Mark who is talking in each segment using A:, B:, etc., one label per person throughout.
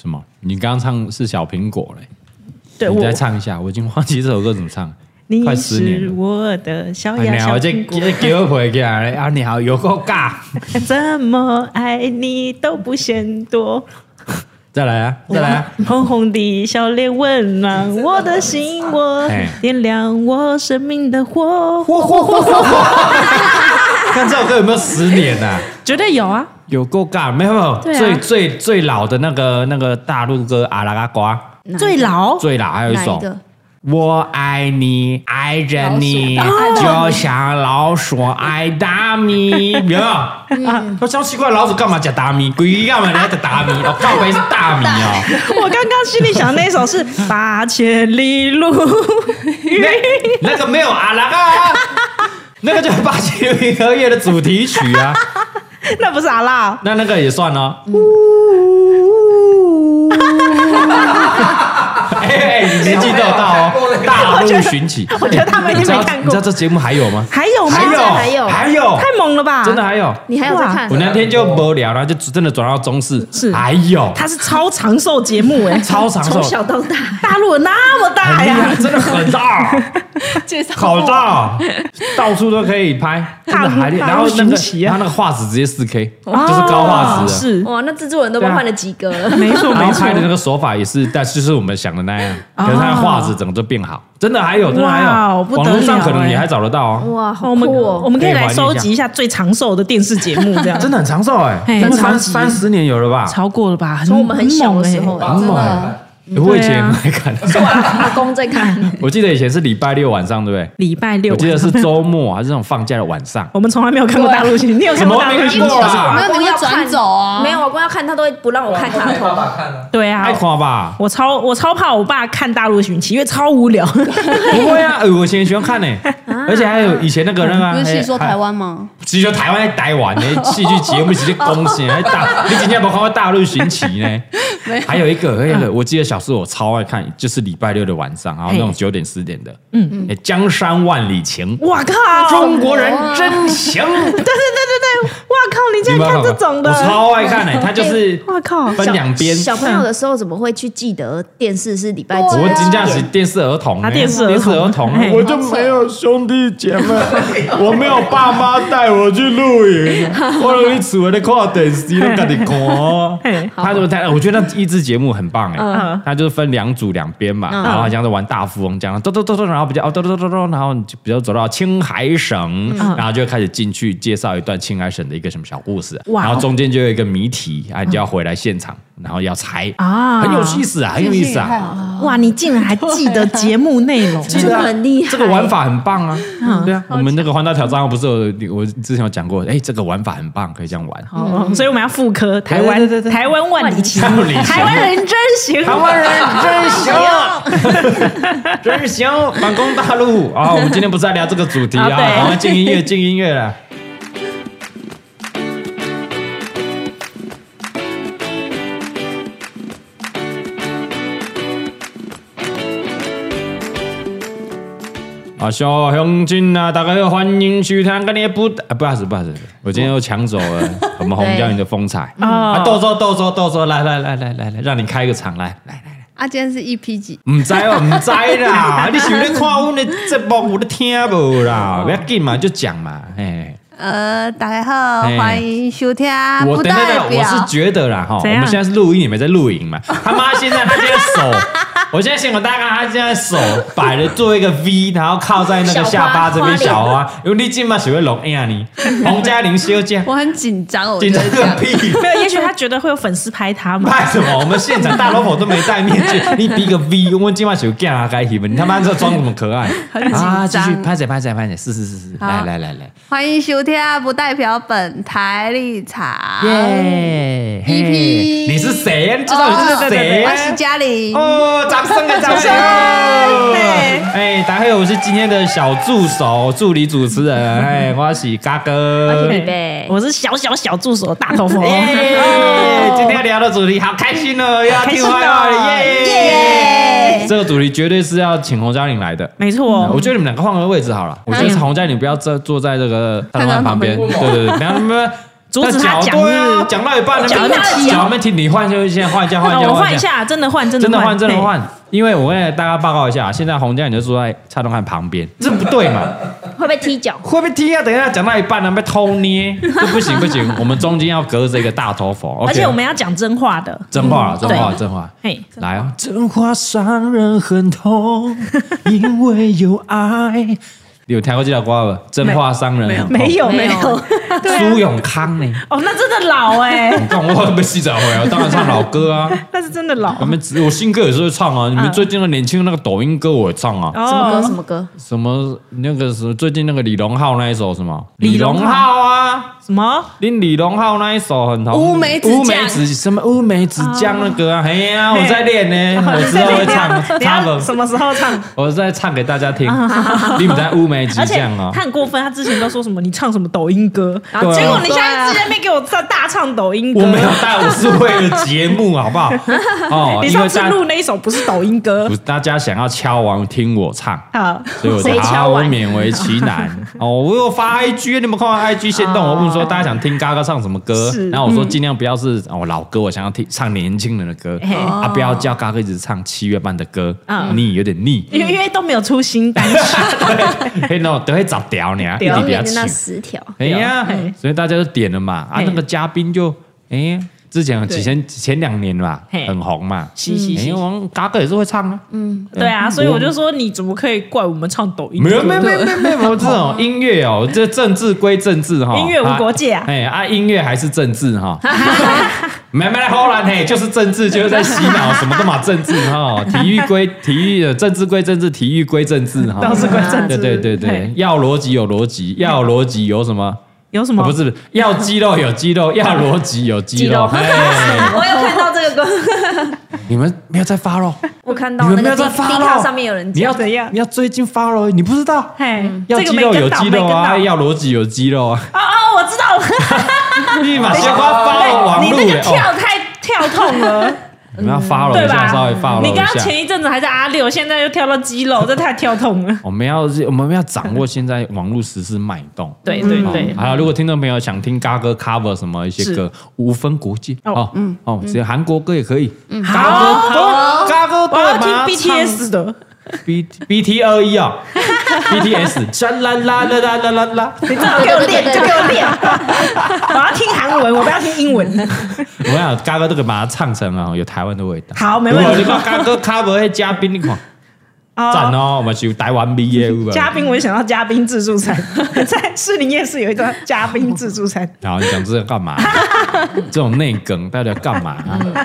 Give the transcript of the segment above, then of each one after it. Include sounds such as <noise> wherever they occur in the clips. A: 什么？你刚刚唱是小苹果嘞？
B: 对
A: 你
B: 我
A: 再，唱一下，我已经忘记这首歌怎么
B: <laughs>
A: 唱。
B: 你
A: 快十年
B: 是
A: 了
B: 我的小
A: 啊
B: 哎呀
A: 鸟
B: 小
A: 这
B: 苹果，
A: 这给我回去啊！啊，你好，有够尬。
B: 怎么爱你都不嫌多。
A: 再来啊，再来啊！
B: <laughs> 红红的笑脸温暖我的心窝
A: 哎，
B: 点亮我生命的火，
A: 嚯嚯嚯嚯嚯！看这首歌有没有十年呐、啊？
B: 绝对有啊！
A: 有够尬，没有没有，
B: 对啊
A: 最最最老的那个那个大陆歌《阿拉嘎瓜》，
C: 哪一
B: 最老
A: 最老还有一
C: 哪
A: 首
C: 一个？
A: 我爱你，爱着你，
C: 老鼠爱
A: 就像老鼠爱大
B: <laughs>
A: 米，有没有？
B: 嗯
A: 我超啊奇怪，老鼠干嘛夹大米？鬼干嘛你还夹大米？哦，靠背是大米
B: <laughs>
A: 哦。
B: <laughs> 我刚刚心里想的那首是《八千里路》，
A: 那那个没有阿拉啊，那个就是八七零合夜的主题曲啊，
B: <laughs> 那不是阿拉，
A: 那那个也算哦。
B: 嗯
A: <laughs> 哎，你年纪都有到哦，
B: <laughs>
A: 大陆寻奇，
B: <laughs> 我觉得他们已
A: 你知
B: 经
A: 道
B: 没看
A: 你知道
B: 过。
A: 这节目还有吗？
B: 还有吗？
C: 还有
A: 还有，
B: 太猛了吧！
A: 真的，还有。
C: 你还有在看？
A: 我那天就无聊，然后就真的转到中视，
B: 是
A: 还有
B: 它是超长寿节目哎，
A: <laughs> 超长寿
C: 从，小到
B: <laughs>
C: 大
B: 大陆有那么大
A: 很厉害，
B: 呀，
A: 真的很大，
C: 介绍
A: 好大，到处都可以拍，真的还厉害。
B: 大
A: 然
B: 陆
A: 后那
B: 寻
A: 个
B: 奇啊
A: 他那个画质直接四 K，
B: 啊
A: 就是高画质的。
B: 是
C: 哇，那制作人都不知道换了几个了。
B: 啊 <laughs> 没错
A: 然
B: 没
A: 后
B: 错哦
A: 拍。的那个手法也是，但就是我们想的那样，可是它的画质整个就变好，真的还有，真的还
B: 哇
A: 有，
B: 不得
A: 网络上
B: 了
A: 可能
B: 欸
A: 也还找得到哦，
C: 哇，
B: 哦
C: 好
B: 我们
C: 酷
B: 我
C: 哦！
B: 们可以来收集一下最长寿的电视节目，这
A: <laughs>
B: 样
A: 真的很长寿哎，
B: 嘿
A: 真的
B: 超
A: 三
B: 级
A: 三十年有了吧？
B: 超过了吧？
C: 从我们很小的时候，
B: 猛欸
C: 啊
A: 很
C: 真
A: 猛
C: 的，
A: 欸，我以
B: 对
A: 前
B: 啊
A: 还看，
B: <laughs>
C: 是我阿公在看，
A: 我记得以前是礼拜六晚上，对不对？
B: 礼拜六
A: 我
B: 晚
A: 记
B: 上，，
A: 得是周末还是那种放假的晚上
B: <laughs> 我们从来没有看过大陆星，你有看过大陆
A: 怎
B: 星
A: 么没看过
B: 吗？
A: 啊
C: 阿公要
D: 转
C: 看
D: 走
B: 哦
D: 啊
C: 没有，我阿公要看他都会不让我
A: <laughs>
C: 看他
D: 没办
C: 头。
D: 法看了。
B: 对啊
A: 爱，看吧？
B: 我超我超怕我爸看大陆寻奇，因为超无聊。 <laughs>
A: 不会啊，呃我以前喜欢看呢，而且还有以前那个那个啊，
E: 嗯
D: 不是说
A: 还
D: 台，湾吗？
A: 其实台湾在台湾呢，戏剧节目直接攻陷，还哎大，你今天有没有看过大陆寻奇呢？还有一个，还有一个，我记得小时候我超爱看，就是礼拜六的晚上，然后那种
B: 嘿
A: 九点十点的，嗯嗯，江山万里情，
B: 我靠！
A: 中国人真强，
B: 对对对对对，哇靠！你竟
A: 你们
B: 然
A: 有
B: 看
A: 看
B: 这种的
A: 我，超爱看呢，他就是
B: 哇靠！
A: 分两边，
C: 小朋友的时候怎么会去记得电视是礼拜几？
A: 我金价是电视儿童、欸，
B: 啊电视儿童嘿
A: 我就没有兄弟姐妹，我没有爸妈带我去露
B: <laughs>
A: 营，我有一次我在看电视，都跟你
B: 嘿
A: 看。他怎么带？我觉得那益智节目很棒哎、欸
B: 嗯，
A: 他就是分两组两边嘛，然后好像在玩大富翁这样，咚咚咚咚，然后比较哦咚咚咚咚，然后你就比较走到青海省，
B: 嗯
A: 然后就开始进去介绍一段青海省的一个什么小故事，啊
B: 哇
A: 然后中间就有一个谜题啊，你就要回来现场，然后要猜
B: 啊
A: 很有意思啊，很有意思啊。
B: 哇！你竟然还记得节目内容，
A: 记得啊
C: 这个很厉害
A: 这个玩法很棒啊！对啊，我们那个环岛挑战不是有我之前有讲过，哎，这个玩法很棒，可以这样玩。
B: 哦所以我们要复刻台湾
A: 嗯对对对对
B: 台湾万里奇，
A: 万里奇
B: 台湾人真行，啊
A: 台湾人真行，真行，反攻大陆啊！我们今天不是在聊这个主题啊，
B: 啊对
A: 我们进音乐，进音乐啊了。啊，小雄君啊，大家好，欢迎收听，跟你不啊，不好意思，不好意思，我今天又抢走了我们洪教你的风采啊！
B: 啊
A: 豆豆豆豆豆豆，来来来来来来，让你开个场，来来来。
D: 啊，今天是 EP 几？
A: 唔知哦，唔知啦，你想咧看阮的节目，有咧听无啦？不要紧嘛，就讲嘛，哎，
D: 呃，大家好
A: 嘿，
D: 欢迎收听。
A: 我
D: 啊不
A: 等等
D: 代
A: 哎等，我
D: 表
A: 是觉得啦，哈，我
B: 怎样
A: 们现在是录音，你们在录影嘛？他妈现在他现在
D: <laughs>
A: 手，我现在先给大家看，他现在手摆着做一个 V，然后靠在那个下巴这边
C: 小
A: 小
C: 花
A: 花，因为你今嘛学会聋
D: <laughs>
A: 呀你，洪嘉玲休假，
D: 我很紧张，我
A: 紧张
D: 觉得这
A: 个
D: 样
A: 屁！
B: 没有，也许他觉得会有粉丝拍他嘛。
A: 拍什么？我们现场大老婆都没戴面
D: <laughs>
A: 具，你比个 V，我今晚手干啊该你们，你他妈这装什么可爱？
D: 很紧张
A: 啊，继续拍谁拍谁拍谁，是是是是，
D: 好
A: 来来来来，
D: 欢迎收听，不代表本台立场。
A: 耶
D: EP
A: 你是谁呀？你知道你是谁
D: 我
A: 呀？
D: 啊是嘉玲。
A: 哦，掌声啊，掌声！
B: 嘿
A: <laughs> 哎，大家好，我是今天的小助手、助理主持人，哎，我是嘎哥
C: 我。
D: 哎
C: 是李贝
B: 我是小小小助手
A: <laughs>
B: 大头佛。
A: 哎
D: 哦
A: 耶！今天聊的主题好开心哦，又要听坏话了，
C: 哎
A: 耶！这个主题绝对是要请洪嘉玲来的。
B: 没错，
A: 哦我觉得你们
B: 嗯
A: 两
B: <laughs>
A: 个换个位置好了，我觉得洪嘉玲不要坐坐在这个大老板旁边，对对对，没有没有。
B: 阻止他
A: 但
B: 讲
A: 对啊
B: 是，
A: 讲到一半，
B: 讲
A: 那
B: 到一
A: 边
B: 半
A: 讲到一半停，你换就先换一下，换一下，
B: 哦我换
A: 一
B: 一
A: 下。
B: 下，真的换，真的
A: 真的换，真的
B: 对
A: 换，因为我跟大家报告一下，现在洪家你就住在蔡东汉旁边，这不对嘛？
C: 会被踢脚。
A: 会被踢啊！等一下讲到一半呢，被偷捏，这不行不行，我们中间要隔着一个大头佛。
B: 而且
A: OK
B: 我们要讲真话的，
A: 真话了，
B: 嗯
A: 真话了，
B: 对
A: 真话。
B: 嘿，
A: 来哦，真话伤人很 <laughs> 痛，因为有爱。你有听过这条歌吗？真话伤人很痛。哦
B: 没有
C: 没
B: 没
C: 有
B: 有，对啊
A: 苏永康呢？
B: 哦，那真的老哎，
A: <laughs> 你看我被戏找回来，我当然唱老歌
B: <laughs>
A: 啊。
B: 那是真的老
A: 我们我新歌也是会唱啊，你们
B: 嗯
A: 最近的年轻那个抖音歌我也唱啊。
C: 什么歌？什
B: 哦。
C: 么歌？
A: 什么那个什么最近那个李荣浩那一首什么？
B: 李荣浩
A: 浩啊，
B: 什么？
A: 林李荣浩那一首很红，
D: 乌梅子酱
A: 乌梅子什么乌梅子酱那个啊，
B: 哦
A: 哎呀，我在练呢，我哎之后会
B: <laughs>
A: 唱
B: 你
A: 他
B: 要
A: 们，
B: 什么时候唱？
A: 我再唱给大家
B: <laughs>
A: 听。你们在乌梅子
B: 而且
A: 酱哦
B: 他，很过分，他之前都说什么你唱什么抖音歌，
C: 然
A: 对啊
B: 结果你现在直接没给我大大唱抖音歌。
A: 我没有带，我是为了节目，好不
B: <laughs>
A: 好？哦，
B: 你
A: 因
B: 上
A: 为
B: 次
A: 大
B: 录那一首不是抖音歌
A: 不，大家想要敲完听我唱。
B: 好，
A: 所以我
C: 谁
A: 就
C: 敲
A: 好，我
C: 完
A: 勉为其难。哦，我有发 IG，你们看完 IG 先动。我问说大家想听嘎嘎唱什么歌
B: 哦是，
A: 然后我说尽量不要是哦老歌，我想要听唱年轻人的歌
B: 嘿
A: 啊，不要叫嘎哥一直唱七月半的歌
B: 嗯，。
A: 腻有点腻
B: 因为因为都没有出新单曲，
A: 嘿，那我都会找调你啊，一
B: 对
A: 直
C: 永
A: 比较
C: 远的
A: 气
C: 那。十条，
A: 哎呀
B: 嘿，
A: 所以大家就点了嘛啊，
B: 嘿
A: 那个嘉宾就哎，之前几前前两年嘛，
B: 嘿
A: 很红嘛。
B: 嘻嘻
A: 哎，
B: 嘻。
A: 王嘎哥也是会唱啊，
B: 对啊，所以我就说你怎么可以怪我们唱抖音歌？
A: 没有没有没有没有没有没有这种音乐哦，这政治归政治哈，
B: 音乐无国界啊
A: 哎啊，音乐还是政治哈。没没来后来嘿，就是政治，就是在洗脑，什么都嘛政治哈。体育归体育，呃政治归政治，体育归政治哈。
B: 都是怪政
A: 对
B: 治。
A: 对对对
B: 嘿，，
A: 要逻辑有逻辑，要逻辑有什么？
B: 有什
A: 哦
B: 么？
A: 不是，要肌肉有肌肉，要逻辑有肌肉。
B: <laughs>
A: 嘿哎
C: 我有看到这个歌， <laughs>
A: 你们没有在发
B: <laughs>
A: 喽？
C: 我看
A: 你
C: 到
A: 们
C: 那
A: 没有
C: 个 D
A: 在
C: D
A: 发
C: 卡
A: 喽？
C: 上面有人
A: 你
C: 讲，
A: 要
B: 怎样
A: 你要最近发喽？你不知道？
B: 嘿，
A: 要
B: 这个
A: 肌
B: 没
A: 肉
B: 跟
A: 有
B: 到
A: 肌
B: 没
A: 肉
B: 跟
A: 啊，
B: 到
A: 要逻辑有肌
B: <laughs>
A: 肉啊，
B: 哦哦，我知道了，
A: 立马鲜花发了网
B: 你
A: 路
B: 那个
A: 嘞哦，
B: 跳太跳
A: <laughs>
B: 痛了，
A: 你们要发了
B: 对
A: 一下，
B: 吧？
A: 稍微发了
B: 你
A: 一
B: 刚刚
A: 下。
B: 前一阵子还在阿六，现在又跳到肌肉，这太跳痛
A: <laughs>
B: 了。
A: 我们要我们要掌握现在网络时事脉动。
B: 对对
A: 哦
B: 对，
A: 好了，如果听众朋友想听嘎哥 cover 什么一些歌，无分国界
B: 哦嗯
A: 哦，哦，只有韩国歌也可以。
B: 好
A: 嘎
B: 啊
A: 哥
B: 好
A: 多，嘎哥
B: 我
A: 多
B: 要
A: 嘛，
B: 听
A: 把它啊唱
B: BTS 的，
A: B B T 二一哦，BTS，沙啦啦啦啦啦啦啦，
B: 你最好给我练，就给我练。我要听韩文，我不要听英 <laughs> 文。
A: 我想嘎哥这个把它唱成啊，有台湾的味道。
B: 好，没
A: 如果
B: 问
A: 你
B: 题。
A: 看嘎哥 cover 那嘉宾，你看。赞哦，
B: 哦，
A: 我们是有台湾毕业有吧？
B: 嘉宾，我想到嘉宾自助餐，在士林夜市有一家嘉宾自助餐。
A: 好，你讲这个干嘛？这种内梗到底要干嘛、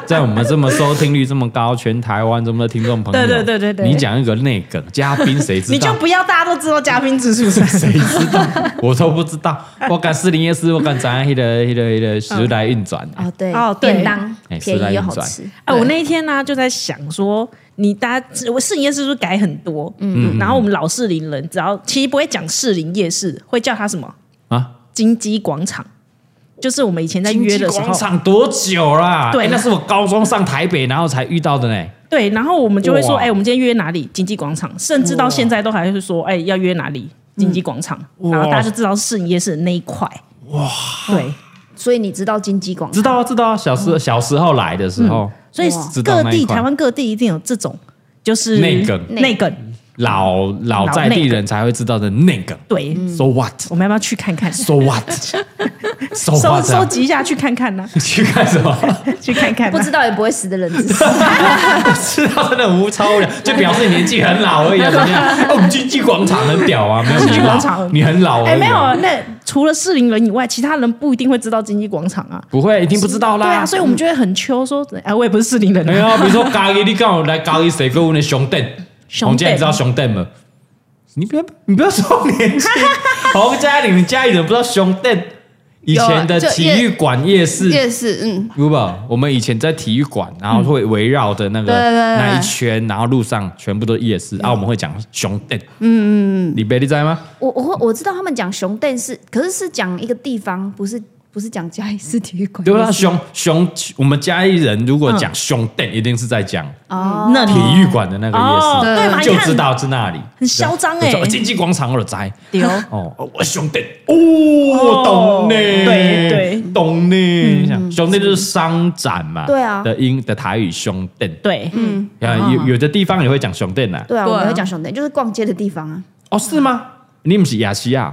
A: 在我们这么收听率这么高，全台湾这么多听众朋友，
B: 对对对对对
A: 你讲一个内梗，嘉宾谁知
B: 你就
A: 道？
B: 不要大家都知道嘉宾自 <laughs> 助餐，
A: 谁知道？我都不知道。我敢四零夜市，我敢咱那个那个那个时来运转。啊
C: 哦对
B: 哦，对
C: 便当
A: 哎时
C: 便
A: 来
C: 宜又
A: 运
C: 好
A: 转
C: 吃，
B: 哎、我那一天呢、就在想说，你大家我士林夜市是不是改很多？嗯，然后我们老士林人只要其实不会讲士林夜市，会叫它什么
A: 啊，
B: 金鸡广场，就是我们以前在
A: 经
B: 约
A: 济
B: 的时
A: 广
B: 候，
A: 场多久啦？
B: 对
A: 哎那是我高中上台北，然后才遇到的呢。
B: 对，然后我们就会说，
A: 哇
B: 哎、我们今天约哪里？金鸡广场，甚至到现在都还是说，哎、要约哪里？金鸡广场，
A: 哇
B: 然后大家就知道士林夜市的那一块。哇，对，
C: 所以你知道金鸡广
A: 知
C: 场
A: 道啊，知道啊，小时小时候来的时候，
B: 嗯所以
A: 知道
B: 各
A: 那一
B: 地
A: 块
B: 台湾各地一定有这种，就是
A: 内梗
B: 内梗，
A: 老老在地人才会知道的内梗。
B: 对，
A: So what？
B: 我们要不要去看
A: <laughs>
B: 看？
A: So
B: <laughs>
A: what? So
B: 收
A: what?
B: 收集一下去看看呢、
A: 去干什么？
B: <laughs>
A: <laughs>
B: 去看看、啊。
C: 不知道也不会死的人，只是
A: 知道真的无超无聊，就表示你年纪很老而
B: <laughs>
A: 已啊，怎么样？哦，我们经济广场很屌啊，没有
B: 经济
A: 你老
B: 广场
A: 你很老而已啊
B: 哎、没有，那除了适龄人以外，其他人不一定会知道经济广场啊。
A: 不会，一定不知道啦。
B: 对啊，所以我们就会很秋说，哎、我也不是适龄人、
A: 哎
B: 啊，
A: 呀，比如说咖喱，你刚好来咖喱谁跟我的熊蛋，
B: 熊
A: 洪家
B: 蛋
A: 你知道熊蛋吗？你不要，你不要说年轻，洪家你们家里人不知道熊蛋，以前的
D: 有啊就
A: 体育馆夜市
D: 夜市，嗯，
A: 如本，我们以前在体育馆，然后会围绕的那个
D: 对对对
A: 那一圈，然后路上全部都是夜市啊，我们会讲熊店。嗯嗯嗯，你别你在吗？
C: 我我会我知道他们讲熊店是，可是是讲一个地方，不是不是讲嘉义市体育馆，
A: 对吧？
C: 是
A: 熊熊，我们嘉义人如果讲熊店，一定是在讲
C: 哦，
B: 那
A: 体
B: 里
A: 育馆的那
B: 哦，
A: 个
B: 对嘛？
A: 夜市，
B: 你
A: 就
B: 看
A: 知道是那里，
B: 很嚣张欸
A: 就说经济广场我的宅。
B: <laughs> 丢，
A: 哦，我兄弟，哦，懂呢，
B: 对对，
A: 懂呢。像兄弟就是商展嘛，
C: 对啊
A: 的英的台语兄弟，
B: 对，
D: 嗯，
A: 啊，有有的地方也会讲兄弟呐。
C: <laughs> 对啊，
D: 对
C: 我
D: 啊
C: 们会讲熊店，就是逛街的地方啊，
A: 哦，是吗？你们是亚西亚，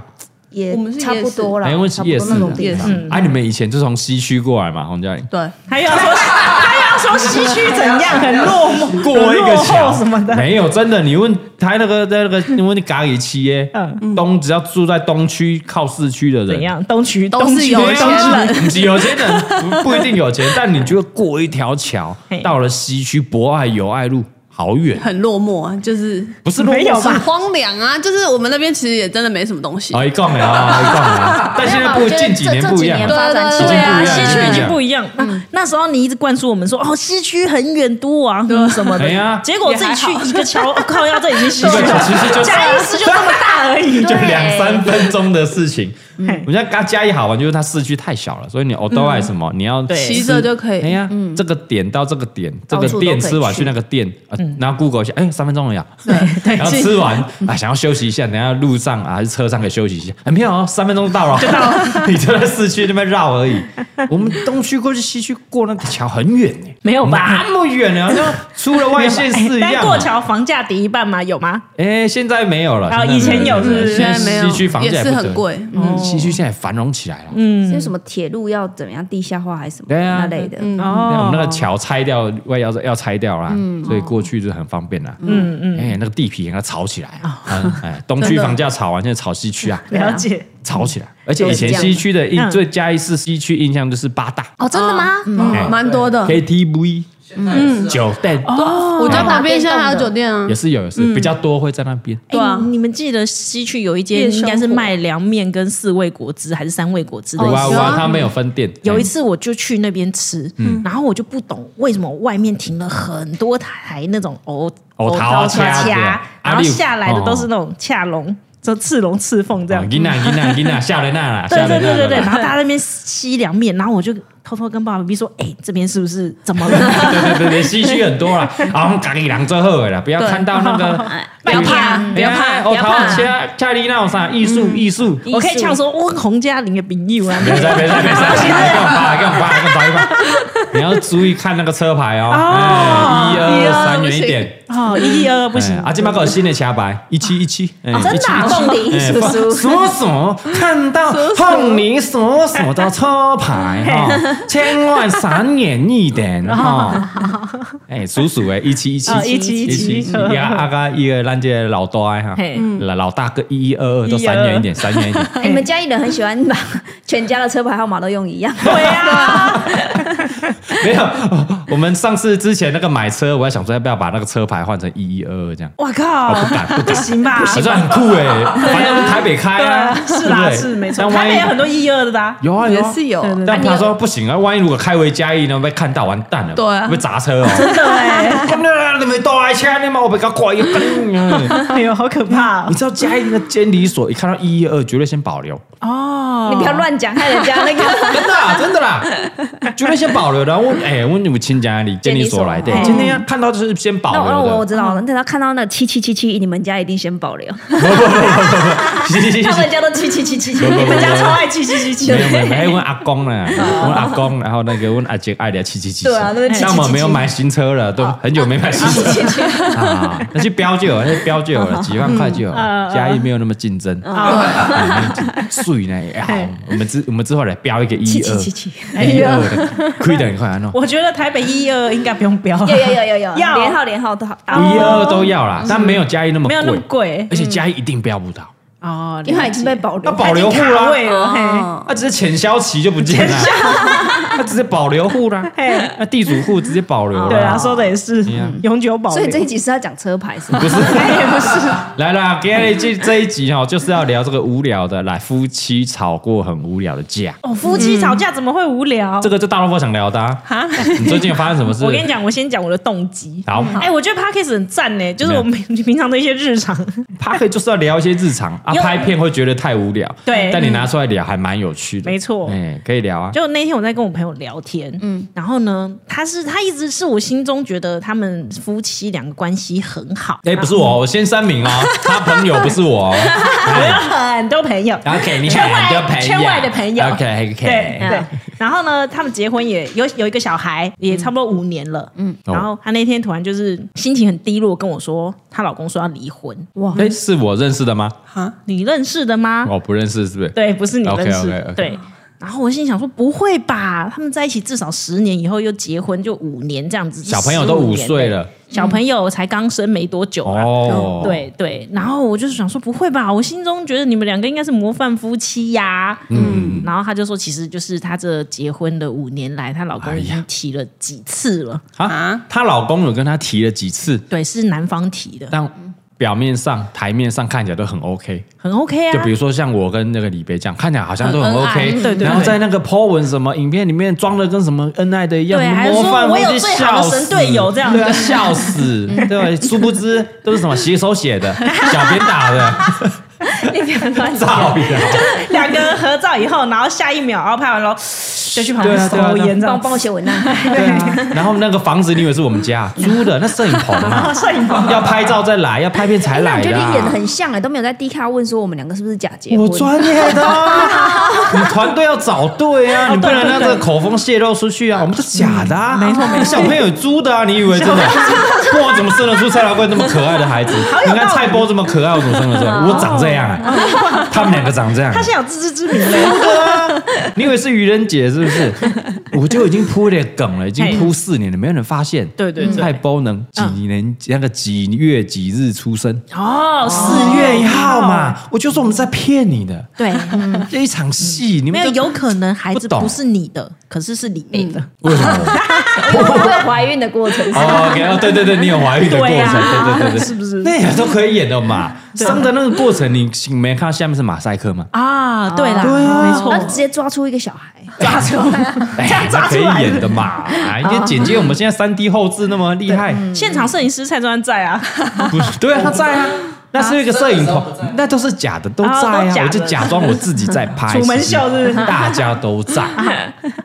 C: 也
D: 我们是
C: 差不多啦，
A: 哎，我们是
C: 差不
A: 夜
C: 多
A: 市
C: 那种
A: 的
C: 地
A: 地
D: 夜
C: 方
D: 市。
A: 方。哎，你们以前就从西区过来嘛，洪嘉玲。
D: 对，
B: 还有说还有说西区怎样很落寞，
A: 过一
B: 很
A: 个
B: 落
A: 桥
B: 后啊什么的，
A: 没有真的。你问他那个在那个，你问你咖喱七耶，东只要住在东区靠市区的人，
B: 怎样？东区
D: 都是
C: <laughs>
B: 东区
D: 有
B: 东区
D: 钱人
A: 不是有钱人不不一定有钱，但你觉得过一条桥
C: <laughs>
B: 嘿
A: 到了西区博爱友爱路，好远，
D: 很落寞，啊，就是
A: 不是路
B: 没有吧
D: 很荒凉啊，就是我们那边其实也真的没什么东西。
A: 哦，一杠哎，哦一杠
C: <laughs>
A: 哎，但现在不近几年不一样啊
C: 没有
A: 了，
C: 吧我觉得这
A: 已
C: 这
A: 经不一样了，
B: 对啊，西区
C: 几年
B: 已经
A: 一
B: 不一样。
D: 嗯
B: 那那时候你一直灌输我们说，哦，西区很远，都王什么
A: 哎呀
B: 的。结果自己去一个
D: <laughs>
B: 桥，哦靠，要这已
A: <laughs>
B: 经西区
A: 样了，
B: 了，
A: 其实就是
B: 嘉义市就这么大而已。
A: 就
C: 对
A: 两三分钟的事
C: <laughs>
A: 情。
B: 嘿
A: 我们现在嘉嘉义好玩，就是它市区太小了，所以你 o d o 什
C: 嗯
A: 么，你要
B: 对
A: 吃
D: 骑着就可以嗯
A: 哎呀，这个点到这个点，这
C: 到
A: 个
C: 处都
A: 店
C: 可以
A: 吃完去
C: 去嗯
A: 那个店，呃然后 Google 一下，哎，三分钟而已啊。
B: 对
A: 然后吃完啊，想要休息一下，等一下路上啊还是车上可以休息一下。哎，没有哦，三分钟就
B: <laughs>
A: 到了，就到了。 <laughs> 你就在市区那边绕而已。我们东区过去西区过那个桥很远呢，
B: 没有吧哎
A: 那么远呢，好像出了外县市一
B: 但
A: 样。啊
B: 过桥房价抵一半吗？有吗？
A: 哎，现在没有了。
B: 啊
A: 现在没
B: 以前有
A: 现在
B: 是不是
A: 现在
D: 现在没有
A: 西区房价
D: 也
A: 不
D: 是很
A: 得
D: 贵哦
A: 嗯，西区现在繁荣起来了。
B: 嗯
C: 嗯是有什么铁路要怎么样地下化还是什么
A: 对啊
C: 那类的，
D: 嗯
A: 对啊我
B: 哦
A: 们那个桥拆掉，外要要拆掉啦，
B: 嗯
A: 所以过去就很方便啦。嗯嗯，哎，那个地皮给它炒起来
B: 哦
A: 啊，嗯哎，东区
D: 真的
A: 房价炒完，现在炒西区啊，
B: 了解，
A: 吵起来。而且
C: 就
A: 以
C: 是
A: 前
C: 这样
A: 西区的印
B: 嗯
A: 最嘉义市西区印象就是八大
C: 哦，真的吗？
A: 哎
D: 嗯，蛮多的。
A: KTV、嗯酒店
D: 我家旁边现在还有酒店啊
A: 也，是有，也是比较多会在那边。
B: 哎
D: 对啊
B: 你们记得西区有一
D: 夜
B: 间
D: 生
B: 应
D: 活
B: 该是卖凉面跟四味果汁还是三味果汁的
A: 有啊有
B: 西
D: 有
A: 啊，
D: 啊
A: 它没有分店。
B: 有一次我就去那边吃，
A: 嗯
B: 然后我就不懂为什么外面停了很多台那种藕
A: 藕桃
B: 桃
A: 掐子
B: 掐，然
A: 啊
B: 后
A: 你有
B: 下来的都是那种恰
A: 哦
B: 龙，就刺龙刺凤这样
A: 嗯，。吉娜吉娜吉娜，夏雷娜啦，
B: 对
A: 夏
B: 对
A: 雷
B: 对
A: 娜
B: 对对，
A: 啦
B: 然后大家在那边吸凉面，然后我就偷偷跟爸爸 B 说：“哎，这边是不是怎么了？
A: 对对对对，西区很多啦，好像咖喱人最好的啦，不要
D: 对
A: 看到那个。
B: 不要怕，不要怕，不
A: 我
B: 要
A: 桃
B: 怕。”
A: 恰恰里那种啥艺术艺术， <laughs>
B: 我可以呛说，我洪嘉玲的朋友啊，
A: 别再别再别再，给我扒给我扒给我扒一扒，你要注意看那个车牌哦，哎一二三远一点。
B: 哦，一一二二不行
A: 哎啊，今麦个有新的车牌一七一七，哎
C: 哦，真的啊， <laughs>
A: 17
C: 凤梨
A: 哎
C: 叔叔，
A: 什么什么看到凤梨什么什么的车牌哈，千万闪眼一点哈。哎，叔叔哎，一七一七
B: 哦1717
A: 呀，阿个一个咱这老大哈
B: 嘿，
A: 老老大哥一一二二都闪眼一点，闪眼一点。
C: 哎你们嘉义人很喜欢把全家的车牌号码都用一样，
B: 对啊，
A: 没有，我们上次之前那个买车，我还想说要不要把那个车牌换成一一二二这样。
B: 我
A: <laughs>
B: 靠，
A: 不敢不敢
B: 行吧？
A: 好像很酷哎、反正是台北开
B: 对
A: 啊
B: 啊，，是
A: 对不
B: 啦，
A: 对
B: 是没错，
A: 但
B: 台
A: 万一
B: 北有很多一一二的啊。
A: 有啊有
D: 也
A: 啊
D: 是有。
A: 但他说不行啊，万一如果开回嘉义呢，被看到完蛋了，
D: 对啊
A: 会被砸车哦。真的哎，真 <laughs> 的，你们都爱掐你妈，我被他挂一根。
B: 哎呦，好可怕哦
A: <laughs> 你！知道嘉义那个监理所，一看到一一二，绝对先保留，
B: 哦
C: 你不要乱讲，害人家
D: <laughs>
C: 那个。
A: 真的啊真的啦，绝对先保留的。我哎，我你们亲家里监理所来的
C: 监，理所
A: 今天看到就是先保
C: 那我那我
A: 留
C: 我
A: <laughs> 的。
C: 知道了，等到看到那七七七七，你们家一定先保
A: <laughs>
C: 留，
A: 不不不不不，行行行行
C: 他
A: 行
C: 们。家都七七七七七
A: 不，不
B: 你
A: 不
B: 们家超爱七七七七
A: 没有没有，还有问阿公呢，问阿公，然后那个问阿杰爱的七七七，
C: 哦对啊那边七七七哦
A: 但我们没有买新车了，都很久没买新
C: <laughs>
A: 车啊，那去标就有，那去标就有
C: 哦
A: 了，几万块就有
C: 嗯
A: 了，嘉义没有那么竞争，哎税呢也好，我们之我们之后来标一个一
C: 哎七
A: 二
C: 七七哎七，
A: 一二的，亏得很快啊，
B: 我觉得台北一一二应该不用标，
C: 有有有有有，
B: 要
C: 连号连号都好，
A: 喏一二都要啦，但没有嘉义那么
B: <laughs> 没有那么
A: 贵，
B: 贵
A: 而且嘉义一定标不
C: 嗯
A: 到，
B: 哦，
C: 因为它已经被保
A: 那
C: 留。
A: 保留户啊
B: 卡
A: 啦，
B: 位了，嘿，
D: 哦
A: 他只是啊潜销期就不见了， <laughs> 他直接保留户啦，那地主户直接保留啦，
B: 对啊，说的也是
A: 哎呀，
B: 永久保留。
C: 所以这一集是要讲车牌是吗？
A: 不是，也不是。来啦，今天这这一集哦，就是要聊这个无聊的，来夫妻吵过很无聊的架，
B: 哦，夫妻吵架怎么会无聊
A: 嗯这？个就大萝卜想聊的、啊。
B: 哈，
A: 你最近有发生什么事？
B: 我跟你讲，我先讲嗯我的动机。
A: 好啊
B: 哎、我觉得 podcast 很赞呢，就是
A: 没有
B: 我们平常的一些日常。 <laughs>
A: p a r 就是要聊一些日常，啊，
B: 因为
A: 拍片会觉得太无聊，
B: 对嗯
A: 但你拿出来聊还蛮有趣的，
B: 没错
A: 哎，可以聊啊，
B: 就那天我在跟我朋友聊天，嗯，然后呢，他是他一直是我心中觉得他们夫妻两个关系很好。
A: 哎，不是我，我先声明哦，他朋友不是我哦
B: <laughs>
A: 哎
B: 很多朋友，
A: ，OK，你
B: 圈
A: 看你
B: 外
A: 的朋友，
B: 圈外的朋友
A: ，OK 嗯
B: 对嗯
A: OK，
B: 对。然后呢，他们结婚也有有一个小孩，也差不多五年了。嗯，然后她那天突然就是心情很低落，跟我说她老公说要离婚。
C: 哇，
A: 哎，是我认识的吗？
B: 你认识的吗？
A: 我不认识，是不是？
B: 啊对，不是你认识
A: 哦 OK，OK，OK
B: 对。然后我心想说，不会吧？他们在一起至少十年，以后又结婚，就五年这样子。
A: 小朋友都
B: 15
A: 五
B: 年
A: 岁
B: 了，
A: 了，
B: 小朋友才刚生没多久啊。
A: 哦，，
B: 对对，然后我就是想说，不会吧？我心中觉得你们两个应该是模范夫妻呀、嗯，然后他就说，其实就是她这结婚的五年来，她老公已
A: 哎
B: 经提了几次了，
A: 啊，她老公有跟她提了几次，
B: 对，是男方提的，
A: 但表面上台面上看起来都很 OK，
B: 很 OK 啊。
A: 就比如说像我跟那个李贝这样，看起来好像都很
B: 很
A: OK，
B: 恩爱对对
A: 然后在那个 po 文什么影片里面装的跟什么恩爱的一样，
B: 对啊还
A: 模范
B: 说我
A: 夫妻
B: 有最好
A: 笑
B: 的神
A: 死
B: 队友这样
A: 对啊，笑
B: <laughs>
A: 死，对，殊不知都是什么写手写的，小编打的，
C: <laughs>
B: <laughs>
C: 你不要乱
A: 造
C: 讲，
A: 谣。
B: 两个人合照以后，然后下一秒，然哦后拍完了就去旁
A: 对
B: 边
A: 啊对啊
B: 抽
A: 对啊
B: 烟这
C: 帮
B: 样
C: 我。帮我写文案，
A: 对啊，然后那个房子你以为是我们家租的，那摄影棚啊
B: <laughs>
A: 嘛，摄影棚 <laughs> 要拍照再来，要拍片才
C: 哎那
A: 来
C: 我觉
A: 的
C: 得你演的
A: 啊。
C: 很像哎，都没有在 D 卡问说我们两个是不是假结
A: 我
C: 婚，
A: 专业的啊，你团队要找对啊，你不能让这个口风泄露出去啊，我们是假的啊，没错没错，小朋友租的啊，你以为真的？哇，怎么生得出蔡老贵这么可爱的孩子？你看蔡波这么可爱，我怎么生得出来？我长这样啊，他们两个长这样啊
B: 他。现在有自知之明
A: <laughs>
B: 了，
A: 真的啊！你以为是愚人节是不是？我就已经铺了梗了，已经铺四年了，没有人发现。
B: 对对对
A: 蔡包能几年那个几月几日出生？
B: 哦，四
A: 四月一号
B: 哦
A: 嘛，我就说我们在骗你的，
B: 对，
A: 这一场戏，你们
B: 嗯没有
A: 就
B: 有可能孩子
A: 不懂
B: 不是你的，可是是李贝的。
A: 为什么？
C: <laughs> 因为我会怀孕的过程是。
A: 哦，OK，哦，对对对，你有怀孕的过程，
B: 对啊
A: 对对对对，
B: 是不是
A: <laughs> 那也都可以演的嘛？生的那个过程，你你没看到下面是马赛克吗？
B: 啊，对啦，
A: 对啊
B: 没
C: 然后直
B: 错，
C: 接抓出一个小孩，
A: 哦
B: 抓住。
A: 哎，
B: <laughs>
A: 那可以演的嘛？啊，
B: 哦
A: 因为剪接我们现在三 D 后置那么厉害，
B: 现场摄影师蔡专在啊，
A: 不
B: <laughs>
A: 是，对啊，他在啊，那是一个摄影棚，那都是假的，都在
B: 啊都
A: 啊
B: 假，的
A: 我就假装我自己在
B: <laughs>
A: 拍。
B: 楚门
A: 其实
B: 秀是不是
A: 大家都
B: <laughs>
A: 在。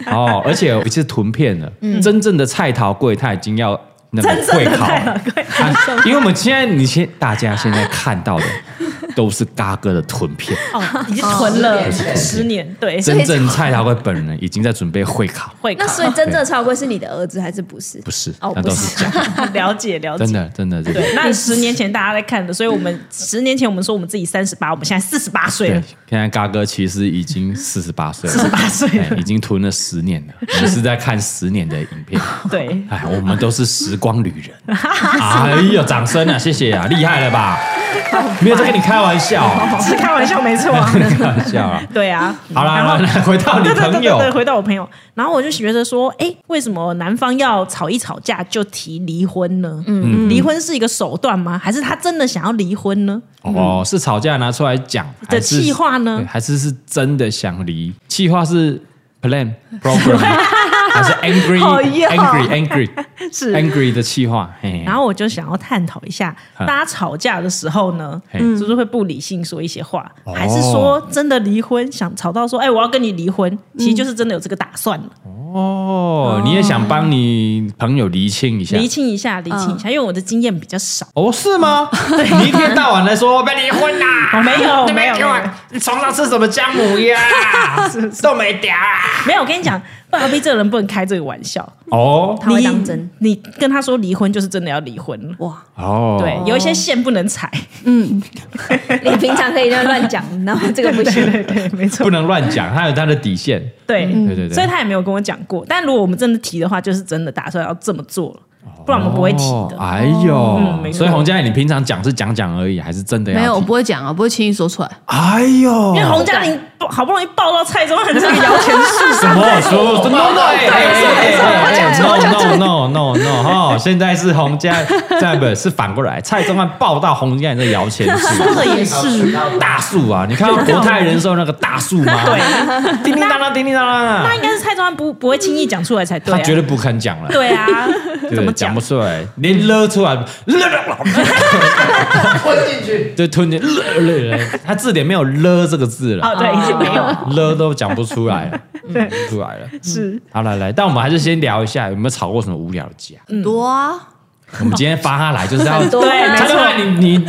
A: 哦，而且我是囤片了，真正的菜桃贵他已经要那个
B: 嗯真正
A: 会
B: 的
A: 考
B: 蔡
A: 了
B: 老，贵。
A: 啊因为我们现在你现大家现在看到
B: <laughs>
A: 的都是嘎哥的囤片， <laughs>
B: 哦，已经囤了十年，对，
A: 真正蔡桃贵本人已经在准备会考，
B: 会考
C: 那所以真正的超贵是你的儿子还是不是？
A: 不是，
C: 哦，
A: 那
C: 不
A: 都是
C: 是，
A: 假，的，
B: <laughs> 了解了
A: 真
B: 解。
A: 的真的真的。
B: 对，那十年前大家在看的，所以我们十年前我们说我们自己三十八，我们现在四十八岁
A: 对
B: 了，，
A: 现在嘎哥其实已经四十八岁了，
B: 四十八岁
A: 哎
B: 了，
A: 已经囤了十年
B: <laughs>
A: 了，我们是在看十年的影片。
B: 对，
A: 哎，我们都是时光旅
B: <laughs>
A: 人。哎呦，掌声啊，谢谢啊，厉害了吧？没有在跟你开玩笑
B: <laughs>
A: 啊，
B: 是开玩笑没
A: <laughs>
B: 错啊，
A: 跟你开玩笑啊。
B: 对啊。
A: 好啦，
B: 然后
A: 好啦回到你
B: 对对对
A: 朋
B: 对
A: 友
B: 对，回到我朋友，然后我就觉得说，哎，为什么男方要吵一吵架就提离婚呢？嗯，离婚是一个手段吗？还是他真的想要离婚呢？
A: 哦，是吵架拿出来讲
B: 的
A: 还是
B: 气话呢
A: 对还是是真的想离？气话是 plan
B: <laughs>
A: program 还是 angry
B: 好用
A: angry angry
B: 哦 <laughs> 是
A: angry 的气话？嘿
B: 然后我就想要探讨一下，
A: 嗯
B: 大家吵架的时候呢，
A: 嘿
B: 是不是会不理性说一些话，
A: 哦
B: 还是说真的离婚，想吵到说，哎，我要跟你离婚，其实就是真的有这个打算了，
A: 哦，你也想帮你朋友厘清一下？
B: 厘清一下，厘清一下，因为我的经验比较少，
A: 哦，是吗？ <laughs> 你一天到晚在说我被离婚啦，
B: 我
A: <laughs>
B: 哦没有，
A: 你
B: 没有，
A: 们
B: 没
A: 给
B: 有
A: 我你床上吃什么姜母鸭
B: <laughs>
A: 啊，都没嗲啊。
B: 没有，我跟你讲，爸比这个人不能开这个玩笑，
A: 哦
C: 他会当真。
B: 你跟他说离婚，就是真的要离婚了。
C: 哇，
A: 哦，
B: 对，有一些线不能踩，
C: 你平常可以这样乱讲，然后这个不行。
B: <laughs> 对对，没错
A: 不，能乱讲，他有他的底线。
B: 对
A: 对对对
B: 所以他也没有跟我讲过。但如果我们真的提的话，就是真的打算要这么做了，不然我们不会提
A: 哦
B: 的。
A: 哎呦，
B: 嗯没错
A: 所以洪嘉颖，你平常讲是讲讲而已，还是真的要？
E: 没有，我。不会讲啊，不会轻易说出来。
A: 哎呦，
B: 因为洪嘉玲不好不容易抱到蔡宗翰这个摇钱树， <laughs>
A: 什么说？No No No No No No No 哈！现在是洪嘉，在不是反过来，蔡宗翰抱到洪嘉颖的摇钱树，
B: 说的也是，
A: 大树啊！你看到国泰人寿那个大树吗？对，叮叮当当，叮叮当当
B: 那
A: 啊！
B: 应该是蔡宗翰不不会轻易讲出来才对、
A: 他
B: 啊，
A: 绝对不肯讲了，
B: <laughs> 对啊，
A: 对
B: 怎
A: 讲
B: 么
A: 讲不出来，连勒出来，
F: 吞进去。
A: 就吞进勒勒勒，他字典没有勒这个字了，
B: 哦，对，已经没有，
A: 勒都讲不出来了，嗯讲不出来了。嗯
B: 是
A: 好，来来，但我们还是先聊一下有没有吵过什么无聊的架。
E: 很多啊，
A: 我们今天发他来就是要，
C: 多
B: 对没
A: 他
B: 错
A: 就让你你你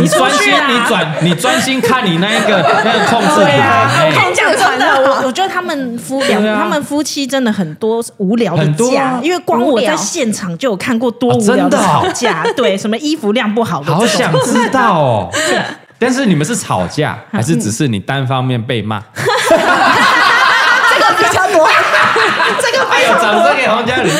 A: 你专心，你转你专心看你那一个那个控制
B: 对啊，
A: 台，
B: 我
A: 哎
B: 跟你讲真的，我我觉得他们夫两
A: 对啊
B: 他们夫妻真的很多无聊的
A: 很多
B: 架
A: 啊，
B: 因为光
C: 无
B: 我
C: 聊
B: 在现场就有看过多
A: 哦
B: 无聊
A: 真的哦
B: 吵架，对，什么衣服晾不好的
A: 好
B: 这种，
A: 想知道哦。但是你们是吵架，还是只是你单方面被骂？
C: 这个比较
A: <laughs>
C: 多，这个
A: 哎呦，掌声给黄嘉玲！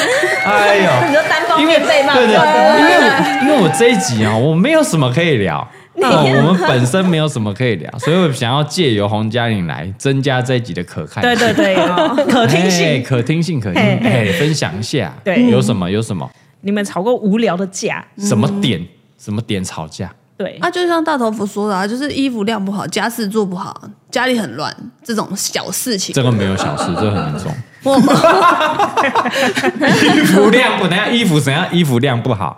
A: 哎
C: 你
A: 呦，
C: 就单方
B: <laughs>
A: 因为
C: 面被骂，
A: 对对，因为我因为我这一集啊，我没有什么可以
B: <laughs>
A: 聊，哦我们本身没有什么可以聊，所以我想要借由洪嘉玲来增加这一集的可看性
B: 对对对，哦可听
A: 哎
B: 性。
A: 可听性，可听
B: 嘿
A: 性，
B: 嘿
A: 哎，分享一下，
B: <laughs> 对
A: 有什么有什么
B: 你们吵过无聊的架，
A: 什么点什么点吵架？
B: 对，
E: 啊，就像大头佛说的，啊，就是衣服晾不好，家事做不好，家里很乱，这种小事情
A: 这，个没有小事，这个很
B: <laughs>
A: 严重。 <laughs> 衣服晾不，等一下衣服怎样？衣服晾不
B: <laughs>
A: 好，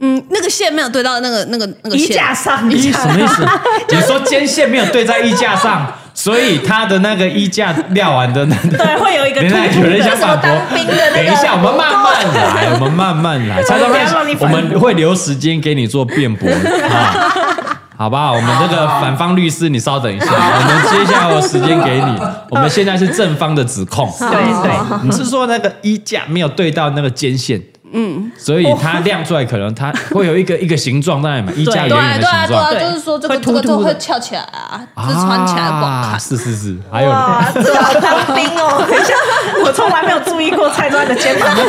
E: 嗯，那个线没有对到那个那个那个
B: 衣
E: 线，
B: 架上
A: 衣什么意思？你说肩线没有对在衣架上，所以他的那个衣架晾完的那
B: 对，会有一个
A: <laughs> 等一
B: 突
A: 下
B: 突
A: 有人
B: 的
A: 想反驳，
E: 啊
A: 等一下，我们慢慢来，我们慢慢来，蔡老
B: 不要让你
A: 板，我
B: 反驳
A: 们会留时间给你做辩
E: <laughs>
A: 驳啊。好不好？我们这个反方律师，你稍等一下，我们接下来有时间给你。我们现在是正方的指控，对
B: 对，
A: 你是说那个衣架没有对到那个肩线，嗯，所以它亮出来，可能它会有一个一个形状在那里嘛，衣架
B: 对
A: 也
E: 对
A: 有
E: 啊
A: 你的
E: 对啊
A: 形
E: 对啊，
A: 状，
E: 就是说这个
B: 会
E: 这
B: 突
E: 个就
B: 突的
E: 会翘起来啊，就是穿起来不好
A: 啊
E: 看。
A: 是是是，还有呢
B: 哇，这个要当兵哦！等一下， <laughs> 我从来没有注意过蔡庄的肩膀，
C: 都要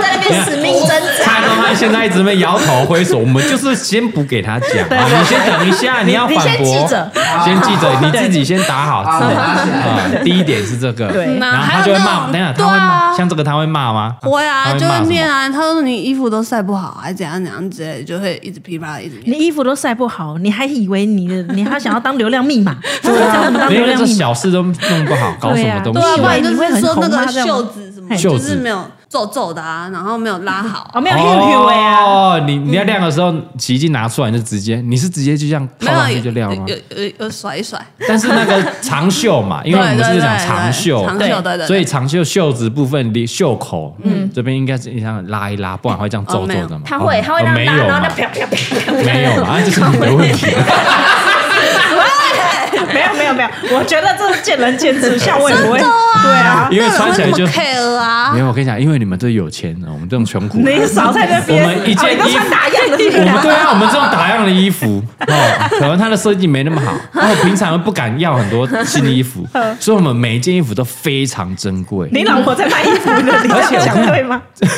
C: 在那边死命挣扎。
A: <laughs> 蔡宗汉现在一直在摇头挥手，我们就是先不给他讲，
B: 对
A: 啊你先等一下，你要
B: <laughs> 你
A: 反
B: 先
A: 驳，
B: 记着
A: 先记着，你自己先打好
F: 好
A: 字
F: 拿起来
A: 啊。第一点是这个，
B: 对
E: 嗯啊
A: 然后他
E: 还
A: 就
E: 有
A: 会
E: 那
A: 骂，
E: 种
A: 等一下他
E: 对
A: 会骂，
E: 啊
A: 像这个他会骂吗？
E: <laughs> 会
A: 他
E: 啊，
A: 会
E: 就
A: 骂
E: 会
A: 什么
E: 念啊。他说你衣服都晒不好啊，怎样怎样之类的，就会一直噼啪一直念。
B: 你衣服都晒不好，你还以为你的你还想要当流量密码？对想怎么当流
A: 连
B: 量
A: 这
B: 密码？
A: 小事都弄不好，搞什么东
E: 啊对啊，
A: 西
E: 不
A: 啊？
E: 然就
B: 你会
E: 是
B: 很
E: 说那
B: 红吗
E: 个
B: 这样
E: 袖子什么，
A: 哎袖
E: 就
A: 子
E: 是没有皱皱的啊，然后没有
A: <laughs>
E: 拉好
B: 哦，，没有 Q Q 啊，
A: 哦，你你要晾的时候，洗衣机拿出来就直接，你是直接就这样套
E: 没
A: 上
E: 有
A: 去就
E: 有
A: 晾吗
E: 有？有有甩一
A: <laughs>
E: 甩，
A: 但是那个长袖嘛，因为我们是讲长袖，
E: 长
B: 对
E: 袖对对，
A: 所以长袖袖子部分离袖口，嗯，这边应该是这样拉一拉，不然会这样皱皱的嘛。
C: 他会，
A: 哦
C: 他会让
A: 没
C: 他
A: 有
C: 拉，然
A: 嘛
C: 后？就啪啪啪啪。
A: 没有嘛？
B: <laughs>
A: 啊，这是你的问题。
B: 没有没有没有，我觉得这是见仁见智，像我也不会，对 <laughs> 啊，
A: 因为穿起来就
E: 那人会那么 care
A: <laughs>
E: 啊
A: 没，有，我跟你讲，因为你们这有钱人，我们这种穷苦人，
B: <laughs> 你少在那边，
A: 我们一件
B: 哦你都
A: 衣
B: 穿
A: 服
B: 哪样的衣服
A: 我？们对啊，我们这种打样的衣服哦，可能它的设计没那
B: <laughs>
A: 么好，然后平常不敢要很多新衣服，
B: 嗯
A: 所以我们每一件衣服都非常珍贵，
B: 你老婆在卖衣服的，你
A: 而且
B: 这
A: 我
B: 样讲对吗？
A: <laughs>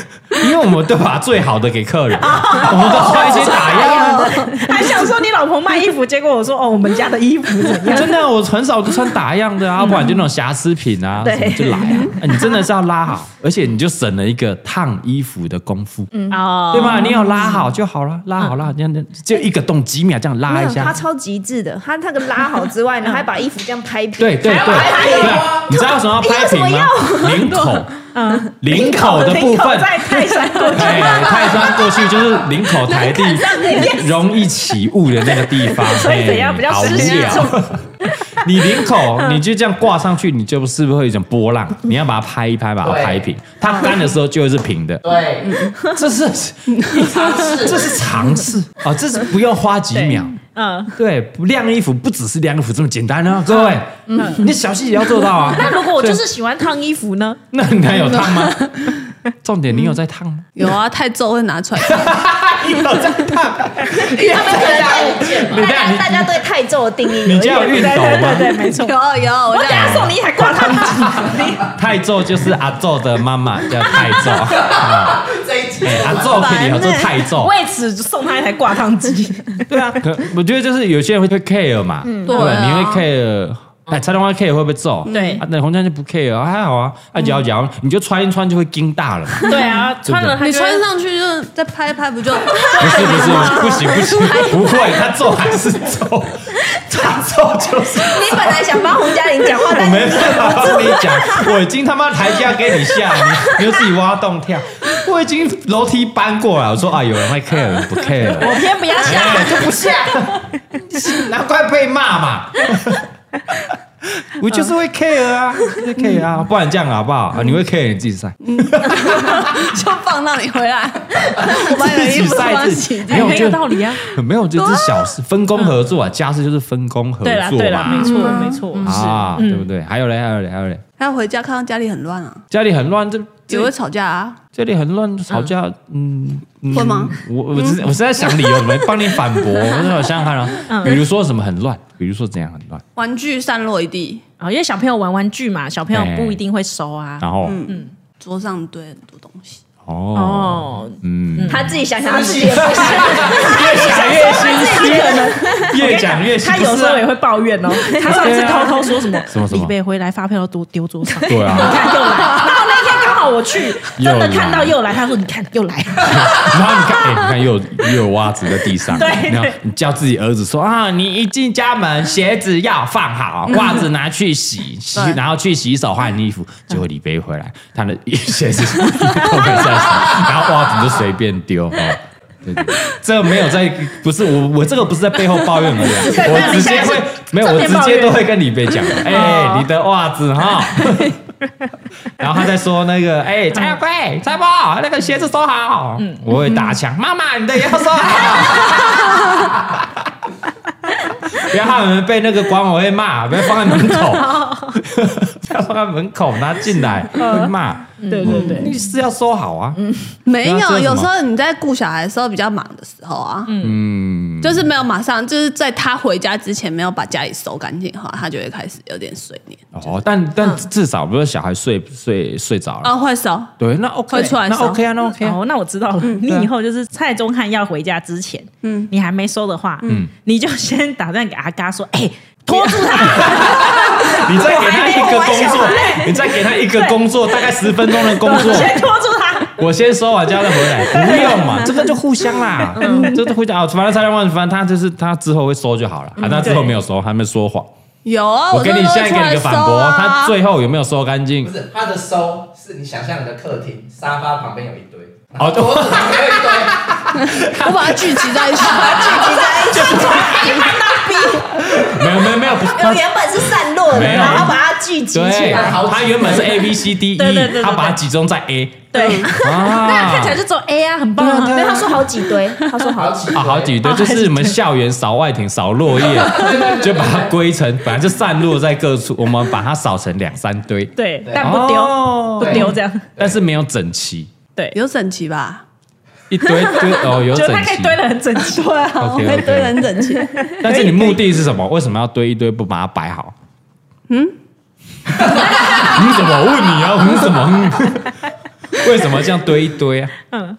A: 因为我们都把最好的给客人，我们都穿一些打样啊的。
B: 还想说你老婆卖衣服，结果我说哦，我们家的衣服怎样？
A: 哎真的，啊我很少就穿打样的啊，不然就那种瑕疵品啊，
B: 对
A: 什么就来啊。哎你真的是要拉好，而且你就省了一个烫衣服的功夫，
B: 哦
A: 对吧？你有拉好就好了，拉好拉好，这样这样就一个洞几秒这样拉
C: 没
A: 一
C: 有，
A: 下。
C: 他
A: 嗯
C: 超极致的，他那个拉好之外呢，还把衣服这样拍平。
A: 对对对，对你知道为什么要拍平
C: 你
A: 吗
C: 有？
A: 领口，领口的部
B: 领口
A: 分，
B: 在泰山 <laughs> 过去，
A: 哎，泰山过去就是领口台
B: <laughs>
A: 地容易起雾的那个地方，
B: 所以怎样
A: 哎
B: 比较
A: 好无
B: 实际
A: 聊。你领口你就这样挂上去，你就是不是会有一种波浪？你要把它拍一拍，把它
F: 对
A: 拍平。它干的时候就会是平的，
F: 对，
A: 这是这是常识啊，这是不用花几秒。
B: 嗯，
A: 对，不晾衣服不只是晾衣服这么简单啊，各位，
B: 嗯
A: 你小细节要做到
B: <laughs>
A: 啊。
B: 那如果我就是喜欢烫衣服呢？
A: 那你还有烫
B: <laughs>
A: 吗？重点，你有在烫
F: <laughs>
A: 吗？
E: 有啊，太皱会拿出来。
A: <laughs> 对
C: 他们可能对大
A: 你
C: 家大家对泰州的定义
A: 你
C: 有一
A: 家有
C: 点
A: 熨斗吗？
B: 没错。
E: 有有，我
B: 我等下送你一台挂烫 <laughs> 机，
A: 泰宙就是阿宙的妈妈叫泰宙，啊
F: <laughs> 这一集
A: 哎阿宙可以合作泰宙，
B: 为此送他一台挂烫机。
A: 对啊，
B: 欸
A: 可我觉得就是有些人会会 care 嘛，
B: 嗯
A: 对吧，
E: 对啊
A: 你会 care。哎，蔡东花 care 会不会皱？
B: 对嗯
A: 啊，那洪江就不 care，啊还好啊。啊，摇一摇，你就穿一穿就会惊大了嘛。
B: 对啊，穿了他
E: 你
B: 就会
E: 穿上去就是 <laughs> 再拍一拍，不就？
A: 不是不是，
B: <laughs>
A: 不行不行，不会，他皱还是皱，他皱就是
C: 你本来想帮洪嘉玲讲话，
A: 我
C: 但
A: 没办法跟你讲，我已经他妈台阶要给你下，你你又自己挖洞跳。我已经楼梯搬过了。我说啊，有人会 care，有人不 care，
B: 我偏不要下，
A: 哎就不下，哎难怪被骂嘛。我就是会 care 啊，就是 care 啊，不然这样好不好？啊，你会 care 你自己晒，
E: 就放让你
A: <laughs>
E: 回来，我把你的衣
A: 自己
E: 服
A: 晒
E: 放
A: 自
E: 洗
A: 己，
E: 掉。
A: 没有
B: 很
A: 就
B: 有道理啊。
A: 没有就是小事，分工合作啊，家事就是分工合
B: <laughs> 对啦，
A: 作
B: 对啦，嗯没
A: 嘛，
B: 错，没错，
A: 啊，对不对？还有嘞，还有嘞，还有嘞，
E: 还有回家看到家里很乱啊，
A: 家里很乱，这
E: 也会吵架啊。
A: 这里很乱，吵架，嗯，嗯
E: 会吗？
A: 我我只是我是在想理由，来帮你反驳。我说我想想看啊，比如说什么很乱，比如说怎样很乱，
E: 玩具散落一地，
B: 啊，因为小朋友玩玩具嘛，小朋友不一定会收啊。
A: 然后
E: 桌上堆很多东西，
A: 哦，
B: 哦，
A: 嗯，
C: <laughs> 他自己想想，他自己也不是
A: 越想越心虚，越讲越心
B: 他
A: 虚啊
B: 有时候也会抱怨哦。他上次偷偷说什么？
A: 什么什么
B: 李贝回来发票都丢桌上，
A: 对啊，
B: 看又来。然后那天刚好我去，真的看到又来，他说你看又来，
A: <laughs> 然后你看，哎，你看又有又有袜子在地上，
B: 对
A: 然后你叫自己儿子说啊，你一进家门，鞋子要放好，袜子拿去洗洗，然后去洗手换衣服。结果李贝回来，他的鞋子都没在洗，然后袜子就随便丢。哦对对，对这没有在，不是我，我这个不是在背后抱怨而已啊，我直接会没有，我直接都会跟李贝讲，
E: 哦
A: 哎，你的袜子
E: <laughs>
A: 哈，然后他在说那个，哎、蔡小贵，
E: 嗯
A: 蔡波，那个鞋子收好。嗯，我会打枪，妈妈，你的也要收好。
E: <laughs>
A: 不要害你们被那个管委会骂，不要放在门口，
E: 哦
A: <laughs> 不要放在门口，拿进来
E: 嗯
A: 会骂。
B: 对对对，
A: 你是要收好啊，
E: 没
A: 对啊这
E: 有。
A: 有什么
E: 有时候你在顾小孩的时候比较忙的时候啊，嗯，就是没有马上，就是在他回家之前没有把家里收干净的话，他就会开始有点碎念。
A: 哦，但
E: 嗯
A: 但至少不是小孩睡睡睡着了，
E: 啊，会收，
A: 对，那 OK，
E: 会出来
A: 那
E: 收
A: OK 啊，那 OK 啊，
B: 哦，那我知道了。你以后就是蔡宗翰要回家之前，嗯，你还没收的话，嗯，你就先打算给阿嘎说，
A: <laughs>
B: 哎，拖住他，
A: 你再给他一个
B: 我还没
A: 工
B: 有
A: 作
B: 玩小孩，
A: 你再给他一个工作，大概十分钟的工作，
B: 先拖住他。
A: 我先收完家再回来，不用
B: 嗯
A: 嘛，这个就互相啦，这个互相啊，反正蔡亮万，反正他就是他之后会收就好了，
B: 嗯
A: 啊，那之后没有收，他们说谎，
E: 有啊，
A: 我给你
E: 真的
A: 现
E: 都
A: 在
E: 会
A: 给你
E: 出来
A: 个
E: 收
A: 反驳，
E: 啊。
A: 他最后有没有收干净
F: 不？是他的收，是你想象你的客厅沙发旁边有一堆，然
A: 哦
F: 后桌子旁边有一堆，
E: 我把它聚集在
A: <laughs>
E: 一起，
A: 没有没有没有，不
B: <laughs>
A: 是他
C: 原本是散落的，
A: 没有
C: 然后把它聚集起
A: 对，
C: 来。
A: 他原本是 A B C D
B: 对对对
A: E，
B: 对
A: 他把它集中在
B: <laughs>
A: A
B: 对，那看
A: 啊
B: 起来。就只有 A 啊，很棒
A: 对啊嗯对啊
B: 啊。
C: 没有，他说好几 <laughs> 堆，他说好
F: 好
C: 几。
F: 几
A: 啊，好几堆，就是我们校园扫外庭、扫落
B: <laughs>
A: 叶，就把它归成，本来就散落在各处，我们把它扫成两三堆，
B: 对，
F: 对
B: 但不丢，
A: 哦
B: 不丢这样。
A: 但是没有整齐，
B: 对，
E: <laughs> 有整齐吧？
A: 一堆
B: <laughs>
A: 堆哦，有整
B: 就是它可以
A: 齐。
B: 堆得很整
A: <laughs>
B: 齐。
E: 对啊
A: OK，OK 我会堆得很
E: 整齐。
A: 但是你目的是什么？为什么要堆一堆不把它摆好？嗯？ <laughs> 你怎么问你啊？你怎么？ <laughs> 嗯为什么这样堆一堆啊？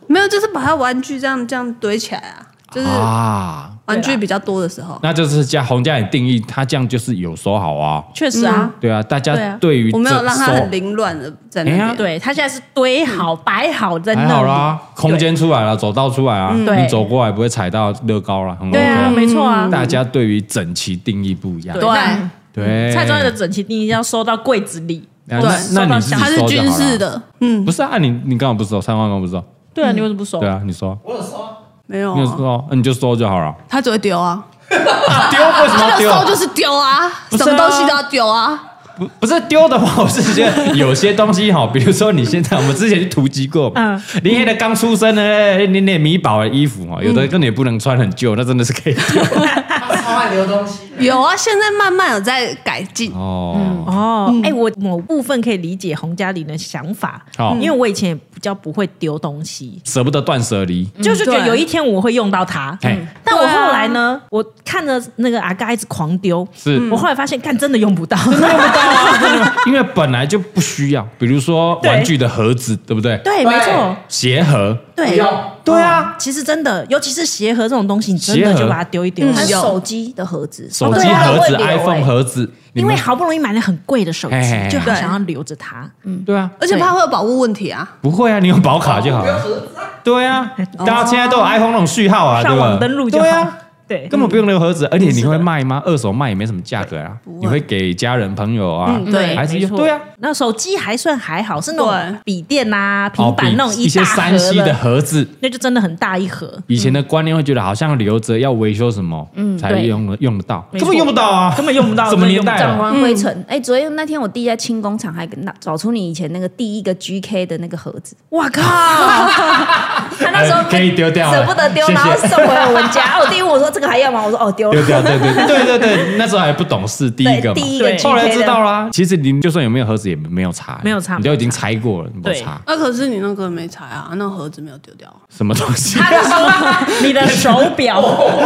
E: 没有，就是把它玩具这样这样堆起来啊，就是
A: 啊，
E: 玩具比较多的时候。
A: 那就是家洪家颖定义，他这样就是有收好啊。
B: 确实啊，
A: 对啊，大
B: 对
A: 家
B: 啊
A: 对于
E: 我没有
A: 这
E: 让它
A: 收
E: 很凌乱的在那
A: 哎呀
E: 边，
B: 对，它现在是堆好、摆好在那
A: 还
B: 里。
A: 好啦，空间出来了，走道出来啊，
B: 对
A: 你走过来不会踩到乐高了，很
B: 对啊，
A: OK。嗯
B: 没错啊。
A: 大家对于整齐定义不一样，
E: 对
B: 那
A: 对。
B: 蔡宗翰的整齐定义要收到柜子里。
A: 那
E: 对
A: 那那你自己
B: 收到
E: 它是
A: 收就
E: 军
A: 好
E: 事
A: 了。
E: 的，嗯，
A: 不是啊，你你刚好不收，蔡万刚不收，
B: 对啊，你为什么不收
A: 对？啊，你收，
F: 我有收啊，
E: 没有
A: 你就
E: 啊，
A: 收，那你就收就好了。
E: 它只会丢啊，
A: 丢为什么要
E: 它的
A: 丢？
E: 收 <laughs> 就是丢啊，
A: 不是
E: 什
A: 啊
E: 么东西都要丢啊，
A: 不不是丢的话，我是觉得有些东西哈，比如说你现在我们之前去突击过嘛
B: 嗯，
A: 林黑的刚出生的哎你那米宝的衣服哈，有的根本也不能穿很旧，那真的是可以丢
F: 他超爱留东西的。
E: 有啊，现在慢慢有在改进，
A: 哦。
B: 哦，哎、我某部分可以理解洪嘉玲的想法，
A: 好
B: 因为我以前也比较不会丢东西，
A: 舍不得断舍离，
B: 就是觉得
E: 对
B: 有一天我会用到它。
A: 嘿
B: 但我后来呢，我看着那个阿嘎一直狂丢，
A: 是
B: 我后来发现，干真的用不到，嗯
A: 因为本来就不需要，比如说
B: 对
A: 玩具的盒子，对不对？
B: <laughs> 对，没错，
A: 鞋盒，
F: 不
B: 对，
F: 用，
A: 对啊，
B: 其实真的，尤其是鞋盒这种东西，你真
A: 鞋
B: 的
A: 盒
B: 就把它丢一丢，
C: 还
E: 嗯
C: 有
E: 有
C: 手机的盒子，
A: 手机
C: 对啊
A: 盒子、
C: 会留
A: iPhone
C: 欸
A: 盒子，你
B: 因为
A: 们哎
B: 好不容易买了很贵的手
A: 嘿嘿
B: 机
A: 嘿，
B: 就很
E: 对
B: 想要留着它。
A: 对啊，
E: 而且怕会有保护问题啊，
A: 不会啊，你有保卡就好
F: 不用
A: 了。
F: 盒子啊，
A: 对啊，大家现在都有 iPhone 那种序号啊，
B: 哦上
A: 对吧？
B: 网登录就好嗯
A: 对啊，
B: 对，
A: 根本不用那个盒子，而且你会卖吗？二手卖也没什么价格啊，你会给家人朋友啊，
E: 嗯对
A: 还是
B: 没错
A: 对啊，
B: 那手机还算还好，是那种
E: 对
B: 笔电啊、平
A: 哦，
B: 板
A: 比
B: 那种
A: 一些
B: 大盒
A: 山西的
B: 的，
A: 盒子。
B: 那就真的很大一盒，
A: 以前的观念会觉得好像留着要维修什么，才
B: 嗯对
A: 用得用得到，
B: 没
A: 根
B: 错
A: 本用不到啊，
B: 根本用不到
A: 什么
B: 真的
A: 年
B: 用不
A: 代了
B: 到
C: 长？官灰尘，哎，昨天那天我弟在清工厂还跟他找出你以前那个第一个 GK 的那个盒子，
B: 哇 <laughs> 靠！
C: 他那时候
A: 呃可以丢掉了
C: <laughs> 舍不得丢，
A: 谢谢
C: 然后送回我们家。 <laughs> 我弟问我说：“这个还要吗？”我说：“哦，丢
A: 丢
C: 了。
A: 掉，对对对
C: <laughs>
A: 对对对，那时候还不懂事，第一个嘛，
C: 第一个
B: 对
C: GK
A: 后来知道
C: 了，
A: 啦。其实你就算有没有盒子也没有差，
B: 没有差
A: 你都已经拆过了，你不
B: 对
A: 差
E: 那、啊可是你那个没拆啊，那盒子没有丢掉啊。
A: 什么东西？哦
B: 他就说你的手 <laughs> 表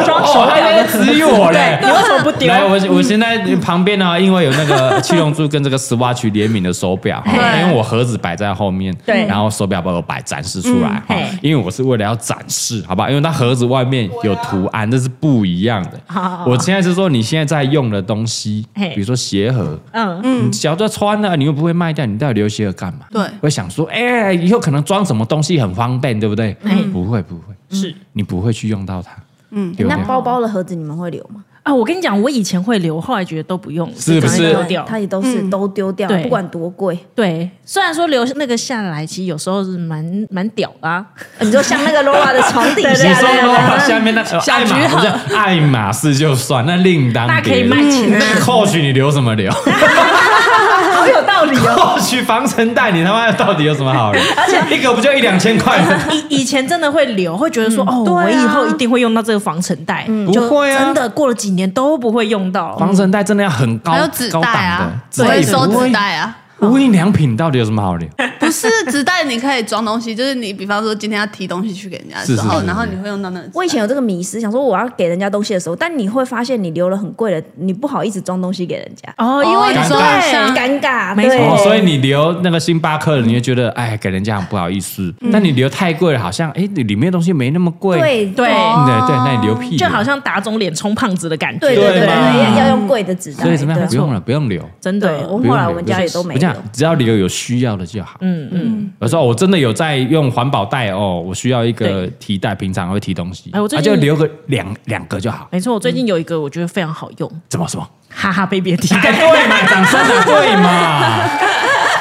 B: 装手表的盒子
A: 指我嘞
B: 对，你为什么不丢？
A: 来，我我现在旁边
B: <laughs>
A: 呢，因为有那个七龙珠跟这个 Swatch 联名的手表，哈
B: 嘿
A: 因为我盒子摆在后面，
B: 对
A: 然后手表把我摆展示出来哈
B: 嗯嘿，
A: 因为我是为了要展示，好吧？因为它盒子外面有图案，这是不一样的
B: 好。
A: 我现在是说你现在在用的东西，
B: 啊嘿
A: 比如说鞋盒，
B: 嗯，
A: 你小就穿了，你又不会卖掉，你到底留鞋盒干嘛？
E: 对
A: 会想说，哎、以后可能装什么东西很方便，对不对？
B: 嗯
A: 不会不会，
B: 是
A: 你不会去用到它，嗯，丢
C: 哎那
A: 掉。
C: 包包的盒子你们会留吗？
B: 啊，我跟你讲，我以前会留，后来觉得都不用，
A: 是不
B: 就是赶快丢掉？
C: 他也都是都丢掉
B: 对，
C: 不管多贵。
B: 对，虽然说留那个下来，其实有时候是蛮蛮屌的啊，
C: <laughs> 你说像那个 Laura 的床 <laughs> 底
A: 你
C: 下
A: 说
C: 那啊个，
A: 罗下面那小爱马不是爱马仕就算，那另当
B: 那可
A: 别
B: 以
A: 论 <laughs>
B: 卖。钱
A: 那
B: 啊，
A: 扣取你留什么留？
B: 好有道理哦。
A: 扣取防尘袋，你他妈到底有什么好留？而且一个不就一两千块
B: <laughs>
A: 吗？
B: <laughs> 以以前真的会留，会觉得说、哦，
C: 对啊
B: 我以后一定会用到这个防尘袋，
A: 不
B: 就
A: 会啊
B: 真的过了几年都不会用到。
A: 防尘袋真的要很高
E: 还有纸
A: 高
E: 袋
A: 档的
E: 啊，，
A: 纸
E: 我
A: 袋
E: 会
A: 也
E: 收
A: 不
E: 纸
A: 会。
E: 袋啊。
A: 无印良品到底有什么好留？
E: 不是纸袋，你可以装东西， <laughs> 就是你比方说今天要提东西去给人家的时
A: 是是
E: 候，
A: 是
E: 然后你会用到那个纸袋。
C: 我以前有这个迷失，想说我要给人家东西的时候，但你会发现你留了很贵的，你不好意思装东西给人家，
B: 哦，因为
A: 尴
E: 你
A: 尬
E: 说像
C: 尴尬，
B: 没错
C: 对
A: 哦，所以你留那个星巴克的，你就觉得哎，给人家很不好意思。但你留太贵了，好像哎，你里面的东西没那么贵。
C: 对
B: 对哦
A: 嗯对对，那你留屁。
B: 就好。像打肿脸充胖子的感觉，
C: 对
A: 对
C: 对对，
A: 嘛
C: 要要用贵的纸袋，
A: 所以怎么样？
C: 对
A: 不用了，不用留。
B: 真
C: 对，
B: 的
C: 我。们后来我们家也都没
A: 我这样
C: 有。，
A: 只要留有需要的就好。
B: 嗯嗯，
A: 有时候我真的有在用环保袋哦，我需要一个
B: 对
A: 提袋，平常会提东西，
B: 哎我最
A: 啊
B: 近
A: 就留个两两个就好。
B: 没错。我最近有一个我觉得非常好用，
A: 怎么什么？
B: 哈哈被别提
A: 哎
B: 袋。
A: 对嘛，掌声的 <laughs> 对嘛，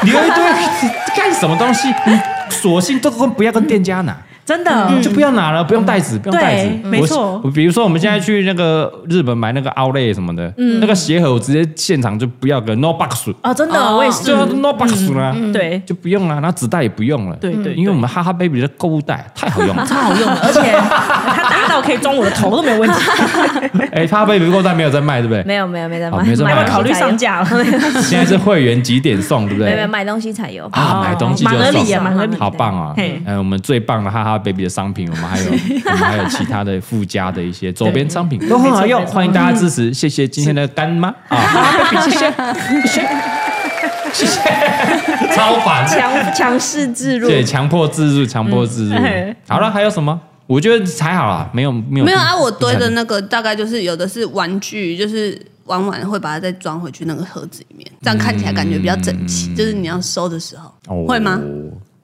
A: 留一堆干什么东西？你索性都跟不要跟店家拿。
B: <laughs> 真的，
C: 嗯
A: 就不要拿了，不用袋子，不用袋子。
B: 嗯对没
A: 我
B: 错
A: 我比如说我们现在去那个日本买那个奥莱什么的，那个鞋盒我直接现场就不要个 no box，
B: 啊，真的，
E: 哦
B: 我也是嗯
A: 就，要 no box 啦，
B: 对，
C: 嗯
A: 就不用了，那纸袋也不用了。
B: 对对对
A: 因为我们哈哈 baby 的购物袋太好用了。
B: <laughs> 超好用的，而且它大到可以装我的头都没有问
C: <laughs>
B: 题。
A: 哎，哈哈 baby 购物袋没有在卖，对不对？
C: 没有没有没有在
A: 哦
C: 买，
A: 没在
B: 要
A: 买
B: 不
A: 啊
B: 要考虑上
C: 架？
B: 架
C: <laughs>
B: 了？
A: 现在是会员几点送，对不
C: 没有
A: 对？
C: 买东西才有。
A: 啊，买东西就
B: 满额礼
A: 送
B: 也。哦蛮合理的。
A: 好棒啊！
B: 嘿
A: 嗯，我们最棒的哈哈 baby 的商品，我们还
B: <laughs>
A: 有我们还有其他的附加的一些周边商品都很好用，欢迎大家支持，谢谢今天的干妈啊，哈哈 baby，谢谢
B: <laughs>
A: 谢谢谢谢， <laughs> 超烦，
C: 强强势置入，
A: 对，强迫自入，强迫自入
B: 嗯嘿。
A: 好了，还有什么？我觉得还好啦，没有没有
E: 没有啊，我堆的
A: 那
E: 那个大概就是有的是玩具，就是玩完会把它再装回去那个盒子里面，这样看起来感觉比较整齐。
A: 嗯
E: 就是你要收的时候，
A: 哦
E: 会吗？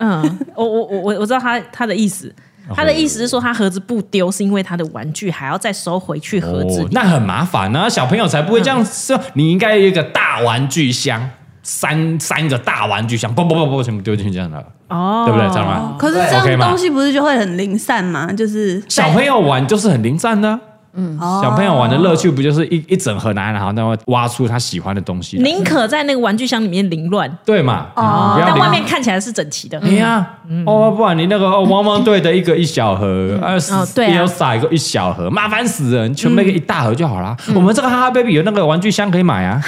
B: 嗯，我我我我我知道他他的意思，
A: 哦
B: 他的意思是说他盒子不丢，是因为他的玩具还要再收回去盒子
A: 哦。那很麻烦呢、小朋友才不会这样说。你应该有一个大玩具箱，三三个大玩具箱，不不不不，全部丢进去这样的，
B: 哦
A: 对不对？这样啊吗？
E: 可是
F: 对
E: 这
A: OK
E: 样
A: 吗
E: 东西不是就会很零散吗？就是
A: 小朋友玩就是很零散的啊、
B: 嗯
A: 小朋友玩的乐趣不就是一一整盒拿来，然后那么挖出他喜欢的东西来，
B: 宁可在那个玩具箱里面凌乱，
A: 对嘛？哦不要
B: 但
A: 零
B: 外面看起来是整齐的。
A: 哎
C: 嗯
A: 呀，
B: 嗯
A: 哦，不然你那个哦汪汪队的一个一小盒，二十
B: 哦对啊嗯
A: 要撒一个一小盒，麻烦死人，全部那个一大盒就好啦。我们这个哈哈 baby 有那个玩具箱可以买啊，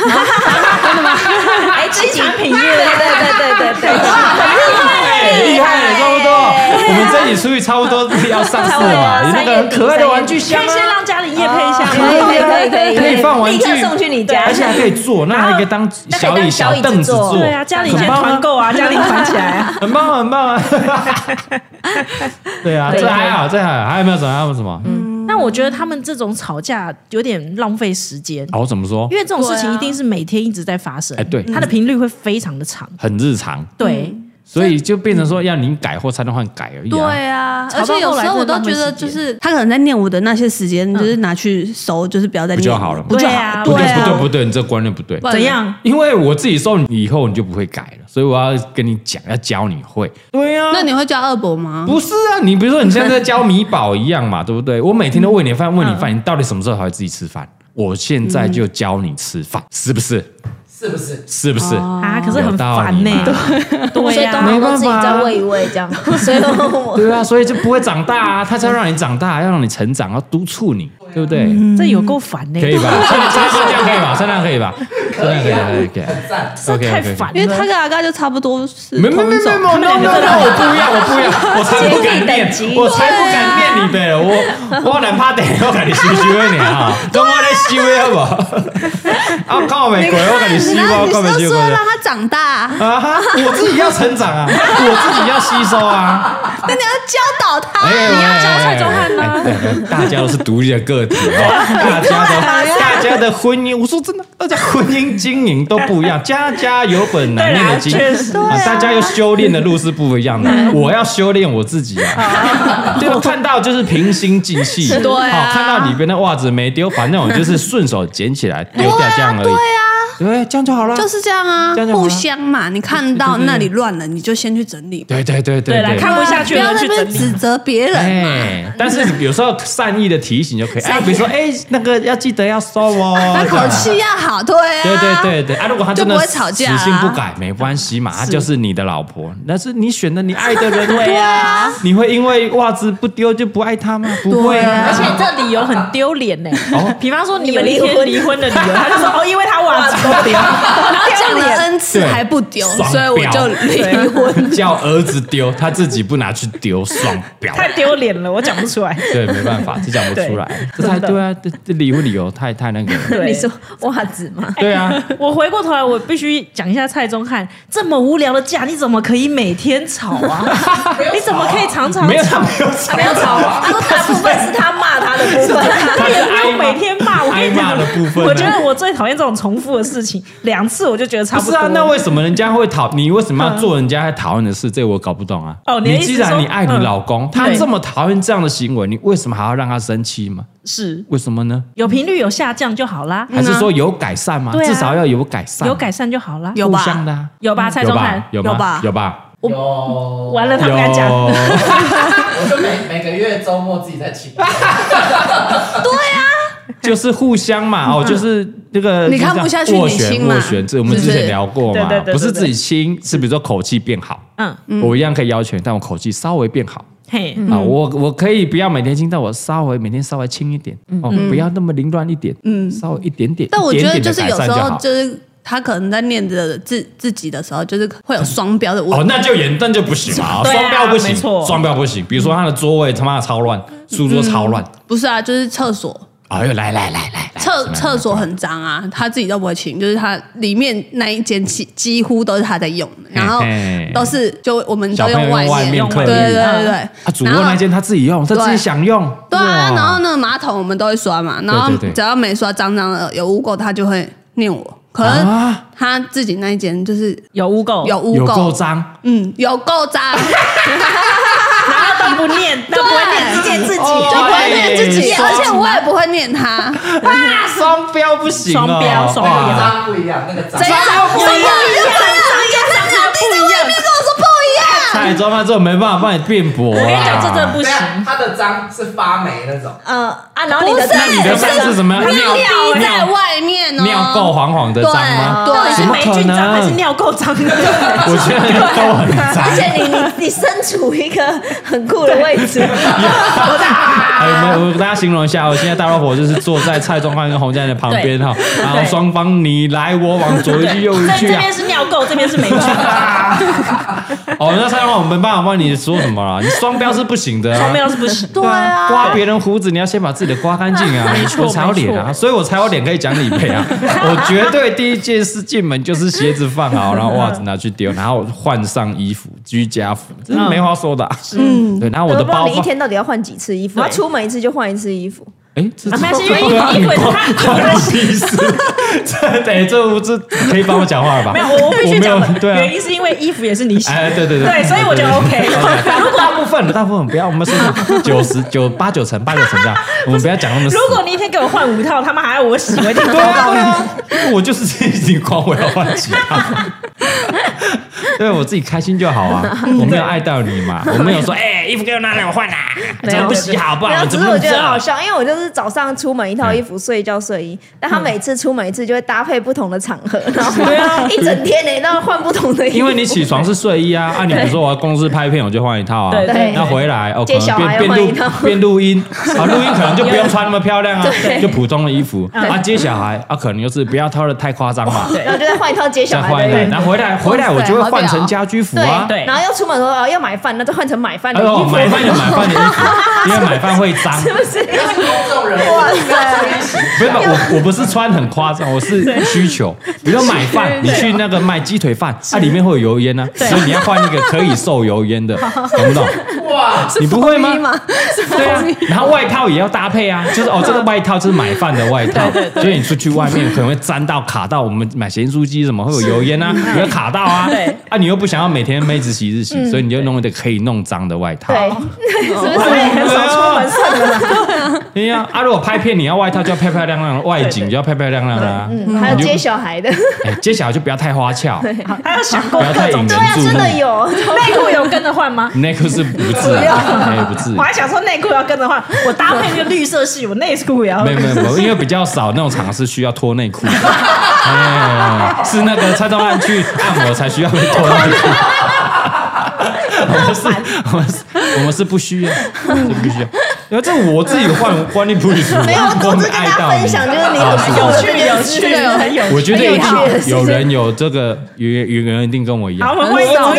C: 哎，自己品日，对对对对
A: <laughs>
C: 对，
A: 哎厉害，差不多。我们这里出去差不多要上市了嘛，有那个很可爱的玩具箱
B: 可以先
A: 啊，
B: 让家里夜配一下
C: 哦可以
B: 吗，
C: 可以可以
A: 可以放玩具
C: 立刻送去你家
A: 而。且还可以坐，那还可以当小椅、小凳子坐。
B: 对啊，家里以前
A: 很棒啊
B: 团购啊，家里团起来 <laughs> 啊。
A: 很棒，很 <laughs> 棒啊！对啊，嗯这还好，这还好。还有没有什么？还有没有什么？
B: 但我觉得他们这种吵架有点浪费时间，
A: 哦，怎么说
B: 因？为这种事情一定是每天一直在发生
A: 哎，对
B: 它的频率会非常的长。
A: 很日常。
B: 对，
A: 所以就变成说要你改或蔡东汉改而已、啊。
E: 对啊，
C: 吵
E: 而
C: 到
E: 且有
C: 后来
E: 时候我
C: 真的
E: 都
C: 浪费
E: 觉得，
C: 时
E: 就
C: 间
E: 是他可能在念我的那些时间，
B: 嗯
E: 就是拿去收，就是不要再
A: 不
E: 念
A: 就好了吗
E: 不就好
B: 对啊
A: 不对，
E: 啊
A: 不对，不对，你这观念不对。啊
B: 怎样？
A: 因为我自己收你以后，你就不会改了，所以我要跟你讲，要教你会。对啊呀、
E: 那你会叫二伯吗？
A: 不是啊，你比如说你现在在教米宝一样嘛，对 <laughs> 不对？我每天都喂你饭，喂你饭，你到底什么时候才会自己吃饭？我现在就教你吃饭，是不是？
F: 是不是？
A: 是不是？
B: 啊，可是很
A: 有道理
B: 烦呢、
A: 嘛
C: 所
B: 对
C: 以
B: 呀、
C: 东
A: 没
C: 东
A: 办
C: 都自己
A: 法啊
C: 再喂一喂这样，所以我
A: 对啊，所以就不会长大啊，他才要让你长大，要让你成长，要督促你，对不对？
B: 这有够烦呢、
A: 可
B: <laughs>
A: 以吧？三三这样可以吧？三这样可以吧？三这样可以
F: <laughs>
A: 吧，可以可以。
F: 很哎赞。
B: 这
A: OK，OK，OK
B: 太烦了。
E: 因为他跟阿嘎就差不多是
A: 没没没
E: 同
A: 没没
E: 种
A: ，no no no，我不要，我不要，我才不敢念，我才不敢念你的，我我哪怕得我跟你羞羞的呢啊，等我来羞的好不好？啊，靠美国，我跟你羞
E: 你
A: 吧，我
E: 你
A: 靠美
E: 都
A: 国
E: 说让他长大啊，
A: 啊哈，我自己要成长啊，我自己要吸收啊，
E: 那你要教导他。
A: 哎，你要教蔡宗翰吗？大家都是独立的个 <laughs> 体啊，大家的大家的婚姻，我说真的，大家婚姻经营都不一样，家家有本难念的经。
B: 确实，
A: 啊，大家要修炼的路是不一样的。我要修炼我自己 <laughs> 啊，对我看到就是平心静 <laughs> 气，哦
E: 对啊
A: 好看到里边的袜子没丢，反正我就是顺手捡起来丢掉这样而已。对啊，对，这样就好了。
E: 就是这样啊
A: 这样，就好了
E: 互相嘛，你看到那里乱了，你就先去整理，
A: 对对对
B: 对啦，看不下去
E: 不要
B: 了
E: 在
B: 去
E: 那边
B: 整理。
E: 指责别人。
A: 哎，但是有时候善意的提醒就可以，哎，比如说，哎，那个要记得要收哦，
E: 那
A: 这样
E: 口气要好，对啊，
A: 对对对对啊！如果他真的
E: 就不会吵架啊
A: 死性不改，没关系嘛，他就是你的老婆，那是你选的你爱的人，对啊，你会因为袜子不丢就不爱他吗？不会啊，
B: 而且这理由很丢脸呢
A: 哦。
B: 比方说你们离婚离婚的理由，他就说哦，因为他袜子都 <laughs> 丢，然后
E: 讲
B: <laughs>
E: 了 n 次
A: 对
E: 还不丢，
A: 爽
E: 所以我就
B: 啊
E: 离婚。
A: <laughs> 叫儿子丢，他自己不拿去丢，双标。
B: 太丢脸了，我讲不出来。
A: <laughs> 对，没办法，这讲不出来，这
B: 对
A: 太
B: 真的
A: 对啊，这这离婚理由太太那个
C: <laughs>
A: 了。
B: 对
C: 你说袜子吗？
A: 对啊，
B: <laughs> 我回过头来，我必须讲一下蔡宗翰这么无聊的假，你怎么可以每天吵
A: <laughs>
B: 啊？你怎么可以常常
A: 没有
B: 吵啊
A: 他？没有吵，
C: 没有吵啊，他说大部分是他骂他的部分。
A: 他
B: 他
A: 是
B: 也不
A: 挨
B: 用
A: 骂
B: 每天骂我跟
A: 挨
B: 你
A: 骂
B: 讲
A: 的部分啊。
B: 我觉得我最讨厌这种重复的事情，两次我就觉得差
A: 不
B: 不
A: 是
B: 多。
A: 啊，那为什么人家会讨你？为什么要做人家在讨厌的事？这我搞不懂啊。
B: 哦你的
A: 你
B: 意思
A: 既
B: 是
A: 然
B: 说
A: 你爱你老公，他
B: 对
A: 这么讨厌这样的行为，你为什么还要让他生气吗？
B: 是
A: 为什么呢？
B: 有频率有下降就好啦，
A: 还是说有改善吗？
B: 嗯啊对啊
A: 至少要有改善，
B: 有改善就好啦。
E: 有
A: 互
E: 吧
A: 相的啊，
B: 有吧，蔡
A: 有
B: 宗翰
A: 吧？？有吗
E: 有吧
A: 有吧？
F: 有，我
B: 完了，他不敢讲。 <laughs>
A: 有
F: 就每每个月周末自己在请。
A: 就是互相
B: 嗯
A: 嘛，哦，就是那个
E: 你看不下去
A: 斡
E: 你
A: 旋
E: 亲嘛
A: 斡旋，这我们
E: 是不
A: 之
E: 是
A: 前聊过嘛
B: 对对对，对
A: 不是自己亲，是比如说口气变好，
B: 嗯，
A: 我一样可以要求你，但我口气稍微变好。
B: 嘿，
A: 啊，我我可以不要每天清，但我稍微每天稍微轻一点，哦，不要那么凌乱一点，嗯，稍微一点点。
E: 但我
A: 一
E: 觉
A: 点
E: 得
A: 点
E: 就
A: 的
E: 是
A: 改
E: 有
A: 善
E: 时
A: 就
E: 候
A: 好
E: 就是他可能在念着自自己的时候，就是会有双标的问
A: 哦
E: 题。，
A: 那就严，那就不行嘛，哦
B: 对啊
A: 双标不行
B: 没，错
A: 双标不行。比如说他的座位他妈的超乱，书桌超乱，
E: 不是啊，就是厕所，
A: 哎呦，来来来来，来
E: 厕厕所很脏啊，他自己都不会清，就是他里面那一间几几乎都是他在用的，然后
A: 嘿嘿
E: 都是就我们
A: 小
E: 都
A: 朋友
E: 外
A: 用外面
E: 面，
A: 客
E: 对
A: 浴
E: 对对对，
A: 他主卧
E: 然后
A: 那间他自己用，他自己
E: 对
A: 想用，
E: 对啊，
A: 哇
E: 然后那个马桶我们都会刷嘛，然后
A: 对对对
E: 只要没刷脏脏的有污垢，他就会念我。可是
A: 啊哦
E: 他自己那一间就是
B: 有污垢，
E: 有污
A: 有够
E: 垢，
A: 脏，
E: 嗯，有够脏，
B: 然后他不念，他不会念这件自己，
A: 哦
E: 就不会念自己，啊
A: 哎
E: 而且我也不会念
A: <laughs>
E: 他。
A: 啊双标不行哦，
B: 双标双标
A: 哇
F: 脏不一样，那个脏
E: 怎样？
A: 不一样
E: 怎么不一样？你在外面跟我说不一样，
A: 蔡庄那这没办法帮你辩驳啊，
B: 我跟你讲，这真的不
F: 对
B: 行。
F: 啊，他的脏是发霉那种，
C: 嗯啊，然后你的
E: 不是
A: 那你的脏是什么？尿
E: 你
A: 尿
E: 在外面哦，
A: 尿垢黄黄的
E: 对
A: 脏吗？
B: 到底
E: 对
B: 是
A: 怎么
B: 霉菌
A: 可能啊
B: 脏还是尿垢脏？
A: <laughs> 我觉得都很脏。
C: <laughs> 而且你你你身处一个很酷的位置，
A: 哎，我们我给大家形容一下，我现在大老婆就是坐在蔡宗翰跟洪家人的旁边哈，然后双方你来我往，左一句右一
B: 这
A: 句
B: 这
A: 啊。
B: 边是尿垢，这边是
A: <laughs>
B: 霉菌。
A: 哦，那蔡宗翰我没办法帮你说什么了，你双标是不行的啊，
B: 双标是不行，
A: 对啊，刮别人胡子你要先把自己的刮干净啊，
B: 没错
A: 我才有脸啊，
B: 没错
A: 所以我才有脸可以讲理赔啊。我绝对第一件事进门就是鞋子放好，然后袜子拿去丢，然后换上衣服居家服，真的没话说的啊。嗯，对，然后我
C: 我
A: 的
C: 不知道
A: 包
C: 你一
A: 放
C: 天到底要换几次衣服，
B: 对
C: 他出门一次就换一次衣服，
A: 哎，这
B: 啊没关系
A: 这
B: 因为
A: 啊
B: 因为
A: 你关
B: 他
A: 关我屁事！这哎，这我这可以帮我讲话了吧？
B: 没有，我我必须
A: 没有
B: 讲，
A: 对啊，
B: 原因是因为衣服也是你洗，
A: 哎，对对对，
B: 对所以我觉得 OK
A: 如果 <laughs> 大部分的大部分不要，我们是九十九八九成八九成这
B: <laughs>
A: 样，我们不要讲那么死。
B: 如果你一天给我换五套，他妈还要我洗，我一定
A: 对啊，对啊，因为我就是 <laughs> 自己光我要换吉他，对我自己开心就好
B: <laughs>
A: 啊，我没有爱到你嘛，我没有说哎、衣服给我拿来我换啦、啊，怎么不洗好不
C: 没
A: 好？
C: 有，只
A: 怎
C: 是
A: 么
C: 我
A: 弄
C: 觉
A: 这
C: 得很好
A: 样？
C: 笑，因为我就是早上出门一套衣服，睡一觉睡衣，但他每次出门一次就会搭配不同的场
A: <laughs>
C: 合，然后一整天呢，那换不同的衣服。
A: 因为你起床是睡衣啊，啊，你不是说我要公司拍片，我就换一套啊
B: 对对
C: 对，
A: 那回来哦，可
C: 接小
A: 能
C: 孩
A: 变变
C: 换一
A: 录
C: 套
A: 变录音啊，录音可能就不用穿那么漂
C: <laughs>
A: 亮啊，就普通的衣服
C: 嗯
A: 啊，接小孩啊，可能就是不要套的太夸张嘛，
C: 然后就再换一套接小
A: 再
C: 孩的
A: 换
C: 衣
A: 一
C: 服，
A: 个，然后回来回来我就会换成家居服啊，
B: 对
C: 然后又出门说哦要买饭，那就换成买饭的
A: 哎
C: 衣
A: 呦，
C: 服，
A: 买饭有买饭的衣
C: <laughs>
A: 服，因为买饭会脏。
C: 是不是？
F: 这种人，哇塞！
A: 不是，不是我我不是穿很夸张，我是需求。比如说买饭，你去那个卖鸡腿饭，它里面会有油烟呢，所以你要换一个可以受油烟的，懂不懂？
F: 哇，
A: <laughs> 你不会吗
E: 是？吗？
A: 对啊，然后外套也要搭配啊，就是哦，这个外套就是买饭的外
C: <laughs>
A: 套，所以你出去外面可能会沾到、卡到。我们买咸酥鸡什么会有油烟
C: <laughs>
A: 啊，你会卡到啊。
B: 对
A: 啊，你又不想要每天妹子洗日洗，所以你就弄一个可以弄脏的外套。啊
C: 对，
A: 哦
C: <laughs> 是不是？
A: 哎
C: 很少出门算了啦，
A: <laughs> 对呀，啊，如果拍片你要外套就要漂漂亮亮的，外景就要漂漂亮亮的啊。
C: 嗯还有接小孩的，
A: 哎，接下来就不要太花俏，
B: 好他
A: <laughs>
B: 要想过
A: 不要
B: 各
A: 太
B: 种
A: 引人
C: 对啊，
A: 注
C: 真的
A: 目。 <laughs>
C: 有，
B: 内裤有跟着换吗？
A: 那个是不
C: <laughs>
A: 至于，
C: 啊
A: 哎，不至于
B: 我。还想说内裤要跟着换，我搭配那个绿色系，我内裤也要
A: 没有没有没有，因为比较少那种场合是需要脱内裤的，哎，是那个蔡宗汉去按摩才需要脱内裤。我们是，我们是，我们是不需要，是不需要。因为这我自己换观念不一样，
C: <laughs> 没有，我
A: 我
C: 只
A: 没
C: 是跟
A: 爱
C: 大家
A: 到哦
C: 分享，就是你很酷
B: 有
C: 的
B: 趣有趣，很有趣。
A: 我觉得
C: 很有
A: 一
C: 趣的
A: 定
C: 事
A: 有
C: 情
A: 人有这个，有有人一定跟我一样
B: 好，我。们会有留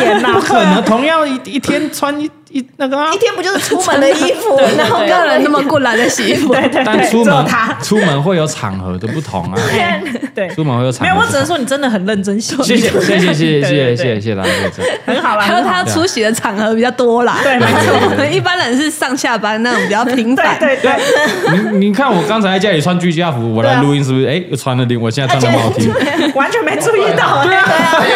B: 言呐，
A: 不可能，同样一一天穿一一那个啊
C: 一，天不就是出门的衣服，然后
E: 个人那么过来的洗衣服，
B: 对对
A: 但
B: 对，
A: 出
B: 只有
A: 门
B: 他
A: 出门会有场合的不同啊，
B: 对，
A: 出门会有场
B: 没
A: 合
B: 有，
A: 不同。
B: 我只能说你真的很认真写，
A: 谢谢谢谢谢谢谢谢
B: 对对对
A: 谢谢大家谢谢。
B: 很好啦，
E: <laughs> 还有
B: 很好
E: 他要出席的场合比较多啦。
B: 对，没错，
E: 一般人是上下班那种比较频繁
B: 对，对
A: <laughs>
B: 对，
A: 你你看我刚才在家里穿居家服，我来录音是不是？哎，又穿了另，我现在穿的不好听。
B: 完全没注意到，对
A: 啊